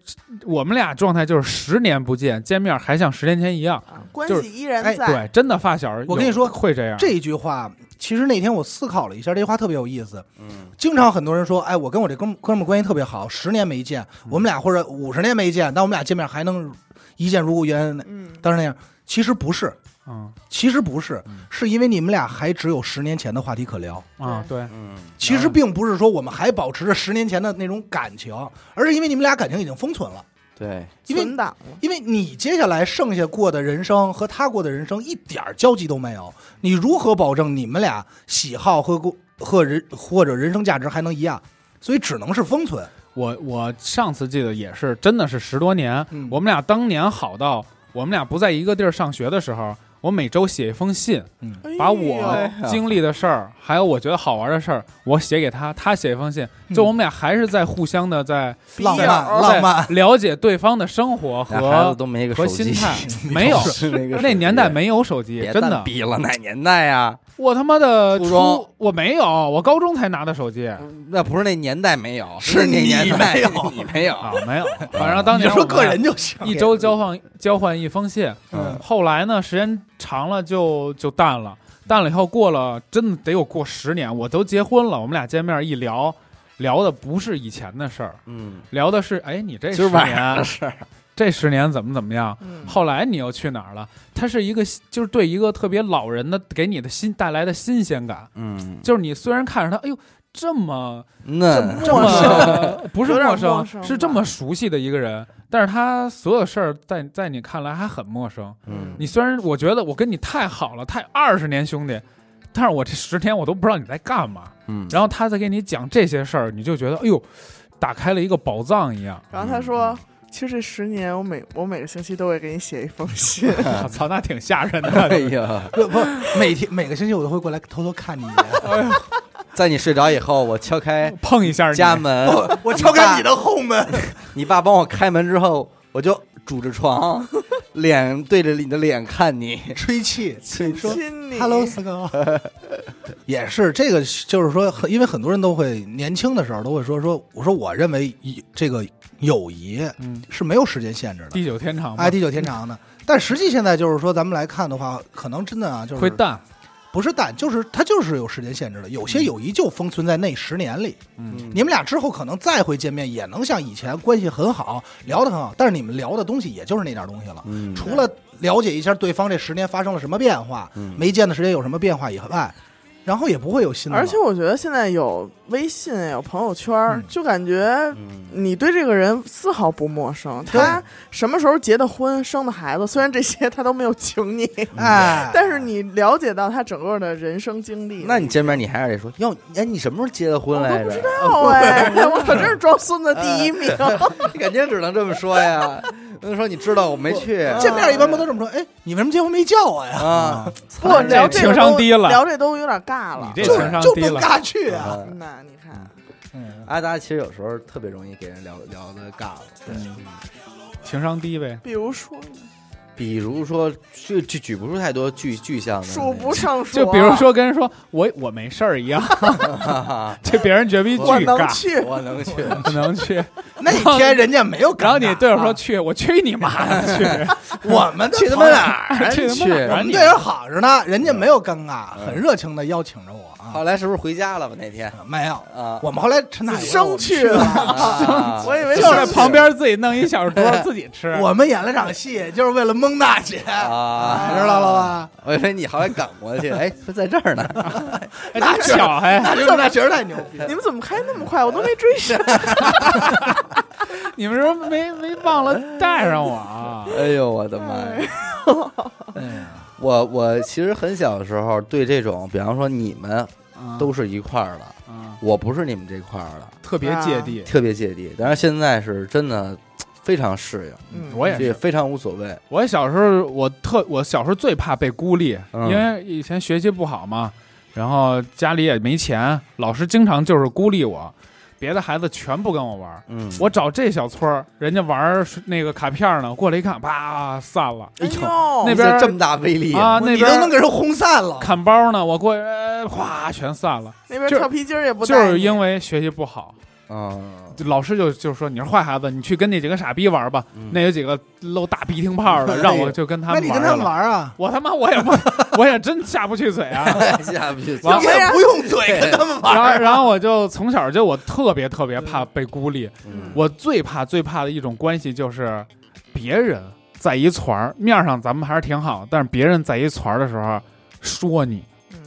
Speaker 4: 我们俩状态就是十年不见，见面还像十年前一样。
Speaker 3: 啊关
Speaker 4: 就是
Speaker 3: 系依然
Speaker 2: 哎
Speaker 3: 在。
Speaker 4: 对，真的发小，
Speaker 2: 我跟你说
Speaker 4: 会这样。
Speaker 2: 这句话，其实那天我思考了一下，这句话特别有意思。
Speaker 1: 嗯，
Speaker 2: 经常很多人说，哎，我跟我这哥们哥们儿关系特别好，十年没见，
Speaker 4: 嗯
Speaker 2: 我们俩或者五十年没见，但我们俩见面还能一见如故，原来
Speaker 3: 嗯，
Speaker 2: 当时那样。其实不是，
Speaker 4: 嗯
Speaker 2: 其实不是
Speaker 4: 嗯，
Speaker 2: 是因为你们俩还只有十年前的话题可聊。
Speaker 4: 啊，对，
Speaker 1: 嗯，
Speaker 2: 其实并不是说我们还保持着十年前的那种感情，而是因为你们俩感情已经封存了。
Speaker 1: 对，
Speaker 2: 因为
Speaker 3: 存档了，
Speaker 2: 因为你接下来剩下过的人生和他过的人生一点儿交集都没有，你如何保证你们俩喜好和过和人或者人生价值还能一样？所以只能是封存。
Speaker 4: 我我上次记得也是，真的是十多年。
Speaker 2: 嗯
Speaker 4: 我们俩当年好到我们俩不在一个地儿上学的时候，我每周写一封信，
Speaker 2: 嗯
Speaker 4: 把我
Speaker 3: 哎
Speaker 1: 呦
Speaker 4: 经历的事儿，还有我觉得好玩的事儿，我写给他，他写一封信，就我们俩还是在互相的在
Speaker 3: 呦
Speaker 2: 浪漫
Speaker 3: 笔友儿
Speaker 2: 嗯浪漫
Speaker 4: 在了解对方的生活
Speaker 1: 俩孩子
Speaker 4: 和
Speaker 1: 都没个手
Speaker 4: 和
Speaker 1: 机
Speaker 4: 心， 态，没有。
Speaker 1: 是那个手
Speaker 4: 那
Speaker 1: 机
Speaker 4: 年代没有手机，
Speaker 1: 别
Speaker 4: 真
Speaker 1: 蛋
Speaker 4: 的，
Speaker 1: 逼了，哪年代啊呀？
Speaker 4: 我他妈的
Speaker 1: 初中
Speaker 4: 初我没有，我高中才拿的 手机啊，
Speaker 1: 那不是那年代没有，
Speaker 2: 嗯是
Speaker 1: 是那
Speaker 2: 你
Speaker 1: 年代
Speaker 2: 没有
Speaker 1: 你没有。
Speaker 4: 没有，反正当
Speaker 2: 你
Speaker 4: 年
Speaker 2: 就说
Speaker 4: 我们
Speaker 2: 个人就行。
Speaker 4: 一周交换交换一封信，
Speaker 2: 嗯
Speaker 4: 后来呢，时间长了就就淡了，淡了以后过了真的得有过十年，我都结婚了，我们俩见面一聊，聊的不是以前的事儿，
Speaker 1: 嗯，
Speaker 4: 聊的是哎你这
Speaker 1: 今
Speaker 4: 十
Speaker 1: 儿晚上的
Speaker 4: 年
Speaker 1: 事儿，
Speaker 4: 这十年怎么怎么样，
Speaker 3: 嗯
Speaker 4: 后来你又去哪儿了？它是一个就是对一个特别老人的给你的新带来的新鲜感，
Speaker 1: 嗯，
Speaker 4: 就是你虽然看着他，哎呦。这 么这么
Speaker 1: 那
Speaker 4: 这么 不是
Speaker 3: 有点
Speaker 4: 陌
Speaker 3: 陌
Speaker 4: 生，
Speaker 3: 生
Speaker 4: 是
Speaker 3: 吧
Speaker 4: 这么熟悉的一个人，但是他所有事儿在在你看来还很陌生。
Speaker 1: 嗯
Speaker 4: 你虽然我觉得我跟你太好了，太二十年兄弟，但是我这十天我都不知道你在干嘛。
Speaker 1: 嗯，
Speaker 4: 然后他在给你讲这些事儿，你就觉得哎呦，打开了一个宝藏一 样。
Speaker 3: 然后他说，其实这十年我每我每个星期都会给你写一封信，
Speaker 4: 我操，那挺吓人
Speaker 1: 哎
Speaker 4: 的。
Speaker 1: 呀，
Speaker 2: 不不，每天每个星期我都会过来偷偷看你一眼，
Speaker 1: 在你睡着以后，我敲开
Speaker 4: 碰一下你
Speaker 1: 家，门，
Speaker 2: 我 我敲开你的后门。
Speaker 1: 你爸帮我开门之后，我就拄着床，脸对着你的脸看 你，
Speaker 2: 吹气，
Speaker 1: 吹
Speaker 2: 说
Speaker 3: 亲你
Speaker 2: Hello，四哥， 也是这个，就是说，很因为很多人都会年轻的时候都会说说，我说我认为一这个友谊
Speaker 4: 嗯，
Speaker 2: 是没有时间限制 的，
Speaker 4: 地久天长嘛
Speaker 1: 啊
Speaker 2: 哎，，地久天长的。但实际现在就是说，咱们来看的话，可能真的啊，就是
Speaker 4: 会淡。
Speaker 2: 不是淡，就是它就是有时间限制的。有些友谊就封存在那十年里，
Speaker 4: 嗯，
Speaker 2: 你们俩之后可能再会见面，也能像以前关系很好，聊得很好，但是你们聊的东西也就是那点东西了。
Speaker 1: 嗯
Speaker 2: 除了了解一下对方这十年发生了什么变化，
Speaker 1: 嗯
Speaker 2: 没见的时间有什么变化以外，然后也不会有新的了。
Speaker 3: 而且我觉得现在有微信，有朋友圈儿
Speaker 2: 嗯，
Speaker 3: 就感觉
Speaker 1: 嗯
Speaker 3: 你对这个人丝毫不陌生。
Speaker 2: 对
Speaker 3: 他什么时候结的婚、生的孩子，虽然这些他都没有请你，
Speaker 2: 哎，
Speaker 3: 但是你了解到他整个的人生经历。
Speaker 1: 那你见面你还是得说，哟，哎，你什么时候结的婚来着？不知
Speaker 3: 好哎，我可真是装孙子第一名。
Speaker 1: 你肯定只能这么说呀。 那说你知道我没去
Speaker 2: 见面一般不都这么说？哎，你为什么结婚没叫我呀？
Speaker 1: 啊，
Speaker 3: 不聊
Speaker 4: 这
Speaker 3: 这个
Speaker 4: 情商
Speaker 3: 都
Speaker 4: 低了
Speaker 3: 聊这都有点尬了。
Speaker 4: 你这
Speaker 2: 就
Speaker 4: 情商
Speaker 2: 就
Speaker 4: 低
Speaker 2: 不
Speaker 4: 了
Speaker 2: 尬去啊！
Speaker 1: 嗯
Speaker 3: 那你看，
Speaker 2: 嗯
Speaker 1: 阿达其实有时候特别容易给人聊聊的尬了，对，
Speaker 4: 嗯情商低呗。
Speaker 3: 比如说呢
Speaker 1: 比如说就就举不出太多具具象的那
Speaker 3: 数
Speaker 1: 种，
Speaker 3: 不胜数，
Speaker 4: 嗯
Speaker 3: 啊
Speaker 4: 就比如说跟人说我我没事儿一样，这别人绝逼巨
Speaker 3: 我能
Speaker 4: 尬，
Speaker 3: 去，
Speaker 1: 我能 去，
Speaker 4: 不能去。
Speaker 2: 那一天人家没有尴尬，
Speaker 4: 嗯
Speaker 2: 啊
Speaker 4: 然后你队友说去，我去你妈的去！
Speaker 2: 我们的
Speaker 1: 去他妈
Speaker 2: 朋友
Speaker 1: 哪儿啊？
Speaker 4: 去他妈
Speaker 1: 去
Speaker 2: 我
Speaker 4: 哪儿
Speaker 2: 们队友好着呢，人家没有尴尬，很热情的邀请着我啊
Speaker 1: 后，来是不是回家了吧？那天
Speaker 2: 没有。
Speaker 1: 啊，
Speaker 2: 我们后来
Speaker 4: 哎
Speaker 2: 陈大爷
Speaker 3: 生去 了。
Speaker 1: 啊
Speaker 3: 我以为
Speaker 4: 就
Speaker 3: 生
Speaker 4: 是
Speaker 3: 气
Speaker 4: 旁边自己弄一小桌自己吃。
Speaker 2: 我们演了场戏，就是为了蒙大姐，
Speaker 3: 哎
Speaker 1: 啊，
Speaker 2: 知道了吧？
Speaker 1: 我以为你好像赶过去，哎，不在这儿 呢。
Speaker 4: 哎真巧哎！
Speaker 2: 那 就是那确实太牛逼了。
Speaker 3: 你们怎么开那么快？我都没追上。
Speaker 4: 你们说没没忘了带上我啊？
Speaker 1: 哎呦，我的妈呀！
Speaker 2: 哎呀
Speaker 1: 我我其实很小的时候对这种，比方说你们都是一块儿了，
Speaker 4: 啊，
Speaker 1: 我不是你们这块儿的，
Speaker 4: 特别芥蒂。
Speaker 1: 特别芥蒂。但是现在是真的非常适
Speaker 3: 嗯，
Speaker 4: 我也
Speaker 1: 应，
Speaker 4: 是
Speaker 1: 也非常无所谓。
Speaker 4: 我小时候，我特我小时候最怕被孤立，
Speaker 1: 嗯
Speaker 4: 因为以前学习不好嘛，然后家里也没钱，老师经常就是孤立我，别的孩子全不跟我玩儿。
Speaker 1: 嗯，
Speaker 4: 我找这小村儿，人家玩儿那个卡片儿呢，过来一看，啪散了
Speaker 1: 哎
Speaker 3: 哎
Speaker 1: 呦
Speaker 3: 呦，
Speaker 4: 那边
Speaker 1: 这么大威力
Speaker 4: 啊！那
Speaker 2: 你都能
Speaker 4: 边
Speaker 2: 给人轰散了。
Speaker 4: 砍包呢，我过去，呃哗、全散了，
Speaker 3: 那边
Speaker 4: 就
Speaker 3: 跳皮筋儿也不带
Speaker 4: 就是
Speaker 3: 你
Speaker 4: 因为学习不好，
Speaker 1: 嗯，
Speaker 4: 就老师就就说你是坏孩子，你去跟那几个傻逼玩儿吧。
Speaker 1: 嗯
Speaker 4: 那有几个露大鼻涕泡儿 的，让我就跟他
Speaker 2: 哎那
Speaker 4: 们
Speaker 2: 你
Speaker 4: 玩
Speaker 2: 跟
Speaker 4: 儿
Speaker 2: 他们
Speaker 4: 了
Speaker 2: 玩啊？
Speaker 4: 我他妈我 也不，我也真下不去嘴啊。
Speaker 1: 下不去，
Speaker 4: 完
Speaker 2: 你也不用嘴跟他们玩。
Speaker 4: 然后，然后我就从小就我特别特别怕被孤立，
Speaker 1: 嗯
Speaker 4: 我最怕最怕的一种关系就是别人在一团儿面上咱们还是挺好，但是别人在一团儿的时候说你，
Speaker 3: 嗯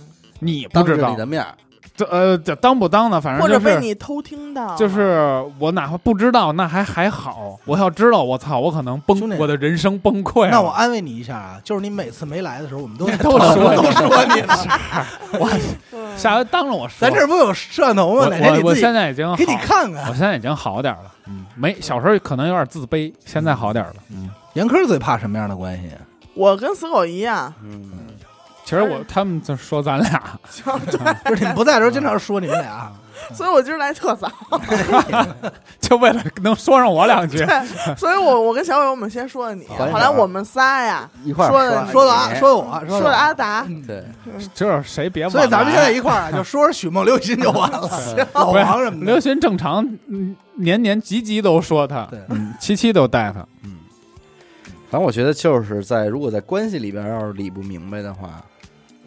Speaker 4: 你不
Speaker 1: 当着
Speaker 4: 知道
Speaker 1: 你的，面儿，
Speaker 4: 这呃这当不当的，反
Speaker 3: 或
Speaker 4: 正
Speaker 3: 者
Speaker 4: 就
Speaker 3: 被
Speaker 4: 是
Speaker 3: 你偷听到，啊
Speaker 4: 就是我哪怕不知道那还还好，我要知道我操我可能
Speaker 2: 兄弟
Speaker 4: 崩我的人生崩溃了。
Speaker 2: 那我安慰你一下啊，就是你每次没来的时候，我 们都在
Speaker 4: 都
Speaker 2: 讨论
Speaker 4: 说
Speaker 2: 都说 你，
Speaker 3: 嗯
Speaker 4: 下回当着我说，
Speaker 2: 咱这儿不有摄像头
Speaker 4: 我
Speaker 2: 吗？哪天
Speaker 4: 我
Speaker 2: 你
Speaker 4: 我
Speaker 2: 自己
Speaker 4: 现在已经
Speaker 2: 给你
Speaker 4: 好
Speaker 2: 看看
Speaker 4: 我。现在已经好点儿了，嗯，没小时候可能有点自卑，现在好点儿了，嗯。
Speaker 2: 严科最怕什么样的关系？啊
Speaker 3: 我跟死狗一样，
Speaker 1: 嗯，
Speaker 4: 其实我他们就说咱俩，
Speaker 2: 就是你们不在的时候，经常说你们俩。啊
Speaker 3: 所以我今儿来特早。
Speaker 4: 就为了能说上我两句，
Speaker 3: 对， 所以我我跟小伟我们先说的你，
Speaker 1: 缓一
Speaker 3: 后
Speaker 1: 缓
Speaker 3: 来我们仨呀
Speaker 1: 一块儿
Speaker 3: 说的
Speaker 4: 哎
Speaker 1: 你
Speaker 2: 说的啊，说的我，
Speaker 3: 说
Speaker 2: 的
Speaker 3: 的阿达，
Speaker 2: 嗯
Speaker 1: 对，
Speaker 4: 就是谁别忘了
Speaker 2: 所以咱们现在一块儿啊，就说说许梦、刘雨欣就 完了， 老
Speaker 4: 不是
Speaker 2: 王什么
Speaker 4: 刘
Speaker 2: 的。
Speaker 4: 鑫正常，嗯年年集集都说他，
Speaker 2: 对
Speaker 4: 嗯，七七都带他，
Speaker 1: 反正我觉得就是在如果在关系里边要是理不明白的话，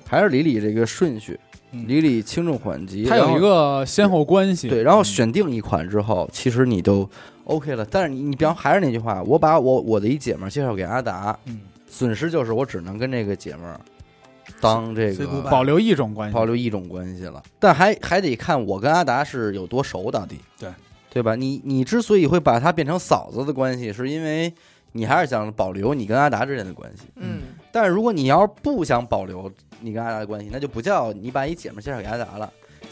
Speaker 1: 还是理理这个顺序，
Speaker 2: 嗯
Speaker 1: 理理轻重缓急。
Speaker 4: 他
Speaker 1: 然
Speaker 4: 有
Speaker 1: 后
Speaker 4: 一个先后关系，
Speaker 1: 对，然后选定一款之后，其实你都 OK 了。但是你你比方还是那句话，我把我我的一姐们儿介绍给阿达，
Speaker 2: 嗯，
Speaker 1: 损失就是我只能跟这个姐们儿当这
Speaker 2: say
Speaker 1: 个
Speaker 2: goodbye
Speaker 4: 保留一种关系
Speaker 1: 保，留一种关系了，但还还得看我跟阿达是有多熟，到底
Speaker 2: 对
Speaker 1: 对吧？你你之所以会把她变成嫂子的关系，是因为你还是想保留你跟阿达之间的关系。
Speaker 3: 嗯，
Speaker 1: 但是如果你要是不想保留你跟阿达的关系，那就不叫你把一姐们儿介绍给阿达了，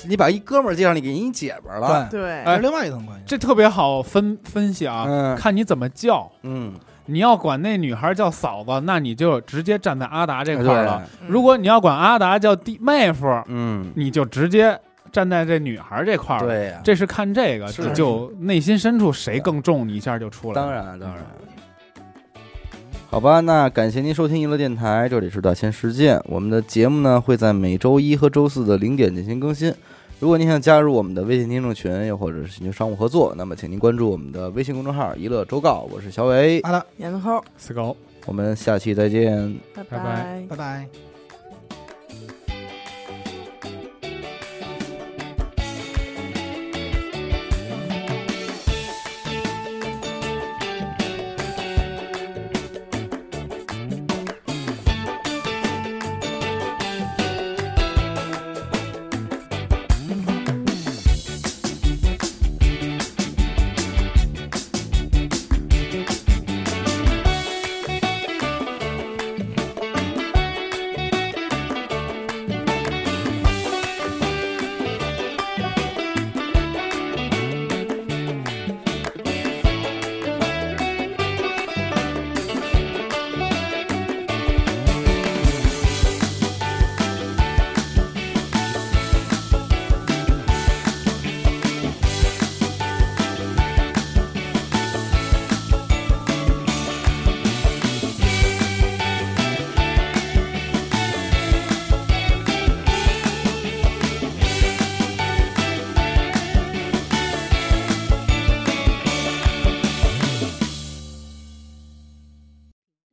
Speaker 1: 你把一哥们儿介绍你给你姐们儿了。
Speaker 3: 对，
Speaker 4: 哎
Speaker 2: 这是另外一层关系。
Speaker 4: 这特别好分分析啊，
Speaker 1: 嗯
Speaker 4: 看你怎么叫。
Speaker 1: 嗯，
Speaker 4: 你要管那女孩叫嫂子，那你就直接站在阿达这块
Speaker 1: 啊对
Speaker 4: 儿了。，如果你要管阿达叫弟妹夫，
Speaker 1: 嗯，
Speaker 4: 你就直接站在这女孩这块儿了。
Speaker 1: 对呀、
Speaker 4: 这是看这个，
Speaker 1: 是
Speaker 4: 就内心深处谁更重，你一下就出来了。嗯
Speaker 1: 当，然当然。好吧，那感谢您收听娱乐电台，这里是大千世界。我们的节目呢会在每周一和周四的零点进行更新。如果您想加入我们的微信听众群，又或者是寻求商务合作，那么请您关注我们的微信公众号“娱乐周告”。我是小伟，
Speaker 2: 阿达，
Speaker 3: 严子抠，
Speaker 4: 死狗。
Speaker 1: 我们下期再见。
Speaker 3: 拜
Speaker 4: 拜拜
Speaker 2: 拜拜。